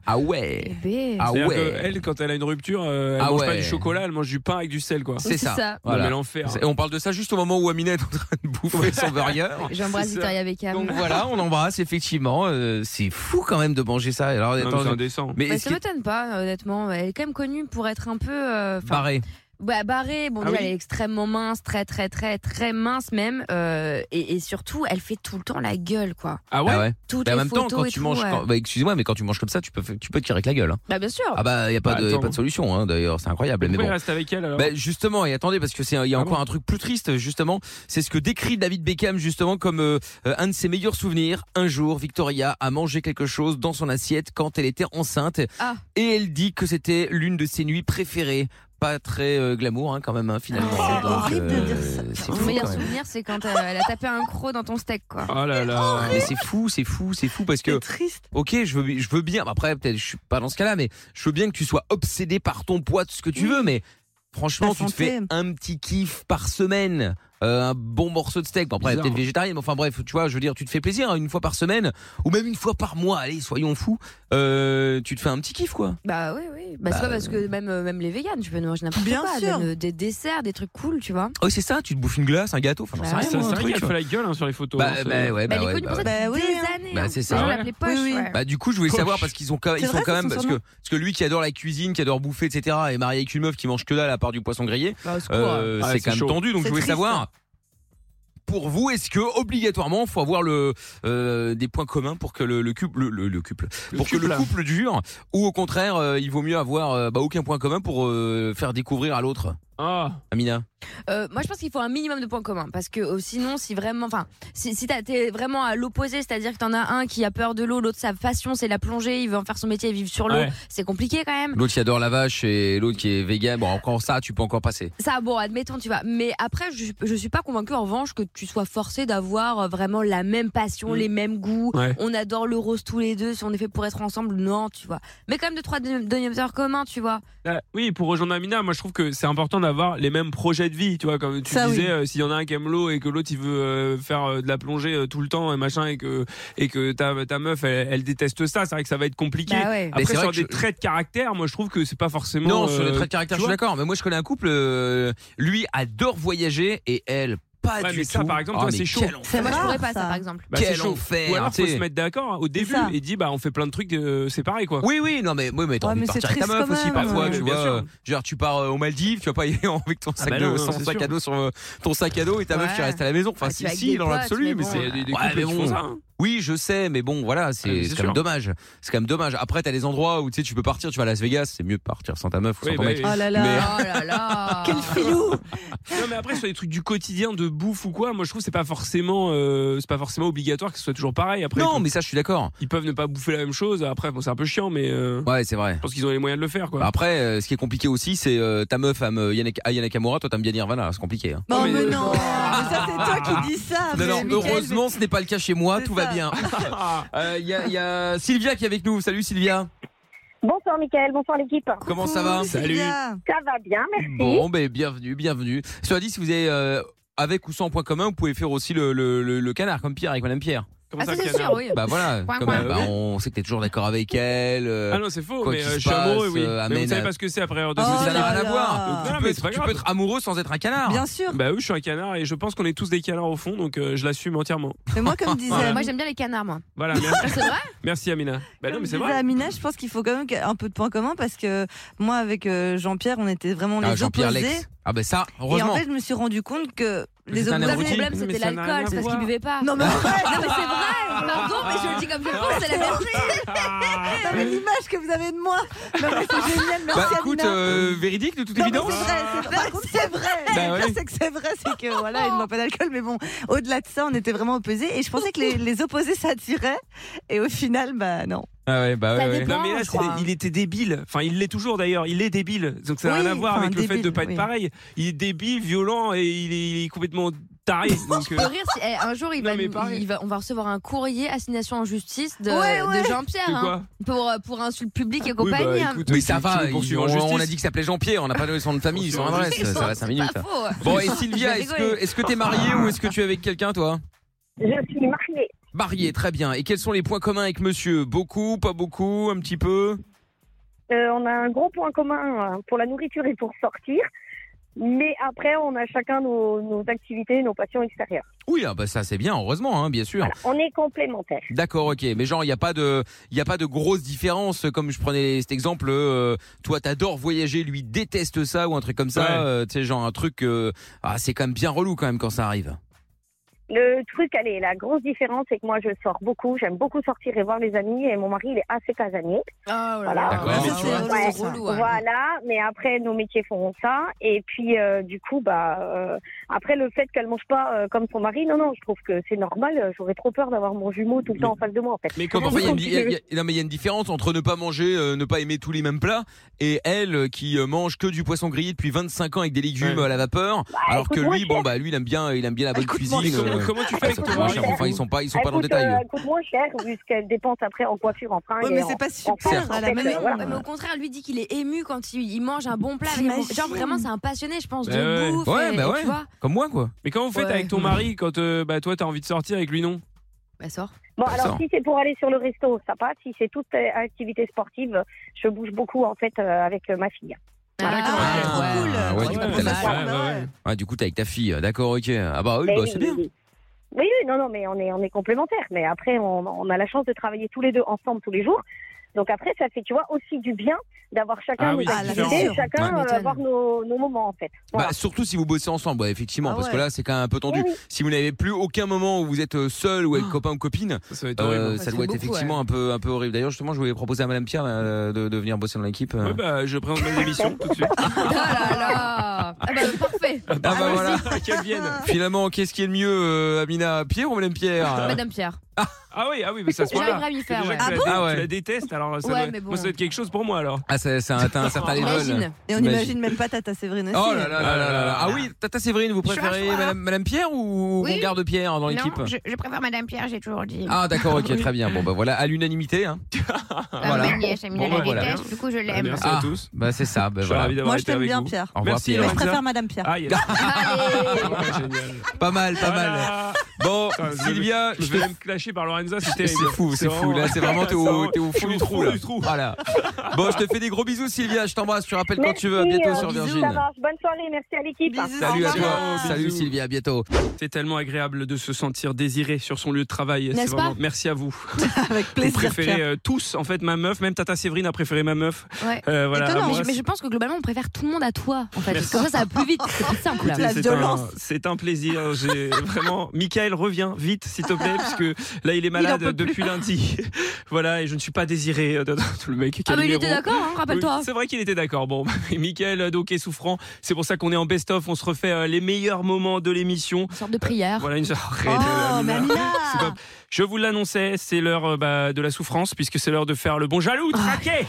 S3: ah ouais.
S5: Bébé.
S3: Ah
S1: c'est-à-dire
S3: ouais.
S1: que Elle, quand elle a une rupture, euh, elle
S3: Ah
S1: mange pas
S3: ouais.
S1: du chocolat, elle mange du pain avec du sel, quoi.
S3: C'est ça.
S1: Voilà.
S3: Voilà.
S1: mais l'enfer.
S3: Et on parle de ça juste au moment où Aminette est en train de bouffer
S1: (laughs)
S3: son burger.
S5: J'embrasse Victoria Beckham.
S3: Donc
S5: (laughs)
S3: voilà, on embrasse effectivement. euh, c'est fou quand même de manger ça. Alors,
S1: mais
S3: attends,
S1: c'est
S3: je-
S1: indécent.
S3: Mais
S5: Bah,
S3: est-ce
S5: ça
S3: qu'il-
S5: m'étonne pas, honnêtement. Elle est quand même connue pour être un peu. euh, 'fin,
S3: Barré.
S5: Bah, barrée, bon,
S3: Ah
S5: déjà,
S3: oui.
S5: elle est extrêmement mince, très, très, très, très mince même. euh, et, et surtout, elle fait tout le temps la gueule, quoi.
S1: Ah
S5: Toutes
S3: Bah, en
S5: les
S3: même temps,
S5: photos
S3: quand
S5: et
S3: tu
S5: tout,
S3: manges,
S5: ouais.
S3: quand- bah, excusez-moi, mais quand tu manges comme ça, tu peux, tu peux te tirer avec la gueule. hein.
S5: Bah, bien sûr.
S3: Ah bah, y a pas
S1: Bah,
S3: de, y a
S1: attends.
S3: pas de solution. hein, D'ailleurs, c'est incroyable. Mais
S1: Pourquoi
S3: bon.
S1: elle reste avec elle alors Ah
S3: Bah, justement, et attendez, parce que c'est, il y a encore un truc plus triste, justement. C'est ce que décrit David Beckham, justement, comme euh, euh, un de ses meilleurs souvenirs. Un jour, Victoria a mangé quelque chose dans son assiette quand elle était enceinte.
S5: Ah.
S3: Et elle dit que c'était l'une de ses nuits préférées. Pas très euh, glamour, hein, quand même, hein, finalement.
S5: Oh,
S3: Donc, euh, c'est
S5: Mon
S3: (laughs) fou,
S5: meilleur
S3: quand même.
S5: souvenir, c'est quand euh, elle a tapé un croc dans ton steak, quoi.
S1: Oh là là.
S3: Mais c'est fou, c'est fou, c'est fou parce que.
S5: triste.
S3: Ok, je veux, je veux bien. bah Après, peut-être, je suis pas dans ce cas-là, mais je veux bien que tu sois obsédé par ton poids, tout ce que tu veux, mais franchement,
S16: La
S3: tu te
S16: santé.
S3: fais un petit kiff par semaine. euh, un bon morceau de steak. Bon, après,
S16: Bizarre.
S1: hein.
S3: peut-être végétarien, mais enfin bref, tu vois, je veux dire, tu te fais plaisir hein, une fois par semaine ou même une fois par mois. Allez, soyons fous. Euh, tu te fais un petit kiff, quoi.
S5: Bah oui, oui. Bah, c'est
S3: Bah,
S5: pas parce que même, euh, même les véganes, tu peux manger n'importe
S3: Bien
S5: quoi.
S3: sûr.
S5: Même, euh, des desserts, des trucs cool, tu vois.
S3: Oh, c'est ça, tu te bouffes une glace, un gâteau. Enfin, j'en sais
S1: Ça,
S3: rien,
S1: c'est
S3: moi, un
S1: vrai
S3: truc.
S1: qu'elle fait la gueule hein, sur les photos.
S3: Bah,
S1: hein,
S3: bah,
S1: c'est-
S3: ouais, bah,
S5: elle est
S3: ouais,
S5: connue pour
S3: bah,
S5: ça
S3: ouais.
S5: depuis
S4: oui,
S5: des
S4: hein.
S5: années.
S3: Bah,
S5: hein.
S3: c'est
S5: Les
S3: ça.
S5: gens
S3: Ah ouais.
S5: l'appelaient Poche, ouais.
S3: Bah du coup, je voulais
S5: Poche.
S3: savoir parce qu'ils ont quand- ils
S5: C'est
S3: sont
S5: vrai,
S3: quand
S5: c'est
S3: même
S5: son
S3: parce
S5: surnom.
S3: que parce que lui qui adore la cuisine, qui adore bouffer, etc. est marié avec une meuf qui mange que dalle à part du poisson grillé.
S16: Bah, au secours.
S3: euh,
S16: Ah,
S3: c'est
S16: c'est
S3: quand même
S16: chaud.
S3: tendu. Donc
S16: C'est
S3: je voulais
S16: triste.
S3: savoir. Pour vous, est-ce que obligatoirement faut avoir le euh, des points communs pour que le, le couple le, le- le couple pour que le couple dure ou au contraire euh, il vaut mieux avoir euh, bah, aucun point commun pour euh, faire découvrir à l'autre. Amina.
S5: Euh, moi, je pense qu'il faut un minimum de points communs parce que euh, sinon, si vraiment, enfin, si, si t'as- t'es vraiment à l'opposé, c'est-à-dire que t'en as un qui a peur de l'eau, l'autre sa passion c'est la plongée, il veut en faire son métier, et vivre sur l'eau,
S3: Ouais.
S5: c'est compliqué quand même.
S3: L'autre qui adore la vache et l'autre qui est vegan. Bon encore ça, tu peux encore passer.
S5: Ça, bon, admettons, tu vois. Mais après, je, je suis pas convaincue, en revanche, que tu sois forcé d'avoir euh, vraiment la même passion, les mêmes goûts.
S3: Ouais.
S5: On adore le rose tous les deux. Si on est fait pour être ensemble, non, tu vois. Mais quand même, deux, trois dé- dénominateurs communs, tu vois.
S1: Ah, oui, pour rejoindre Amina, moi je trouve que c'est important d'avoir les mêmes projets de vie, tu vois, comme tu
S5: Ça, oui.
S1: disais, euh, s'il y en a un qui aime l'eau et que l'autre il veut euh, faire euh, de la plongée euh, tout le temps et machin et que et que ta, ta meuf elle, elle déteste ça, c'est vrai que ça va être compliqué.
S3: Bah ouais. Mais
S1: Après
S3: c'est vrai
S1: sur
S3: que
S1: des
S3: je-
S1: traits de caractère, moi je trouve que c'est pas forcément
S3: Non, sur les
S1: euh,
S3: traits de caractère,
S1: tu
S3: je suis
S1: vois.
S3: d'accord. Mais moi, je connais un couple, euh, lui adore voyager et elle, pas
S1: Ouais,
S3: du
S1: mais
S3: tout.
S1: ça, par exemple,
S3: Ah,
S1: toi,
S3: mais
S1: c'est chaud.
S3: quel enfer.
S5: Moi, je pourrais pas, ça, par exemple.
S1: Bah,
S3: Quel
S1: c'est chaud.
S3: enfer,
S1: Ou alors faut
S3: t'sais.
S1: se mettre d'accord hein, au début
S3: ça.
S1: et dire bah on fait plein de trucs, euh, c'est pareil quoi.
S3: Oui, oui, non mais oui, mais t'as
S1: Ouais,
S3: envie
S1: mais
S3: de
S1: c'est
S3: partir avec ta
S1: triste
S3: meuf
S1: quand
S3: aussi
S1: même.
S3: parfois,
S1: Ouais,
S3: tu
S1: bien
S3: vois.
S1: sûr.
S3: euh, Genre, tu pars euh, aux Maldives, tu vas pas y (laughs) aller avec ton sac
S1: bah
S3: de-
S1: non, non,
S3: sans
S1: c'est
S3: sac
S1: sûr.
S3: à dos sur euh, ton sac à dos et ta meuf qui
S1: Ouais.
S3: reste à la maison. Enfin,
S1: Ah, tu
S3: si,
S1: vas avec
S3: si,
S1: des
S3: dans
S1: potes, mais
S3: l'absolu, mais
S1: bon.
S3: c'est
S1: Il y a des- des
S3: Ouais,
S1: couples
S3: mais
S1: qui font
S3: bon.
S1: ça, hein.
S3: Oui, je sais, mais bon, voilà,
S1: Ah, mais
S3: c'est
S1: c'est
S3: c'est quand même
S1: sûr.
S3: dommage. C'est quand même dommage. Après, t'as les endroits où tu sais, tu peux partir, tu vas à Las Vegas, c'est mieux de partir sans ta meuf ou
S1: Oui,
S3: sans ton
S1: bah
S3: mec.
S1: oui. Oh là là.
S3: Mais-
S1: Oh
S3: (laughs)
S5: là là.
S1: Quel filou Non mais après sur les trucs du quotidien de bouffe ou quoi, moi je trouve que c'est pas forcément euh, c'est pas forcément obligatoire que ce soit toujours pareil après.
S3: Non, mais ça je suis d'accord.
S1: Ils peuvent ne pas bouffer la même chose, après bon c'est un peu chiant mais euh,
S3: Ouais, c'est vrai.
S1: je pense qu'ils ont les moyens de le faire quoi.
S3: Bah Après, euh, ce qui est compliqué aussi, c'est euh, ta meuf aime euh, Yannick, ah, Yannick Amora, toi t'aimes bien Nirvana, c'est compliqué. hein.
S4: Non, mais, non. mais ça, c'est toi qui dis ça.
S3: Non,
S4: Ah bah, mais
S3: non,
S4: Mickaël,
S3: heureusement, ce n'est pas le cas chez moi,
S4: C'est
S3: tout
S4: ça.
S3: va
S4: (laughs)
S3: bien. Euh, Il y, a- il y a Sylvia qui est avec nous. Salut Sylvia.
S17: Bonsoir Mickaël, bonsoir l'équipe.
S3: Comment ça va
S17: Ça va bien, merci.
S3: Bon, ben bienvenue, bienvenue. Cela dit, si vous avez euh, avec ou sans point commun, vous pouvez faire aussi le, le- le- le canard comme Pierre avec Madame Pierre.
S1: Comment
S5: Ah,
S1: ça,
S5: ça, c'est
S1: canard
S5: sûr, oui.
S3: Bah voilà,
S5: Point,
S3: comme,
S5: point.
S3: euh, bah, on sait que t'es toujours d'accord avec elle. euh,
S1: Ah non, c'est faux,
S3: quoi
S1: mais
S3: qu'il
S1: euh,
S3: se
S1: je suis amoureux,
S3: passe,
S1: oui.
S3: euh,
S1: mais
S3: amène
S1: vous savez
S3: à-
S1: pas ce que c'est après heure de
S3: Oh
S1: soucis.
S3: ça n'a rien à voir.
S1: Donc,
S3: Tu
S1: non,
S3: peux
S1: mais
S3: être-
S1: c'est pas
S3: tu
S1: grave.
S3: peux être amoureux sans être un canard. Bien
S4: sûr.
S1: Bah oui, je suis un canard et je pense qu'on est tous des canards au fond, donc euh, je l'assume entièrement.
S4: Mais moi,
S1: (laughs)
S3: (laughs)
S4: comme disait
S1: Voilà.
S5: Moi, j'aime bien les canards, moi. (laughs)
S1: Voilà, merci.
S5: C'est vrai
S1: merci Amina. Bah non, mais
S4: Disait
S1: c'est vrai.
S4: Amina, je pense qu'il faut quand même qu'il y ait un peu de points communs parce que moi, avec euh, Jean-Pierre, on était vraiment
S3: Ah,
S4: les
S3: Jean-Pierre
S4: opposés.
S3: Lex. Ah bah ça,
S4: Et
S3: heureusement.
S4: en fait, je me suis rendu compte que les
S3: c'est un
S4: opposés.
S3: abruti. Le problème,
S5: C'était l'alcool, c'est parce qu'il buvait pas.
S4: Non, mais en fait,
S5: Non, mais c'est vrai Pardon, mais je le dis comme je le pense, c'est la vérité
S4: (laughs) Non, mais l'image que vous avez de moi. Non, mais c'est génial, merci
S3: Bah écoute,
S4: Amina.
S3: euh, véridique de toute
S4: Non, mais
S3: évidence.
S4: c'est vrai, c'est vrai, c'est vrai.
S1: Ben
S3: Bah
S4: Le pire,
S3: oui.
S4: c'est que c'est vrai, c'est que voilà, il ne boit pas d'alcool, mais bon, au-delà de ça, on était vraiment opposés et je pensais que
S1: (laughs)
S4: les, les opposés s'attiraient et au final, bah non.
S3: Ah ouais, bah ouais, ouais.
S1: Non, mais là, c'est- il était débile. Enfin, il l'est toujours d'ailleurs. Il est débile. Donc ça n'a
S4: Oui,
S1: rien à voir
S4: enfin,
S1: avec le fait de
S4: débile,
S1: pas être
S4: oui.
S1: pareil. Il est débile, violent et il est, il est complètement
S5: (laughs)
S1: taré. Donc,
S5: Je
S1: euh,
S5: peux rire si- eh, un jour il
S1: Non,
S5: va,
S1: mais
S5: nous-
S1: pareil.
S5: il va- on va recevoir un courrier assignation en justice de,
S4: Ouais, ouais.
S5: de Jean-Pierre
S1: De
S5: hein.
S1: quoi
S5: pour euh, pour insulte publique et
S1: Oui, bah,
S5: compagnie. hein.
S1: écoute,
S3: Mais
S1: euh,
S3: ça
S1: si- si
S3: va,
S1: vous poursuivez
S3: ils-
S1: en
S3: on, on
S1: justice.
S3: a dit qu'il s'appelait Jean-Pierre, on n'a pas donné son nom de famille, son
S1: Poursuivez en
S3: adresse,
S1: justice,
S3: ça va 5 minutes.
S5: Pas faux.
S3: Bon, et Sylvia,
S5: Je
S3: est-ce
S5: rigole.
S3: que est-ce que t'es mariée ou est-ce que tu es avec quelqu'un, toi
S17: Je suis mariée.
S3: Mariée, très bien. Et quels sont les points communs avec monsieur Beaucoup, pas beaucoup, un petit peu
S17: Euh, on a un gros point commun euh, pour la nourriture et pour sortir. Mais après, on a chacun nos, nos activités, nos passions extérieures.
S3: Oui, ah bah ça c'est bien, heureusement, hein, bien sûr.
S17: On est complémentaires.
S3: D'accord, ok. Mais genre, il n'y a pas de, il y a pas de grosse différence. Comme je prenais cet exemple, euh, toi t'adores voyager, lui déteste ça ou un truc comme ça.
S1: Ouais.
S3: euh, tu sais, genre un truc, euh, ah, c'est quand même bien relou quand même quand ça arrive.
S17: Le truc, allez, la grosse différence, c'est que moi, je sors beaucoup. J'aime beaucoup sortir et voir les amis. Et mon mari, il est assez casanier.
S3: oh
S5: Ah,
S17: voilà.
S3: D'accord.
S5: mais tu vois,
S17: Ouais,
S5: c'est relou, hein.
S17: Voilà, mais après nos métiers font ça et puis euh, du coup bah euh, après le fait qu'elle mange pas euh, comme son mari, non non, je trouve que c'est normal. euh, J'aurais trop peur d'avoir mon jumeau tout le temps en face de moi en fait.
S1: Mais
S3: Comme
S1: comment
S3: enfin, il y a une
S1: vous-
S3: di- il y a- il y a- non, mais il y a une différence entre ne pas manger, euh, ne pas aimer tous les mêmes plats, et elle euh, qui euh, mange que du poisson grillé depuis 25 ans avec des légumes euh,
S1: Ouais.
S3: à la vapeur, alors que
S17: écoute, moi,
S3: lui, bon bah lui, il aime bien, il aime bien la bonne
S1: moi,
S3: cuisine.
S1: comment- comment tu fais avec
S3: ça,
S1: ton
S3: moins
S1: mari
S3: cher. hein, Enfin, ils sont pas, ils sont
S17: Elle
S3: pas dans le
S17: coûte,
S3: détail.
S17: euh, elle coûte moins cher vu ce qu'elle dépense après en coiffure, en fringues.
S4: Ouais,
S17: et
S4: mais
S17: en-
S4: c'est pas super,
S17: en fringues,
S4: à
S17: en
S4: la
S17: fait,
S4: manière
S17: euh, voilà.
S5: Ouais, mais au contraire, lui dit qu'il est ému quand il, il mange un bon plat. avec-
S4: T'imagines
S5: Genre vraiment, c'est un passionné, je pense, de
S1: Bah ouais.
S5: bouffe.
S3: Ouais,
S5: et-
S3: bah
S5: et
S3: ouais.
S5: Tu vois,
S3: Comme moi, quoi.
S1: Mais comment vous faites
S5: Ouais.
S1: avec ton mari quand euh, bah, toi t'as envie de sortir et que lui non
S5: bah sort.
S17: Bon,
S3: Ça
S17: alors
S3: sort.
S17: si c'est pour aller sur le resto, ça passe. Si c'est toute euh, activité sportive, je bouge beaucoup en fait euh, avec euh, ma fille.
S3: Ah,
S4: trop cool.
S3: ouais,
S4: Trop
S3: du
S4: cool,
S3: coup,
S4: ça
S3: t'as
S4: se
S3: la chance.
S4: parle,
S1: Ouais, ouais,
S4: ouais.
S1: ouais.
S3: Ah, du coup, t'es avec ta fille, d'accord, ok. Ah bah oui,
S17: Mais
S3: bah,
S17: oui,
S3: c'est bien.
S17: oui, oui. Oui, oui, non, non, mais on est, on est complémentaires. Mais après, on, on a la chance de travailler tous les deux ensemble tous les jours. Donc après, ça fait, tu vois, aussi du bien d'avoir chacun
S1: Ah
S17: nos
S1: oui, c'est
S17: activités,
S1: différent.
S17: chacun
S5: Ouais,
S17: euh,
S5: m'étonne.
S17: avoir nos, nos moments, en fait. Voilà.
S3: Bah, surtout si vous bossez ensemble, ouais, effectivement,
S4: Ah
S3: parce que
S4: ouais.
S3: là c'est quand même un peu tendu.
S17: Oui, oui.
S3: Si vous n'avez plus aucun moment où vous êtes euh, seul ou avec copain ou copine,
S1: Ça, ça va être
S3: euh,
S1: horrible.
S5: Ouais,
S3: ça
S5: c'est
S3: doit être
S5: beaucoup,
S3: effectivement un peu un peu horrible. D'ailleurs, justement, je voulais proposer à Madame Pierre euh, de, de venir bosser dans l'équipe. euh.
S1: Ouais, bah, je présente mes émissions tout de suite.
S5: Oh là là Ah (laughs) bah parfait
S3: bah, voilà.
S1: Qu'elle vienne.
S3: Finalement, qu'est-ce qui est le mieux, euh, Amina Pierre ou Madame Pierre
S5: (laughs) Madame Pierre.
S1: Ah oui, ah oui, mais ça se voit.
S5: J'arriverai à m'y faire,
S1: Déjà
S5: ouais.
S1: que tu,
S3: Ah
S1: la,
S3: bon
S1: tu la détestes, alors ça,
S5: Ouais,
S1: doit,
S5: mais bon.
S1: moi, ça doit être quelque chose pour moi alors.
S3: Ah, c'est c'est un, t'as un certain level.
S5: Imagine.
S4: Et on imagine même pas Tata Séverine aussi. euh,
S3: Oh là là là là là là. Ah oui, Tata Séverine, vous
S5: Je suis
S3: préférez
S5: un choix.
S3: Madame, Madame Pierre ou
S5: Oui.
S3: mon garde Pierre dans l'équipe
S5: préfère Madame Pierre, j'ai toujours dit.
S3: Ah d'accord, ok,
S5: (laughs)
S3: très bien. Bon bah voilà, à l'unanimité. Hein. voilà.
S5: Ma nièce, Amina,
S3: Bon, bah, voilà.
S5: du coup je
S1: Merci
S3: Ah.
S1: à tous.
S3: Bah c'est ça.
S1: Je
S3: Bah,
S1: suis
S3: voilà.
S1: ravi d'avoir
S4: Moi, je
S1: été
S4: t'aime
S1: avec
S4: bien,
S1: vous.
S4: Pierre.
S3: Au revoir,
S1: Merci,
S3: Pierre.
S4: Mais
S1: Lorenza.
S4: je préfère Madame Pierre.
S1: (laughs) Ah, il y a- Oh, génial.
S3: Pas mal, pas mal.
S1: Voilà.
S3: Bon,
S1: Putain, je vais-
S3: Sylvia,
S1: je vais me clasher par Lorenza, Ah, c'est
S3: C'est
S1: terrible.
S3: fou, c'est fou. Là, c'est vraiment, t'es au, t'es au
S1: Je suis
S3: fond du trou. là.
S1: du trou.
S3: Voilà. Bon, je te fais des gros bisous, Sylvia. Je t'embrasse. Tu rappelles quand tu veux. À
S17: Merci,
S3: bientôt
S17: euh,
S3: sur
S17: bisous,
S3: Virgin.
S17: Ça marche. Bonne soirée, merci à l'équipe.
S4: Bisous.
S3: Salut à
S4: Au
S3: toi.
S4: revoir.
S3: Salut,
S1: Bisous.
S3: Sylvia. À bientôt.
S1: C'est tellement agréable de se sentir désiré sur son lieu de travail.
S5: N'est-ce
S1: C'est vraiment-
S5: pas
S1: Merci
S5: (laughs)
S1: à vous.
S4: Avec
S1: Vous
S4: plaisir.
S1: préférez
S4: Pierre.
S1: euh, tous, en fait, ma meuf, même Tata Séverine a préféré ma meuf.
S5: Ouais.
S1: Euh, voilà,
S5: Étonnant,
S1: à
S5: mais,
S1: moi,
S5: je- mais je pense que globalement on préfère tout le monde à toi en fait. Parce que Comme ça, ça va plus (laughs) vite, c'est plus simple.
S1: Écoutez,
S4: La
S1: c'est
S4: violence.
S1: un- C'est un, plaisir.
S5: (laughs)
S1: J'ai vraiment. Michael, reviens vite, s'il te plaît, parce que là, il est malade
S4: Il en peut plus.
S1: depuis lundi. (laughs) voilà, et je ne suis pas désiré. euh, Le mec,
S5: Ah
S1: quel
S5: mais il
S1: numéro.
S5: était d'accord, hein, rappelle-toi.
S1: Oui, c'est vrai qu'il était d'accord. Bon, (laughs) mais Michael euh, donc est souffrant. C'est pour ça qu'on est en best-of. On se refait euh, les meilleurs moments de l'émission.
S5: Une sorte de prière.
S1: Voilà une Arrête,
S4: Oh,
S1: Amina.
S4: mais Amina.
S1: Ah, C'est pas- Je vous l'annonçais, c'est l'heure euh, bah, de la souffrance, puisque c'est l'heure de faire le bon jaloux,
S4: Ah.
S1: traqué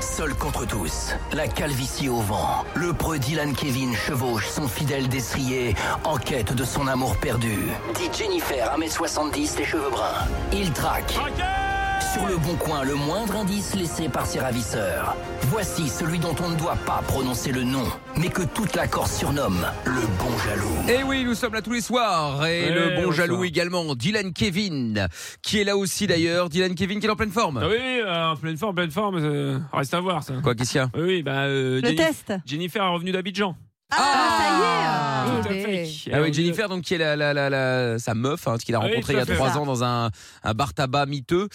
S7: Seul contre tous, la calvitie au vent, le preux Dylan Kevin chevauche son fidèle destrier en quête de son amour perdu. Dit Jennifer à mes 70 les cheveux bruns. Il traque,
S1: Traqué
S16: Sur le bon coin, le moindre indice laissé par ses ravisseurs. Voici celui dont on ne doit pas prononcer le nom, mais que toute la Corse surnomme le bon jaloux.
S3: Et Eh oui, nous sommes là tous les soirs. Et
S16: Ouais,
S3: le bon
S16: bonsoir.
S3: jaloux également, Dylan Kevin, qui est là aussi d'ailleurs. Dylan Kevin qui est en pleine forme.
S1: Ah oui, oui, euh, en pleine forme, pleine forme, euh, reste à voir ça.
S3: Quoi, qu'est-ce qu'il y a
S1: Oui, oui, bah. euh,
S3: Le test.
S1: Jennifer est revenue d'Abidjan.
S4: Ah,
S1: ça y est
S3: Ah oui, Jennifer, donc qui est la, la, la, la- sa meuf, hein, qu'il a
S1: Ah oui,
S3: rencontrée
S1: tout
S3: il y
S1: à
S3: a
S1: fait.
S3: trois
S1: Ça.
S3: ans dans un, un bar tabac miteux,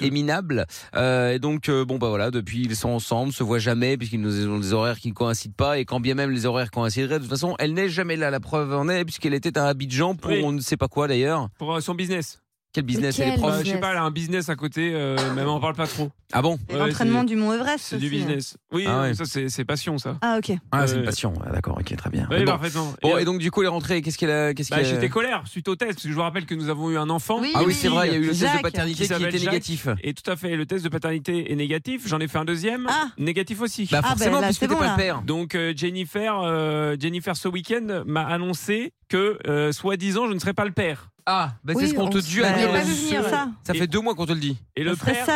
S3: et minable. Euh, et donc euh, bon bah voilà, depuis ils sont ensemble, se voient jamais puisqu'ils nous ont des horaires qui ne coïncident pas et quand bien même les horaires coïncideraient, de toute façon elle n'est jamais là. La preuve en est puisqu'elle était à Abidjan pour
S1: Oui.
S3: on ne sait pas quoi d'ailleurs.
S1: Pour euh, son business.
S3: Quel business elle est
S1: Bah,
S3: prof
S1: Je sais pas, elle a un business à côté, euh, mais elle en parle pas trop.
S3: Ah bon
S4: Et l'entraînement du Mont Everest.
S1: C'est du
S4: aussi. hein.
S1: business. Oui,
S3: Ah
S1: non,
S3: ouais.
S1: mais ça c'est c'est passion ça.
S4: Ah, ok.
S3: Ah c'est
S1: Ouais.
S3: une passion, Ah, d'accord, ok très bien.
S1: Oui,
S3: Mais bon.
S1: parfaitement. euh,
S3: Bon, et donc du coup elle est rentrée, qu'est-ce qu'elle a qu'est-ce
S1: Bah,
S3: qu'elle-
S1: J'étais colère suite au test, parce que je vous rappelle que nous avons eu un enfant.
S3: Oui, Ah oui, oui, c'est vrai, il y a eu le test de Jacques. paternité qui
S1: s'appelle
S3: était
S1: Jacques.
S3: négatif.
S1: Et tout à fait, le test de paternité est négatif. J'en ai fait un deuxième, négatif aussi.
S3: Bah, Ah, forcément, ben là, puisque c'est t'es bon, pas là. le père.
S1: Donc euh, Jennifer, euh, Jennifer ce week-end m'a annoncé que, euh, soi-disant, je ne serais pas le père.
S3: Ah, bah, c'est ce qu'on te dit. à dire. Ça fait deux mois qu'on te le dit.
S1: Et le père,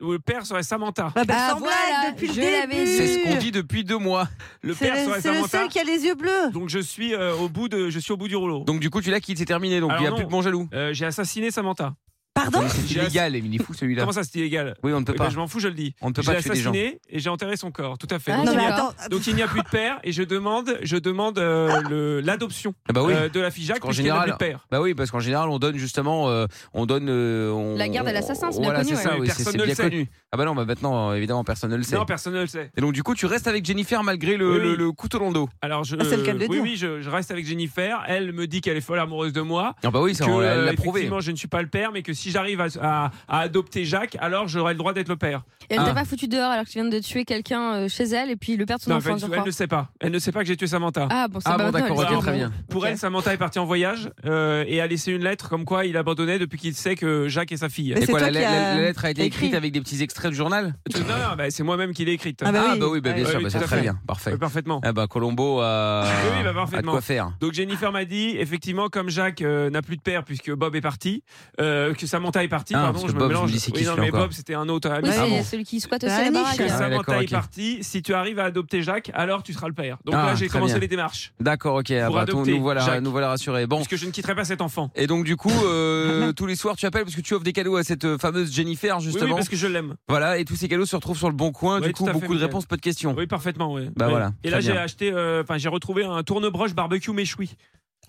S1: le père serait Samantha.
S4: bah, sans blague, depuis le début.
S3: C'est ce qu'on dit depuis deux mois.
S1: Le
S4: C'est
S1: père
S4: le-
S1: serait
S4: c'est le
S1: Samantha.
S4: seul qui a les yeux bleus.
S1: Donc je suis euh, au bout de, je suis au bout du rouleau.
S3: Donc du coup tu l'as quitté, c'est terminé. Donc
S1: Alors
S3: il n'y a
S1: non.
S3: plus de bon jaloux.
S1: Euh, J'ai assassiné Samantha.
S4: Pardon
S3: C'est
S1: J'ai
S3: illégal, il est fou celui-là.
S1: Comment ça, c'est illégal
S3: Oui, on ne peut
S1: Eh
S3: pas.
S1: ben, je m'en fous, je le dis.
S3: On ne peut
S1: Je
S3: pas
S1: l'ai
S3: tuer des gens.
S1: assassiné et j'ai enterré son corps. Tout à fait.
S4: Ah,
S1: donc,
S4: non,
S1: il y
S4: mais
S1: a-
S4: attends.
S1: donc, il n'y a plus de père et je demande, je demande euh, le- l'adoption
S3: Ah bah oui.
S1: euh, de la fille Jacques
S3: Parce qu'en
S1: puisqu'il n'y a
S3: général,
S1: plus de père.
S3: bah oui, parce qu'en général, on donne justement, euh, on donne, euh, on-
S1: La garde à
S3: on-
S1: l'assassin, c'est bien
S3: voilà,
S1: connu,
S3: c'est ça,
S1: ouais.
S3: oui, c'est-
S1: Personne
S3: c'est
S1: ne le
S3: bien
S1: sait.
S3: connu. Ah bah non, bah maintenant, euh, évidemment, personne ne le sait.
S1: Non, personne ne le sait.
S3: Et donc du coup, tu restes avec Jennifer malgré le,
S1: Oui, oui.
S3: le- le couteau dans le dos.
S1: Alors je,
S3: Ah, c'est le cas de le
S1: Euh, oui,
S3: dire.
S1: oui, je, je reste avec Jennifer. Elle me dit qu'elle est folle amoureuse de moi.
S3: Ah bah oui, ça,
S1: que,
S3: on l'a- elle
S1: euh,
S3: l'a prouvé.
S1: Effectivement, je ne suis pas le père, mais que si j'arrive à, à- à adopter Jacques, alors j'aurai le droit d'être le père.
S5: Et elle
S3: Ah.
S5: t'a pas foutu dehors alors que tu viens de tuer quelqu'un euh, chez elle et puis le père de son
S1: Non, en fait,
S5: enfant, je
S1: elle,
S5: crois.
S1: ne sait pas. Elle ne sait pas que j'ai tué Samantha.
S5: Ah, bon, c'est Ah pas bon, maintenant, d'accord, elle ok, sait. très bien.
S1: Pour elle, Samantha est partie en voyage euh, et a laissé une lettre comme quoi il abandonnait depuis qu'il sait que Jacques est sa fille.
S3: Et quoi, la, la- la- la lettre a été écrite avec des petits extraits du journal
S1: Non, non, bah, c'est moi-même qui l'ai écrite.
S3: Ah bah oui. bah, bien sûr, bah, c'est
S1: tout à
S3: très
S1: fait.
S3: bien, parfait.
S1: parfaitement.
S3: Ah bah Colombo a,
S1: Oui, oui, bah,
S3: a de
S1: parfaitement.
S3: quoi faire.
S1: Donc Jennifer m'a dit, effectivement, comme Jacques euh, n'a plus de père puisque Bob est parti, euh, que Samantha est partie,
S3: Ah,
S1: pardon,
S3: parce
S1: je
S3: que
S1: me
S3: Bob, je
S1: mélange.
S3: me dis, c'est qui
S1: Oui, non,
S3: celui-là
S1: mais
S3: encore
S1: Bob, c'était un autre. ami.
S5: Oui, c'est celui qui squatte aussi
S4: Ah,
S5: à la
S4: niche.
S5: baraque.
S1: Que
S3: Ah,
S1: Samantha
S3: d'accord,
S1: est
S3: ok.
S1: partie, si tu arrives à adopter Jacques, alors tu seras le père. Donc
S3: Ah,
S1: là, j'ai
S3: très
S1: commencé
S3: bien.
S1: les démarches.
S3: D'accord, ok. ah
S1: Pour
S3: bah, tout-
S1: adopter
S3: nous voilà,
S1: Jacques.
S3: nous voilà rassurés. Bon.
S1: Parce que je ne quitterai pas cet enfant.
S3: Et donc du coup, euh,
S1: (laughs)
S3: tous les soirs, tu appelles parce que tu offres des cadeaux à cette euh, fameuse Jennifer justement.
S1: Oui, oui, parce que je l'aime.
S3: Voilà, et tous ces cadeaux se retrouvent sur le bon coin.
S1: Oui,
S3: du
S1: tout
S3: coup,
S1: à fait,
S3: beaucoup de
S1: Mickaël.
S3: réponses, peu de questions.
S1: Oui, parfaitement, oui.
S3: Bah
S1: Ouais.
S3: voilà,
S1: Et
S3: très
S1: là, j'ai
S3: bien.
S1: aché, euh, enfin, j'ai retrouvé un tourne-broche barbecue méchoui.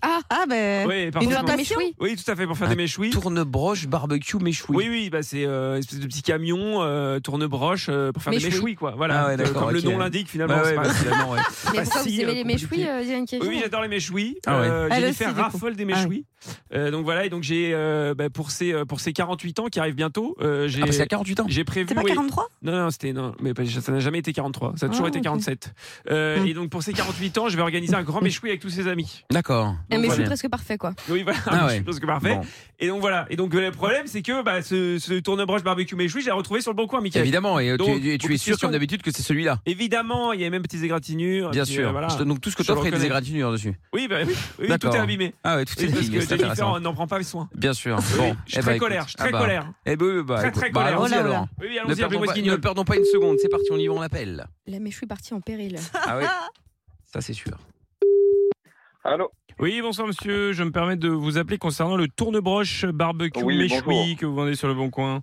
S5: Ah,
S4: ah ben.
S1: Oui,
S4: une
S1: parfaitement.
S4: notation
S1: Oui, tout à fait, pour faire des méchouis.
S3: Tourne-broche barbecue méchoui.
S1: Oui, oui, bah, c'est euh, une espèce de petit camion, euh, tourne-broche, euh, pour faire
S5: Méchoui.
S1: des méchouis, quoi. Voilà,
S3: Ah ouais,
S1: Que-
S3: d'accord,
S1: comme
S3: ok.
S1: le nom l'indique, finalement.
S3: Ouais, ouais,
S1: c'est pas-
S3: bah, finalement, ouais.
S5: Mais
S1: pas
S5: pourquoi
S1: si,
S5: vous aimez
S1: euh,
S5: les
S1: compliqué.
S5: méchouis, euh, Dylan Kevin
S1: Oui, j'adore les méchouis.
S3: Ah ouais.
S1: Euh,
S5: Elle
S1: Jennifer
S5: aussi, du coup. Ah
S1: raffole des méchouis. Euh, donc voilà, et donc j'ai euh, bah, pour ces euh, pour ces 48 ans qui arrivent bientôt, euh, j'ai
S3: Ah, parce qu'il y a 48 ans
S1: J'ai prévu.
S4: pas
S1: oui.
S4: 43
S1: Non, non, c'était non, mais pas- ça n'a jamais été 43. Ça a toujours
S4: Ah,
S1: été
S4: ok.
S1: 47. Euh, Et donc pour ces 48 ans, je vais organiser un grand méchoui avec tous ses amis.
S3: Mmh. D'accord.
S5: Un méchoui
S1: Voilà.
S5: presque parfait, quoi.
S1: Oui, voilà,
S3: Ah
S1: (laughs)
S3: ouais.
S1: je pense que parfait.
S3: Bon.
S1: Et donc voilà. Et donc euh, le problème, c'est que bah, ce, ce tourne-broche barbecue méchoui, j'ai retrouvé sur le bon coin, Michael.
S3: Évidemment, et euh, tu-
S1: Donc,
S3: et tu,
S1: beaucoup
S3: es
S1: de
S3: sûr
S1: questions.
S3: comme d'habitude que c'est celui-là.
S1: Évidemment, il y a même petites égratignures.
S3: Bien
S1: puis,
S3: sûr.
S1: euh, voilà.
S3: Je te- Donc tout ce que
S1: Je
S3: tu offres, il y a des
S1: reconnais.
S3: égratignures dessus.
S1: Oui, bah, oui, oui, tout
S3: D'accord.
S1: est abîmé.
S3: Ah ouais, tout
S1: Oui,
S3: est abîmé,
S1: Parce
S3: c'est
S1: que
S3: intéressant.
S1: Jennifer n'en prend pas soin.
S3: Bien sûr. Bon, bah,
S1: suis très colère, je suis très colère.
S3: Eh ben, oui, bah,
S1: Très,
S3: écoute,
S1: très
S3: bah,
S1: colère.
S3: allons-y
S1: Oh là là.
S3: alors.
S1: Oui, oui, allons-y,
S3: ne, perdons
S1: Brice
S3: pas,
S1: Guignol.
S3: ne perdons pas une seconde. C'est parti, on y va, on appelle.
S5: La méchouille partie en péril.
S3: Ah oui. Ça, c'est sûr.
S1: Allô Oui, bonsoir monsieur. Je me permets de vous appeler concernant le tournebroche barbecue
S15: Oui,
S1: méchoui
S15: bonjour.
S1: que vous vendez sur le Bon Coin.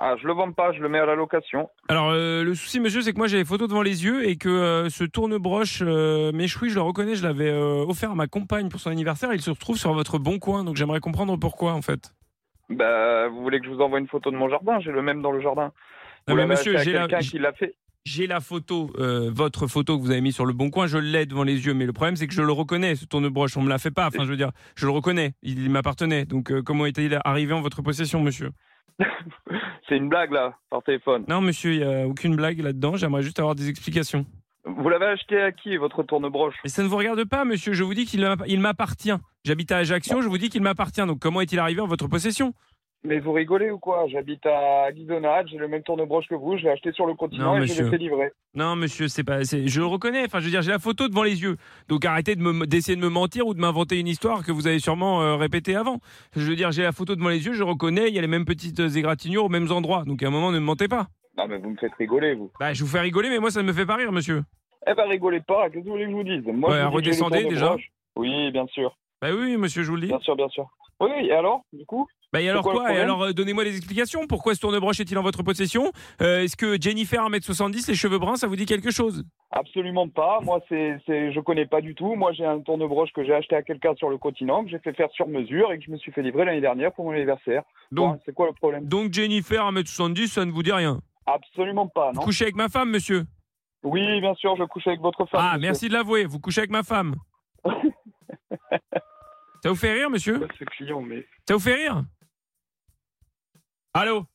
S15: Ah, je le vends pas, je le mets à la location.
S1: Alors, euh, le souci, monsieur, c'est que moi j'ai les photos devant les yeux et que euh, ce tournebroche euh, méchoui, je le reconnais, je l'avais euh, offert à ma compagne pour son anniversaire. Il se retrouve sur votre Bon Coin, donc j'aimerais comprendre pourquoi en fait.
S15: Bah, vous voulez que je vous envoie une photo de mon jardin J'ai le même dans le jardin.
S1: Non,
S15: Vous
S1: mais
S15: l'avez
S1: monsieur,
S15: acheté à
S1: j'ai la-
S15: quelqu'un qui l'a fait. (laughs)
S1: J'ai la photo, euh, votre photo que vous avez mis sur le bon coin, je l'ai devant les yeux, mais le problème c'est que je le reconnais, ce tournebroche, on me l'a fait pas, enfin je veux dire, je le reconnais, il, il m'appartenait, donc euh, comment est-il arrivé en votre possession monsieur
S15: C'est une blague là, par téléphone.
S1: Non monsieur, il n'y a aucune blague là-dedans, j'aimerais juste avoir des explications.
S15: Vous l'avez acheté à qui votre tournebroche
S1: Mais ça ne vous regarde pas monsieur, je vous dis qu'il m'a- il m'appartient. J'habite à Ajaccio, je vous dis qu'il m'appartient, donc comment est-il arrivé en votre possession
S15: Mais vous rigolez ou quoi J'habite à Guidonade, j'ai le même tournebroche que vous, je l'ai acheté sur le
S1: Non,
S15: continent et je l'ai
S1: monsieur.
S15: fait livrer.
S1: Non, monsieur, c'est pas. c'est- Je le reconnais. Enfin, je veux dire, j'ai la photo devant les yeux. Donc, arrêtez de me- d'essayer de me mentir ou de m'inventer une histoire que vous avez sûrement euh, répétée avant. Je veux dire, j'ai la photo devant les yeux. Je reconnais. Il y a les mêmes petites euh, égratignures aux mêmes endroits. Donc, à un moment, ne me mentez pas.
S15: Non, mais vous me faites rigoler, vous.
S1: Bah, je vous fais rigoler, mais moi, ça ne me fait pas rire, monsieur.
S15: Eh ben, rigolez pas, qu'est-ce que vous voulez que je vous dise Moi,
S1: Ouais,
S15: je vous dis que j'ai le
S1: redescendez, déjà.
S15: tournebroche. Oui, bien sûr.
S1: Bah oui, monsieur, je vous le dis.
S15: Bien sûr, bien sûr. Oui, oui, et alors, du coup
S1: Bah et
S15: C'est
S1: alors
S15: quoi le
S1: quoi, Et
S15: problème
S1: alors euh, donnez-moi des explications. Pourquoi ce tournebroche est-il en votre possession Euh, Est-ce que Jennifer 1m70, les cheveux bruns, ça vous dit quelque chose
S15: Absolument pas. Moi, c'est, c'est, je connais pas du tout. Moi, j'ai un tournebroche que j'ai acheté à quelqu'un sur le continent, que j'ai fait faire sur mesure et que je me suis fait livrer l'année dernière pour mon anniversaire.
S1: Donc-
S15: Bon, c'est quoi le problème
S1: Donc Jennifer 1m70, ça ne vous dit rien
S15: Absolument pas, non
S1: Vous couchez avec ma femme, monsieur
S15: Oui, bien sûr, je couche avec votre femme.
S1: Ah,
S15: monsieur.
S1: merci de l'avouer, vous couchez avec ma
S15: (laughs)
S1: femme. ça vous fait rire, monsieur
S15: Ce client, mais.
S1: Ça vous fait rire Allô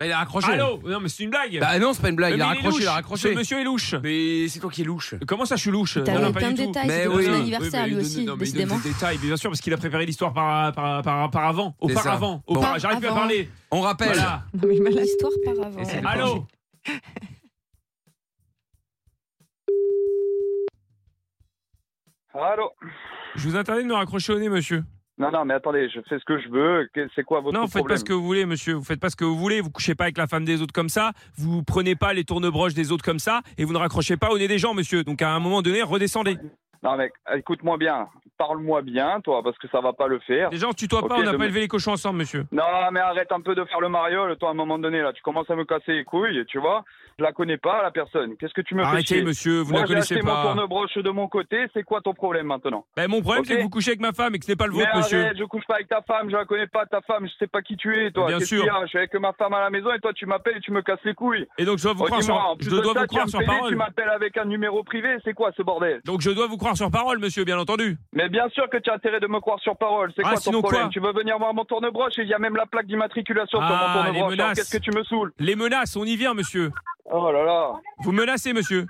S1: Bah,
S3: Il a raccroché.
S1: Allô Non, mais c'est une blague
S3: Bah non, c'est pas une blague,
S1: Mais
S3: il a
S1: est
S3: raccroché, il a
S1: louche.
S3: raccroché.
S1: Ce monsieur est louche.
S3: Mais c'est toi qui es louche.
S1: Comment ça, je suis louche
S3: T'avais
S1: Non, non, pas
S5: plein
S1: du
S5: de
S1: tout.
S5: détails, Mais c'était oui. son anniversaire,
S1: mais il
S5: lui
S1: donne-
S5: aussi,
S1: non, mais il donne
S5: décidément.
S1: des détails, bien sûr, parce qu'il a préparé l'histoire par, par, par, par avant.
S3: C'est ça.
S1: Auparavant.
S3: Bon.
S1: Auparavant. J'arrive plus à
S5: Avant.
S1: parler.
S3: On rappelle.
S1: Voilà.
S5: L'histoire par avant.
S1: Allô
S15: Allô
S1: Je vous interdis de me raccrocher au nez, monsieur.
S15: Non, non, mais attendez, je fais ce que je veux. Que- C'est quoi votre
S1: Non, faites
S15: problème
S1: pas ce que vous voulez, monsieur. Vous faites pas ce que vous voulez. Vous couchez pas avec la femme des autres comme ça. Vous prenez pas les tournebroches des autres comme ça. Et vous ne raccrochez pas au nez des gens, monsieur. Donc à un moment donné, redescendez.
S15: Non, mec, écoute-moi bien. Parle-moi bien, toi, parce que ça va pas le faire.
S1: Déjà, on se tutoie pas.
S15: Ok,
S1: on n'a
S15: demain-
S1: pas élevé les cochons ensemble, monsieur.
S15: Non, mais arrête un peu de faire le mariole, toi, à un moment donné, là. Tu commences à me casser les couilles, tu vois. Je la connais pas, la personne. Qu'est-ce que tu me fais
S1: Arrêtez,
S15: chier
S1: monsieur, vous
S15: Moi,
S1: ne la connaissez
S15: j'ai acheté
S1: pas.
S15: mon tournebroche de mon côté, c'est quoi ton problème maintenant
S1: Ben, mon problème,
S15: Ok.
S1: c'est que vous couchez avec ma femme et que ce n'est pas le
S15: mais
S1: vôtre, monsieur.
S15: arrête, je couche pas avec ta femme, je la connais pas, ta femme, je sais pas qui tu es, toi.
S1: Bien
S15: Qu'est-ce
S1: sûr.
S15: qu'il y a Je suis avec ma femme à la maison et toi, tu m'appelles et tu me casses les couilles.
S1: Et donc, je dois vous
S15: Oh,
S1: croire
S15: dis-moi,
S1: sur-
S15: en plus
S1: je
S15: de
S1: dois
S15: ça,
S1: vous
S15: tu
S1: croire
S15: vas me
S1: sur
S15: payer,
S1: parole.
S15: Tu m'appelles avec un numéro privé, c'est quoi ce bordel
S1: Donc je dois vous croire sur parole, monsieur, bien entendu.
S15: Mais bien sûr que tu as intérêt de me croire sur parole. C'est
S1: Ah,
S15: quoi ton
S1: sinon
S15: problème
S1: quoi
S15: Tu veux venir voir mon tournebroche et il y a même la plaque d'immatriculation sur
S1: Ah,
S15: mon
S1: les
S15: tournebroche. Alors,
S1: menaces.
S15: Qu'est-ce que tu me saoules
S1: Les menaces, on y vient, monsieur.
S15: Oh là là.
S1: Vous menacez, monsieur.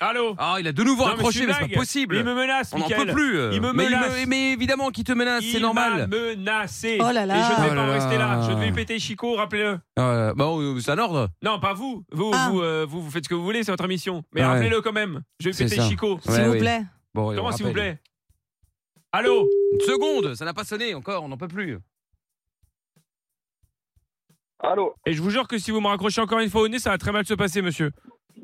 S1: Allô
S3: Ah, il a de nouveau
S1: Non, mais
S3: raccroché,
S1: c'est
S3: mais, c'est
S1: blague.
S3: pas possible.
S1: Il me menace,
S3: On n'en
S1: Mickaël.
S3: peut plus. euh.
S1: Il me
S3: mais,
S1: menace.
S3: me- mais évidemment qu'il te menace, c'est
S1: Il
S3: normal.
S1: m'a menacé.
S4: Oh là là.
S1: Et je ne vais
S3: Oh
S1: pas en
S3: là
S1: rester là.
S3: là.
S1: Je vais péter Chico, rappelez-le.
S3: Euh, bah, oh, c'est un ordre.
S1: Non, pas vous. Vous,
S3: Ah.
S1: vous, euh, vous, vous faites ce que vous voulez, c'est votre émission. Mais
S3: Ouais.
S1: rappelez-le quand même. Je vais
S3: C'est
S1: péter
S3: ça.
S1: Chico.
S3: S'il Ouais, vous oui.
S4: plaît.
S3: Bon, allez, on
S1: Comment, s'il vous
S3: rappelle.
S1: plaît Oh. Allô
S3: Une seconde, ça n'a pas sonné encore, on n'en peut plus.
S15: Allô
S1: Et je vous jure que si vous me raccrochez encore une fois au nez, ça va très mal se passer, monsieur.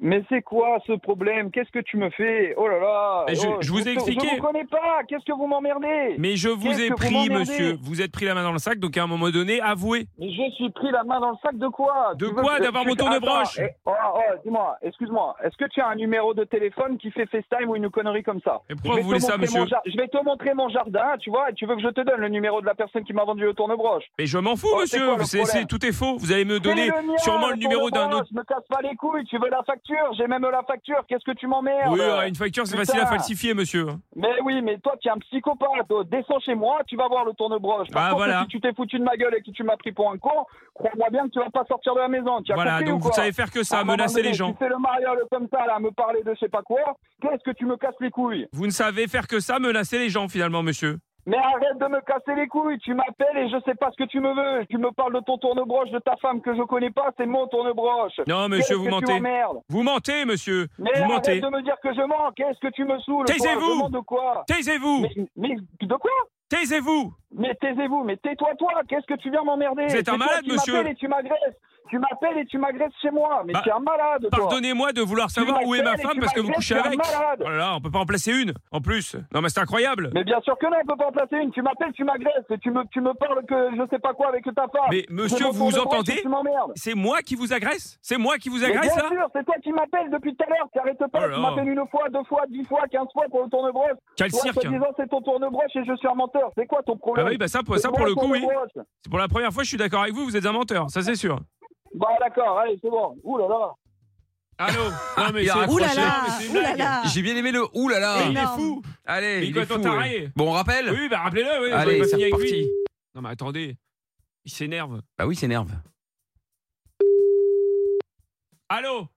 S15: Mais c'est quoi ce problème Qu'est-ce que tu me fais Oh là là
S1: Mais je-
S15: Oh,
S1: je vous ai expliqué.
S15: Je vous connais pas Qu'est-ce que vous m'emmerdez
S1: Mais je vous
S15: Qu'est-ce
S1: ai
S15: que vous
S1: pris,
S15: m'emmerdez
S1: monsieur. Vous êtes pris la main dans le sac, donc à un moment donné, avouez.
S15: Mais je suis pris la main dans le sac de quoi
S1: De
S15: Tu veux
S1: quoi
S15: que-
S1: D'avoir
S15: tu-
S1: mon tournebroche
S15: Attends, eh, oh, oh, Dis-moi, excuse-moi, est-ce que tu as un numéro de téléphone qui fait FaceTime ou une connerie comme ça
S1: Mais pourquoi
S15: Je vais
S1: vous
S15: te
S1: voulez ça,
S15: montrer
S1: monsieur
S15: mon jar- Je vais te montrer mon jardin, tu vois, et tu veux que je te donne le numéro de la personne qui m'a vendu le tournebroche
S1: Mais je m'en fous,
S15: Oh, c'est
S1: monsieur.
S15: quoi le
S1: C'est- c'est-
S15: problème
S1: tout est faux. Vous allez me
S15: C'est
S1: donner
S15: le mien,
S1: sûrement le numéro d'un
S15: tournebroche,
S1: autre.
S15: Je me casse pas les couilles, tu veux la facture J'ai même la facture, qu'est-ce que tu m'emmerdes
S1: Oui, euh, une facture, c'est facile à
S15: Putain.
S1: falsifier, monsieur.
S15: Mais oui, mais toi, tu es un psychopathe. Oh, Descends chez moi, tu vas voir le tournebroche. Par
S1: Ah,
S15: contre,
S1: voilà.
S15: si tu t'es foutu de ma gueule et que tu m'as pris pour un con, crois-moi bien que tu vas pas sortir de la maison. Tu as
S1: Voilà,
S15: compris
S1: donc
S15: ou
S1: vous
S15: quoi
S1: savez faire que ça,
S15: À un moment
S1: menacer
S15: donné,
S1: les gens.
S15: Tu fais le mariole comme ça, là, à me parler de je sais pas quoi. Qu'est-ce que tu me casses les couilles
S1: Vous ne savez faire que ça, menacer les gens, finalement, monsieur.
S15: Mais arrête de me casser les couilles. Tu m'appelles et je sais pas ce que tu me veux. Tu me parles de ton tournebroche, de ta femme que je connais pas. C'est mon tournebroche.
S1: Non,
S15: Qu'est-ce
S1: monsieur, vous
S15: que tu
S1: mentez.
S15: m'emmerdes
S1: Vous mentez, monsieur.
S15: Mais
S1: vous
S15: arrête
S1: mentez.
S15: de me dire que je mens. Qu'est-ce que tu me saoules toi
S1: Taisez-vous.
S15: Demande de quoi
S1: Taisez-vous.
S15: mais, mais de quoi
S1: Taisez-vous.
S15: Mais taisez-vous, mais tais-toi toi, qu'est-ce que tu viens m'emmerder
S1: Vous êtes un
S15: C'est toi
S1: malade,
S15: qui
S1: monsieur.
S15: m'appelles et tu m'agresses. Tu m'appelles et tu m'agresses chez moi, mais
S1: Bah,
S15: tu es un malade toi.
S1: Pardonnez-moi de vouloir savoir où est ma
S15: m'appelles et
S1: femme
S15: tu
S1: parce que vous
S15: m'appelles,
S1: couchez
S15: tu es un
S1: avec.
S15: malade.
S1: Oh là là, on peut pas en placer une, en plus. Non, mais c'est incroyable.
S15: Mais bien sûr que non, on peut pas en placer une. Tu m'appelles, tu m'agresses et tu me, tu me parles que je sais pas quoi avec ta femme.
S1: Mais monsieur,
S15: Je
S1: vous vous
S15: m'entends de branche et
S1: entendez
S15: Tu m'emmerdes.
S1: C'est moi qui vous agresse C'est moi qui vous
S15: Mais
S1: agresse,
S15: bien
S1: là
S15: sûr, c'est toi qui m'appelles depuis tout à l'heure. Tu arrêtes pas,
S1: Oh là.
S15: tu m'appelles une fois, deux fois, dix fois, quinze fois pour le tournebroche.
S1: Quel
S15: toi,
S1: cirque.
S15: disant c'est ton tournebroche et je suis un menteur. C'est quoi ton problème
S1: Ah oui, bah ça, pour-
S15: C'est
S1: ça,
S15: moi
S1: pour le coup, oui.
S15: tournebroche.
S1: C'est pour la première fois, je suis d'accord avec vous, vous êtes un menteur, ça c'est sûr.
S15: Bah d'accord, allez, c'est bon. Ouh là là.
S1: Allô Non, mais
S3: Il a
S1: c'est
S3: raccroché.
S1: Non,
S4: Ah,
S1: mais c'est une blague.
S3: Ah. J'ai bien aimé le oulala.
S1: Mais il est
S4: Énorme.
S1: fou
S3: Allez,
S1: Mais
S3: il
S1: quoi,
S3: est fou,
S1: ton
S3: ouais.
S1: taré
S3: Bon, on rappelle
S1: Oui, bah rappelez-le, oui. on
S3: Allez,
S1: va
S3: c'est
S1: finir avec lui.
S3: reparti.
S1: Non, mais attendez, il s'énerve.
S3: Bah oui, il s'énerve.
S1: Allô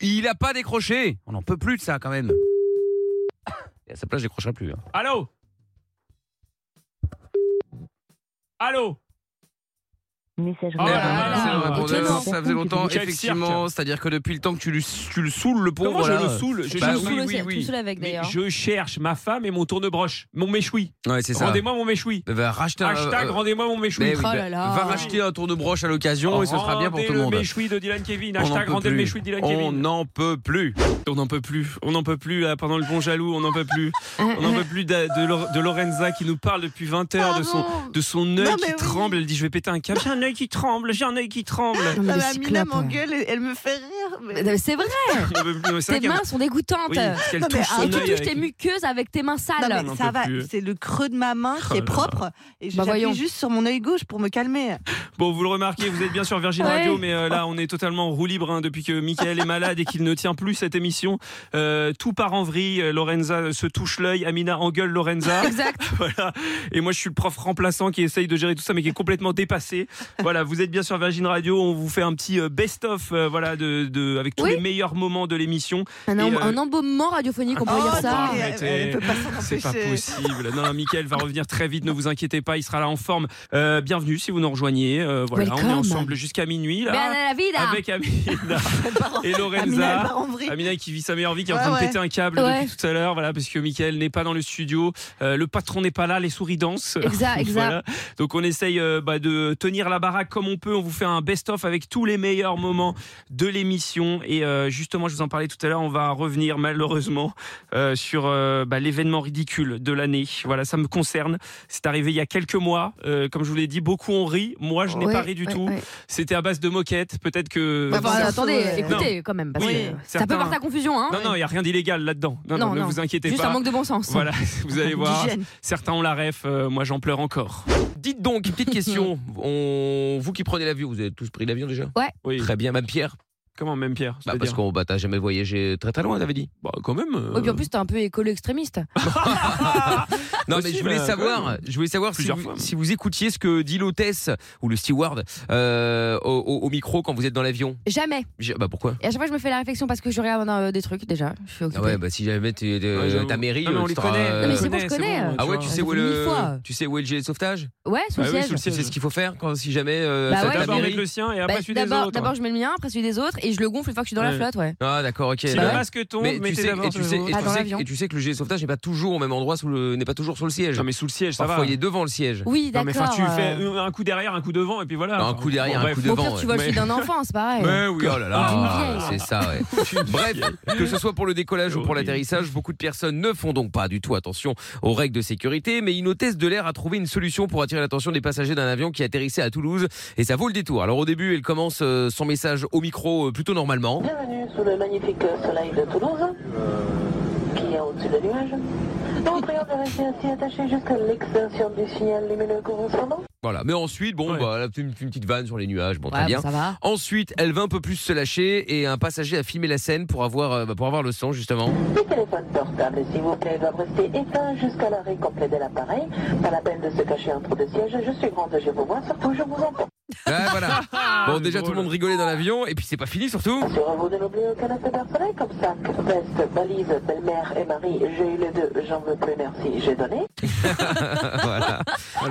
S3: Il a pas décroché. On n'en peut plus de ça quand même. Et à sa place, je décrocherai plus. hein.
S1: Allô Allô
S18: Messagerie.
S1: Oh
S3: Eh ben voilà, c'est un répondeur,
S1: Étonnant.
S3: ça faisait longtemps,
S1: Quel
S3: effectivement. C'est-à-dire que depuis le temps que tu, lui- tu le saoules, le pauvre.
S1: Comment je
S3: voilà.
S1: le saoule Je
S3: Bah
S1: le
S3: oui,
S1: saoule
S3: oui,
S1: aussi,
S3: oui.
S1: tout
S5: seul avec,
S1: Mais
S5: d'ailleurs.
S1: Je cherche ma femme et mon tournebroche, mon méchoui.
S3: Ouais, c'est ça.
S1: Rendez-moi mon méchoui.
S3: Va racheter un-
S1: Hashtag
S3: euh,
S1: rendez-moi mon méchoui. Oh
S3: Mais oui, bah, Va racheter un tour de broche à l'occasion et ce sera bien pour
S1: Rendez
S3: tout le monde.
S1: le méchoui de Dylan Kevin.
S3: On n'en
S1: Hashtag
S3: peut
S1: rendez le
S3: plus.
S1: méchoui de Dylan
S3: On
S1: Kevin. n'en peut plus. On n'en peut plus. On n'en peut plus. là, pendant le bon jaloux, on n'en peut plus. on n'en peut plus de, de Lo- de Lorenza qui nous parle depuis 20 heures de son, de son œil
S4: Non,
S1: qui
S4: mais oui.
S1: tremble. Elle dit Je vais péter un (laughs) câble. J'ai un œil qui tremble. J'ai un œil qui tremble.
S4: Ah, bah, Mina
S5: hein.
S4: m'engueule et elle me fait rire. mais-
S5: Mais C'est vrai.
S1: On peut plus, mais c'est
S5: Tes
S1: vrai qu'elle-
S5: mains sont dégoûtantes.
S1: Oui, parce qu'elle
S5: Non, mais
S1: touche
S4: ah,
S1: son
S5: et tu
S1: œil
S5: touches
S1: avec-
S5: tes muqueuses avec tes mains sales.
S4: Non, mais ça va, c'est le creux de ma main
S1: Oh
S4: qui est propre. Et je
S5: Bah, voyons.
S4: j'appuie juste sur mon œil gauche pour me calmer.
S1: Bon, vous le remarquez, vous êtes bien sur Virgin
S4: Ouais.
S1: Radio, mais euh, là, on est totalement en roue libre hein, depuis que Michael est malade et qu'il ne tient plus cette émission. Euh, tout part en vrille. euh, Lorenza se touche l'œil, Amina engueule Lorenza.
S5: (laughs) Exact.
S1: (laughs) voilà. Et moi, je suis le prof remplaçant qui essaye de gérer tout ça, mais qui est complètement dépassé. Voilà, vous êtes bien sur Virgin Radio. On vous fait un petit euh, best-of, euh, voilà, de, de- avec tous
S5: Oui. Ah
S1: les meilleurs moments de l'émission.
S5: Un,
S1: Et,
S5: em-
S1: euh,
S5: un embaumement radiophonique, on peut dire ça.
S1: Arrêtez. C'est pas possible. Non, Mickaël va revenir très vite, ne vous inquiétez pas, il sera là en forme. Euh, bienvenue si vous nous rejoignez. Euh, voilà, on est
S5: Welcome. Ben,
S1: ensemble jusqu'à minuit. Là,
S5: Bien à la vida.
S1: Avec Amina et Lorenza.
S5: Amina, elle part en vrille.
S1: Amina qui vit sa meilleure vie, qui est
S5: Ouais,
S1: en train
S5: ouais.
S1: de péter un câble
S5: Ouais.
S1: depuis tout à l'heure, voilà, parce que Mickaël n'est pas dans le studio, Euh, le patron n'est pas là, les souris dansent. (laughs)
S5: Exact, exact.
S1: Voilà. Donc on essaye euh, bah, de tenir la baraque comme on peut. On vous fait un best-of avec tous les meilleurs moments de l'émission. Et euh, justement, je vous en parlais tout à l'heure, on va revenir malheureusement euh, sur euh, bah, l'événement ridicule de l'année. Voilà, ça me concerne. C'est arrivé il y a quelques mois. Euh, comme je vous l'ai dit, beaucoup ont ri. Moi, je n'ai
S5: Ouais,
S1: pas ri du
S5: ouais,
S1: tout.
S5: ouais.
S1: C'était à base de moquettes. Peut-être que...
S5: Bah, bah, attendez,
S1: Non.
S5: écoutez quand même, parce
S1: Oui,
S5: que ça
S1: certains-
S5: peut voir ta confusion. Hein.
S1: Non, non, il n'y a rien d'illégal là-dedans. Non, non,
S5: Non,
S1: ne
S5: non.
S1: vous inquiétez
S5: Juste
S1: pas.
S5: un manque de bon sens. (laughs)
S1: Voilà, vous allez voir.
S5: D'hygiène.
S1: Certains ont la ref, euh, moi j'en pleure encore.
S3: Dites donc, une petite (laughs) question. On... Vous qui prenez l'avion, vous avez tous pris l'avion déjà
S5: Ouais.
S3: Très bien, même Pierre
S1: Comment, même Pierre
S3: bah, Parce
S1: C'est-à-dire
S3: qu'on bah, t'as jamais voyagé très très loin, t'avais dit
S1: Bah, quand même.
S5: Et puis en plus, t'es un peu écolo-extrémiste.
S3: Non, mais
S5: Possible,
S3: je voulais
S5: euh, quand
S3: savoir,
S5: même.
S3: je voulais savoir si
S5: Plusieurs
S3: vous,
S5: fois.
S3: si vous écoutiez ce que dit l'hôtesse ou le steward euh, au, au- au micro quand vous êtes dans l'avion.
S5: Jamais.
S3: Je- Bah pourquoi
S5: Et à chaque fois, je me fais la réflexion parce que je regarde euh, des trucs déjà. Je suis
S3: ah
S5: occupée.
S3: ouais, bah si jamais tu euh,
S1: Ouais, j'avoue.
S3: ta mairie,
S1: Non, mais on
S3: tu
S1: les
S3: seras,
S1: connaît.
S3: euh,
S5: Non, mais c'est bon, je connais. euh,
S3: Ah ouais,
S5: vois.
S3: tu
S5: Ça
S3: sais
S5: fait
S3: où est
S5: mille
S3: le,
S5: fois.
S3: tu sais où est le gilet de sauvetage
S5: Ouais, sous le
S3: Ah oui,
S5: siège.
S3: sous le siège. C'est ce qu'il faut faire quand si jamais euh,
S5: Bah
S3: ça
S5: ouais,
S3: t'a
S5: D'abord
S3: mairie.
S5: avec le
S1: sien et
S5: Bah, d'abord, d'abord, je mets le mien, après celui des autres, et je le gonfle une fois que je suis dans la
S3: Ouais.
S5: flotte, ouais.
S3: Ah d'accord, ok.
S1: Si le
S3: Bah ouais.
S1: masque tombe,
S3: mais tu
S1: mettez
S3: sais,
S1: d'abord
S3: et tu
S1: sur-
S3: sais, et tu
S1: Ah, dans
S3: sais-
S1: l'avion.
S3: et tu sais que le gilet de sauvetage n'est pas toujours au même endroit, sous le- n'est pas toujours sur le siège. Non
S1: Ah, mais sous le siège, ça
S3: Parfois,
S1: va.
S3: il est devant le siège.
S5: Oui,
S1: Non, mais enfin,
S5: d'accord.
S1: tu fais
S5: euh,
S1: un coup derrière, un coup devant, et puis voilà.
S3: Un coup derrière, un coup
S5: Au
S3: devant.
S5: pire, tu vois le
S3: ouais.
S5: fil d'un enfant, c'est pareil.
S3: Mais oui, oh là
S5: D'une
S3: là,
S1: Ah.
S5: vieille.
S3: c'est ça.
S1: (laughs)
S3: ouais. Bref, que ce soit pour le décollage ou pour l'atterrissage, beaucoup de personnes ne font donc pas du tout attention aux règles de sécurité. Mais une hôtesse de l'air a trouvé une solution pour attirer l'attention des passagers d'un avion qui atterrissait à Toulouse et ça vaut le détour. Alors au début, elle commence euh, son message au micro euh, plutôt normalement.
S12: Bienvenue sous le magnifique soleil de Toulouse, qui est au-dessus des nuages. Nous vous prions de rester ainsi attachés jusqu'à l'extinction du signal lumineux correspondant.
S3: Voilà, mais ensuite, bon, bah, elle a fait une, une petite vanne sur les nuages, bon, très
S12: Ouais,
S3: bien.
S12: bah, ça va.
S3: Ensuite, elle va un peu plus se lâcher et un passager a filmé la scène pour avoir, euh, bah, pour avoir le
S12: (laughs)
S3: son justement.
S12: Les téléphones portables, s'il vous plaît, doivent rester éteints jusqu'à l'arrêt complet de l'appareil. Pas la peine de se cacher entre deux sièges, je suis grande, je vous vois, surtout je vous entends.
S3: Ah, voilà. Bon, déjà tout le monde rigolait dans l'avion et puis c'est pas
S12: (laughs)
S3: fini surtout. (laughs)
S12: Assurez-vous de n'oublier aucun aspect personnel comme sac, veste, valise, belle-mère et mari. J'ai eu les deux, j'en veux plus, merci, j'ai donné.
S3: voilà.
S12: Ah,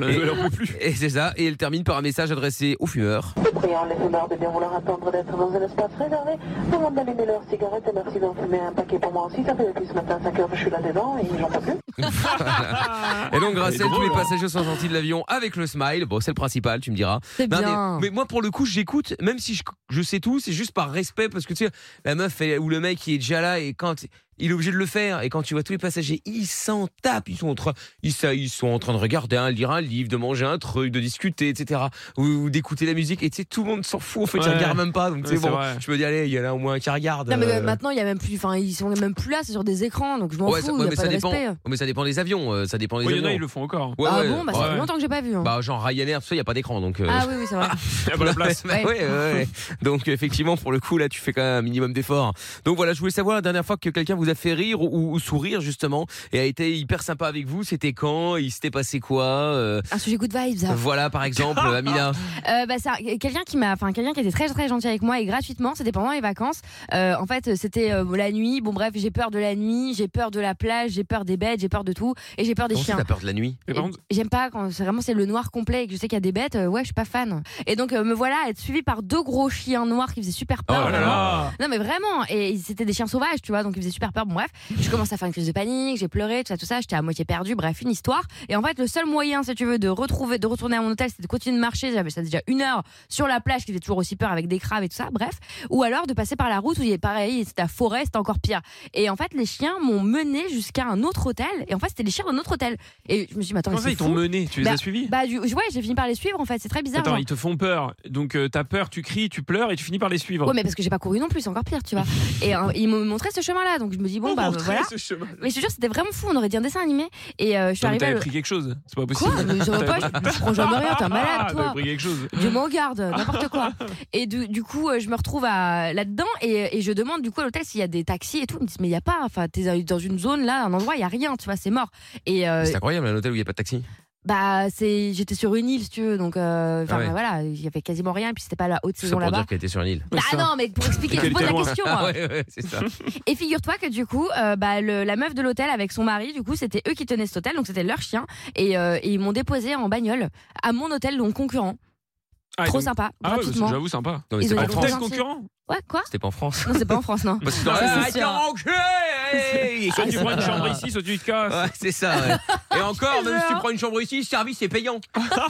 S3: et, et c'est ça. Et elle termine par un message adressé aux fumeurs.
S12: Nous prions les fumeurs de bien vouloir attendre d'être dans un espace réservé avant d'allumer leurs cigarettes et merci d'en fumer un paquet pour moi aussi. Ça fait depuis ce matin 5 heures que je suis là-dedans et j'en peux plus.
S3: Voilà. Et donc, grâce à elle,
S1: hein.
S3: tous les passagers sont sortis de l'avion avec le smile. Bon, c'est le principal, tu me diras.
S5: C'est
S3: Non, mais-
S5: bien.
S3: Mais, moi, pour le coup, j'écoute, même si je, je sais tout, c'est juste par respect parce que tu sais, la meuf elle- ou le mec qui est déjà là et quand il est obligé de le faire et quand tu vois tous les passagers, ils s'en tapent, ils sont en train, ils, sa- ils sont en train de regarder, un, lire un livre, de manger un truc, de discuter, etc. Ou, ou d'écouter la musique et tu sais, tout le monde s'en fout. En fait, ils
S1: Ouais.
S3: regardent même pas. Donc, tu sais,
S1: Ouais, c'est
S3: bon,
S1: vrai.
S3: je me dis, allez, il y en a au moins un qui regarde.
S5: Non, mais
S3: euh.
S5: euh, maintenant, il y a même plus, enfin, ils sont même plus là, c'est sur des écrans, donc je m'en
S3: Ouais, ça-
S5: fous, il
S3: ouais,
S5: y
S3: mais
S5: a pas
S3: ça
S5: de
S3: dépend.
S5: respect.
S3: ouais, Mais ça dépend des avions. euh, ça dépend des
S1: Oui, il y en
S3: avions.
S1: a, ils le font encore.
S3: Ouais,
S5: ah
S3: ouais,
S5: bon, bah, ça fait
S3: ouais.
S5: longtemps que j'ai pas vu. hein.
S3: Bah, genre Ryanair, tout ça, il n'y a pas d'écran. Donc, (laughs) euh,
S5: ah oui, oui, c'est vrai.
S1: Il a pas la place.
S3: Bah, (laughs) ouais, ouais, ouais. Donc, effectivement, pour le coup, là, tu fais quand même un minimum d'efforts. Donc, voilà, je voulais savoir la dernière fois que quelqu'un vous vous a fait rire ou, ou sourire justement et a été hyper sympa avec vous C'était quand Il s'était passé quoi Euh,
S5: Un sujet good vibes.
S3: Voilà par exemple, Amina.
S5: (laughs) Euh, bah, ça, quelqu'un qui m'a, enfin quelqu'un qui était très très gentil avec moi et gratuitement, c'était pendant les vacances. Euh, en fait, c'était euh, la nuit. Bon bref, j'ai peur de la nuit, j'ai peur de la plage, j'ai peur des bêtes, j'ai peur de tout et j'ai peur des
S3: Comment ça,
S5: chiens.
S3: t'as peur de la nuit
S5: Et J'aime pas quand c'est vraiment c'est le noir complet et que je sais qu'il y a des bêtes. euh, ouais, je suis pas fan. Et donc euh, me voilà à être suivi par deux gros chiens noirs qui faisaient super peur.
S7: Oh là là.
S5: Non mais vraiment. Et ils- c'était des chiens sauvages, tu vois, donc ils faisaient super peur. Bon bref, je commence à faire une crise de panique, j'ai pleuré, tout ça, tout ça. J'étais à moitié perdue. Bref, une histoire. Et en fait, le seul moyen, si tu veux, de retrouver, de retourner à mon hôtel, c'était de continuer de marcher. J'avais ça déjà une heure sur la plage qui faisait toujours aussi peur avec des crabes et tout ça. Bref, ou alors de passer par la route où il y avait pareil, c'était la forêt, c'était encore pire. Et en fait, les chiens m'ont mené jusqu'à un autre hôtel. Et en fait, c'était les chiens d'un autre hôtel. Et je me suis dit, mais attends,
S1: Comment
S5: ils
S1: ça,
S5: sont
S1: ils t'ont
S5: fous.
S1: mené Tu les
S5: Bah-
S1: as suivis
S5: Bah, du- ouais, j'ai fini par les suivre en fait. C'est très bizarre. hein.
S1: Attends,
S5: genre.
S1: ils te font peur. Donc euh, t'as peur, tu cries, tu pleures et tu finis par les suivre.
S5: Ouais, mais parce que j'ai pas couru non plus, c'est encore pire,
S1: (laughs)
S5: tu vois. Et euh, ils m'ont montré ce chemin-là, donc je me dis bon bah
S1: Montrer
S5: voilà.
S1: ce chemin.
S5: Mais je te jure, c'était vraiment fou. On aurait dit un dessin animé. Et euh, je suis arrivée.
S1: Attends, mais
S5: à
S1: T'avais
S5: le-
S1: pris quelque chose C'est pas
S5: Quoi
S1: possible.
S5: Mais ça va pas,
S1: (laughs)
S5: je- je prends jamais rien, t'es un malade,
S1: Ah,
S5: toi.
S1: T'avais pris quelque chose.
S5: Dieu m'en
S1: (laughs)
S5: garde, n'importe quoi. Et du, du coup, euh, je me retrouve à- là-dedans et, et je demande du coup à l'hôtel s'il y a des taxis et tout. Ils me disent mais il y a pas. Enfin, t'es dans une zone là, un endroit, il y a rien, tu vois, c'est mort. Et euh,
S3: C'est incroyable un hôtel où il n'y a pas de taxi.
S5: bah c'est, j'étais sur une île, si tu veux, donc euh, enfin
S3: Ah ouais.
S5: voilà, il y avait quasiment rien. Et puis c'était pas la haute
S3: Tout ça
S5: saison
S3: pour
S5: là-bas.
S3: dire qu'elle était sur une île.
S5: Ah non, mais pour expliquer,
S3: Et
S5: je
S3: qu'elle
S5: pose
S3: était
S5: la
S3: loin.
S5: question.
S3: Ah
S5: moi.
S3: ouais, ouais, c'est ça.
S5: Et figure-toi que du coup, euh, bah, le- la meuf de l'hôtel avec son mari, du coup, c'était eux qui tenaient cet hôtel, donc c'était leur chien, et, euh, et ils m'ont déposé en bagnole à mon hôtel, donc concurrent.
S1: Ah, et
S5: Trop
S1: donc-
S5: sympa,
S1: Ah ouais,
S5: gratuitement.
S1: bah, j'avoue, sympa.
S3: Non, mais
S5: Ils
S3: c'est
S5: ont
S3: pas
S5: été
S3: en
S5: très
S3: France.
S5: gentils.
S1: concurrent
S5: Ouais, quoi
S3: C'était pas en France.
S5: Non, c'est pas en France, non.
S3: Parce que
S5: Non,
S3: t'aurais-
S5: ça,
S3: Ah,
S5: c'est sûr.
S3: t'es en Hey
S1: Soit Ah, tu prends une chambre ici, soit tu te casses.
S3: Ouais, c'est
S1: (laughs)
S3: ça. ouais. Et encore, même si tu prends une chambre ici, le service est payant.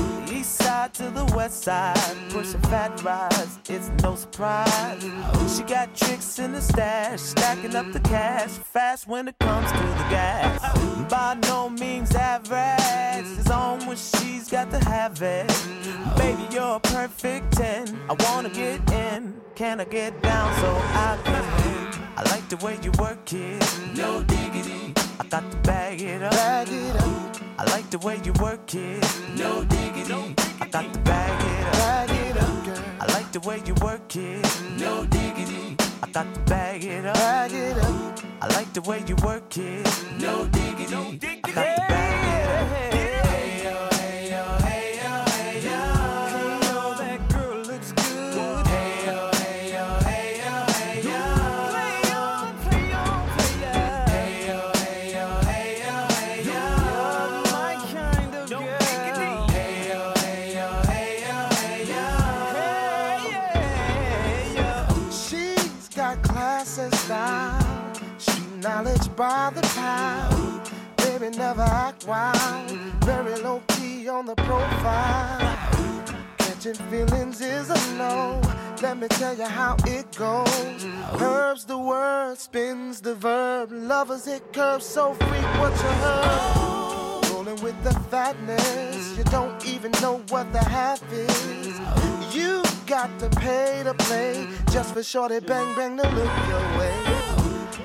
S19: East side to the west side, pushing fat rides, it's no surprise. She got tricks in the stash, stacking up the cash, fast when it comes to the gas. By no means average, it's on when she's got to have it. Baby, you're a perfect 10. I wanna get in, can I get down so I can? I like the way you work it. No diggity. I got to bag it up. Bag it up. I like the way you work it. No diggity. I got to bag it up. Bag it up, girl. I like the way you work it. No diggity. I got to bag it up. Bag it up. I like the way you work it. No diggity. No diggity. I got to bag it up. Hey, yo, hey, yo, hey, yo, hey, yo. Girl, that girl looks good. Hey, yo, hey, yo, hey, yo, hey, yo. Play on, play on, play on. Hey, yo, hey, yo, hey, yo, hey, yo. You're my kind of girl. Hey, yo, hey, yo, hey, yo, hey, yo. Hey, yeah, yeah.
S13: She's got class and style. She knowledge by the time. Baby never act wild. Very low key on the profile. Catching feelings is a no. Let me tell you how it goes. Herbs the word, spins the verb. Lovers it curves so frequent to her. Rolling with the fatness, you don't even know what the half is. You got to pay to play just for shorty bang bang to look your way.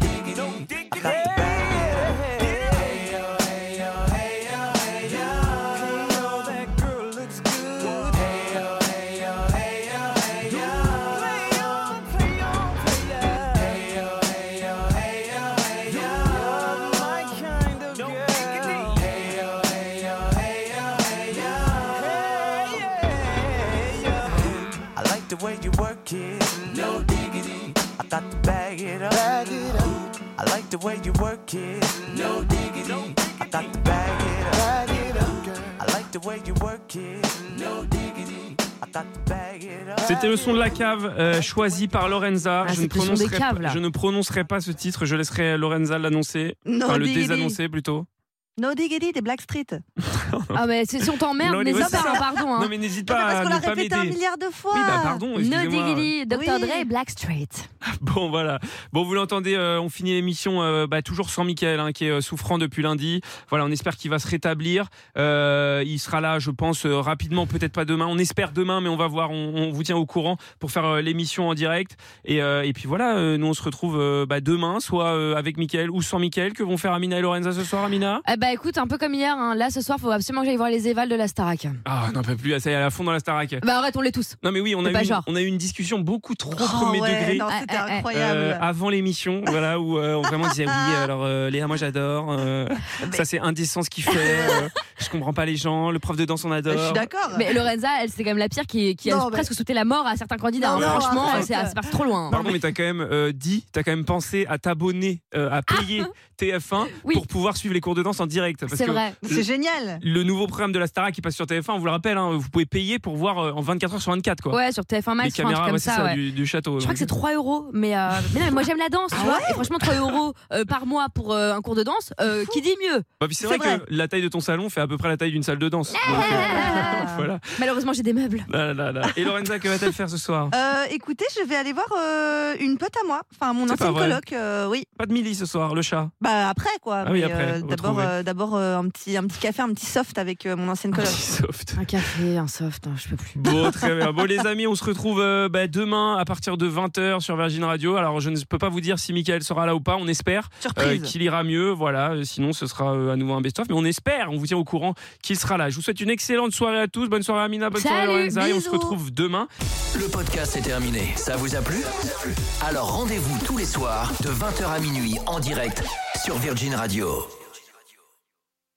S19: diggity. I got to bag it up. Hey, yo, hey, yo, hey, yo, hey, yo. Girl, that girl looks good. Hey, yo, hey, yo, hey, yo, hey, yo. Play on, play on, play on. Hey, yo, hey, yo, hey, yo, hey, yo. You're my kind of girl. Hey, yo, hey, yo, hey, yo, hey, yo. Hey, yeah, yeah. I like the way you work it. No diggity. I got to bag it up. Bag it up. I like the way you work it. No diggity. I got to bag it up. Bag it up, girl. I like the way you work it. No diggity. I got to bag it up.
S1: C'était le son de la cave euh, choisi par Lorenza.
S5: Ah,
S1: je, ne
S5: c'est le son des
S1: prononcerai
S5: caves,
S1: pas-
S5: là.
S1: je ne prononcerai pas ce titre. Je laisserai euh, Lorenza l'annoncer,
S4: Non,
S1: enfin le
S4: diggity.
S1: désannoncer plutôt.
S4: No Diggity des
S1: (laughs)
S4: Blackstreet.
S5: Ah, mais c'est- si on t'emmerde,
S1: Non,
S5: mais
S1: ouais,
S5: ça,
S1: c'est ça.
S5: pardon. Hein.
S1: Non mais n'hésite
S4: Mais
S1: pas
S4: parce
S1: à
S4: qu'on l'a
S1: ne pas
S4: répété un
S1: m'aider.
S4: milliard de fois.
S1: Oui, bah, pardon,
S5: No
S1: excusez-moi.
S5: Diggity, Dr.
S4: Oui.
S5: Dre, Blackstreet.
S1: (laughs) Bon voilà. Bon vous l'entendez, euh, on finit l'émission euh, bah, toujours sans Mickaël hein, qui est euh, souffrant depuis lundi. Voilà, on espère qu'il va se rétablir. Euh, il sera là, je pense, euh, rapidement, peut-être pas demain. On espère demain, mais on va voir. On, on vous tient au courant pour faire euh, l'émission en direct. Et, euh, et puis voilà, euh, nous on se retrouve euh, bah, demain, soit euh, avec Mickaël ou sans Mickaël. Que vont faire Amina et Lorenza ce soir, Amina
S5: Eh ben, bah écoute, un peu comme hier, hein, là ce soir, faut absolument que j'aille voir les évals de la Starac.
S1: Ah, on n'en peut plus, là, ça y est, à la fond dans la Starac.
S5: Bah arrête, on les tous.
S1: Non mais oui, on a,
S5: C'est pas
S1: eu,
S5: genre.
S1: on a eu une discussion beaucoup trop
S5: Oh,
S1: premier
S5: ouais,
S4: Eh,
S1: degré
S5: non, c'était
S1: euh,
S5: incroyable.
S1: euh, avant l'émission, voilà où euh, on vraiment disait
S5: (laughs)
S1: oui. Alors euh, Léa, moi j'adore. euh, Ça c'est indécent ce qu'il fait. euh, je comprends pas les gens. Le prof de danse on adore.
S5: ah. Mais Lorenza, elle, c'est quand même la pire qui, qui a
S1: Non, mais-
S5: presque sauté la mort à certains candidats.
S1: Non,
S5: hein.
S1: non,
S5: Franchement,
S1: arrête.
S5: c'est c'est parti trop loin. hein.
S1: Pardon, mais t'as quand même euh, dit, t'as quand même pensé à t'abonner, euh, à payer
S5: Ah. (laughs)
S1: TF1 pour pouvoir suivre les cours de danse en direct. Parce
S4: C'est
S1: que
S4: vrai.
S1: le-
S4: C'est génial.
S1: Le nouveau programme de la Starac qui passe sur TF1, on vous le rappelle, hein, vous pouvez payer pour voir euh, en 24 heures sur 24 quoi.
S5: Ouais, sur TF1
S1: Les
S5: Max, enfin, un
S1: caméras,
S5: truc
S1: ouais,
S5: comme
S1: c'est
S5: ça.
S1: ça,
S5: ouais.
S1: du, du château.
S5: Je crois que c'est 3 euros, mais, euh, mais non, mais moi j'aime la danse, tu vois. Et franchement, 3 euros euh, par mois pour euh, un cours de danse, euh, qui dit mieux
S1: Bah, puis c'est vrai, que la taille de ton salon fait à peu près la taille d'une salle de danse. Donc, euh, (laughs) voilà.
S5: Malheureusement, j'ai des meubles.
S1: Là, là, là. Et Lorenza, que va-t-elle faire ce soir
S4: Euh, écoutez, je vais aller voir euh, une pote à moi, enfin mon
S1: C'est
S4: ancienne
S1: pas vrai.
S4: coloc, euh, oui.
S1: Pas de Milly ce soir, le chat.
S4: Bah après quoi.
S1: Ah oui,
S4: mais,
S1: après,
S4: euh, d'abord,
S1: retrouver.
S4: euh, d'abord euh, un petit, un petit café, un petit soft avec euh, mon ancienne coloc.
S1: Soft.
S5: Un café, un soft, hein, je peux plus.
S1: Bon, très bien.
S5: (laughs)
S1: Bon, les amis, on se retrouve euh, bah, demain à partir de 20h sur Virgin Radio. Alors, je ne peux pas vous dire si Michael sera là ou pas. On espère euh,
S4: Surprise.
S1: qu'il ira mieux. Voilà. Euh, Sinon, ce sera euh, à nouveau un best-of. Mais on espère, on vous tient au courant qu'il sera là. Je vous souhaite une excellente soirée à tous. Bonne soirée, Amina. Bonne soirée,
S16: Salut,
S1: Lorenza. Et on se
S16: bisous.
S1: retrouve demain.
S16: Le podcast est terminé. Ça vous a plu Alors rendez-vous tous les soirs de 20h à minuit en direct sur Virgin Radio.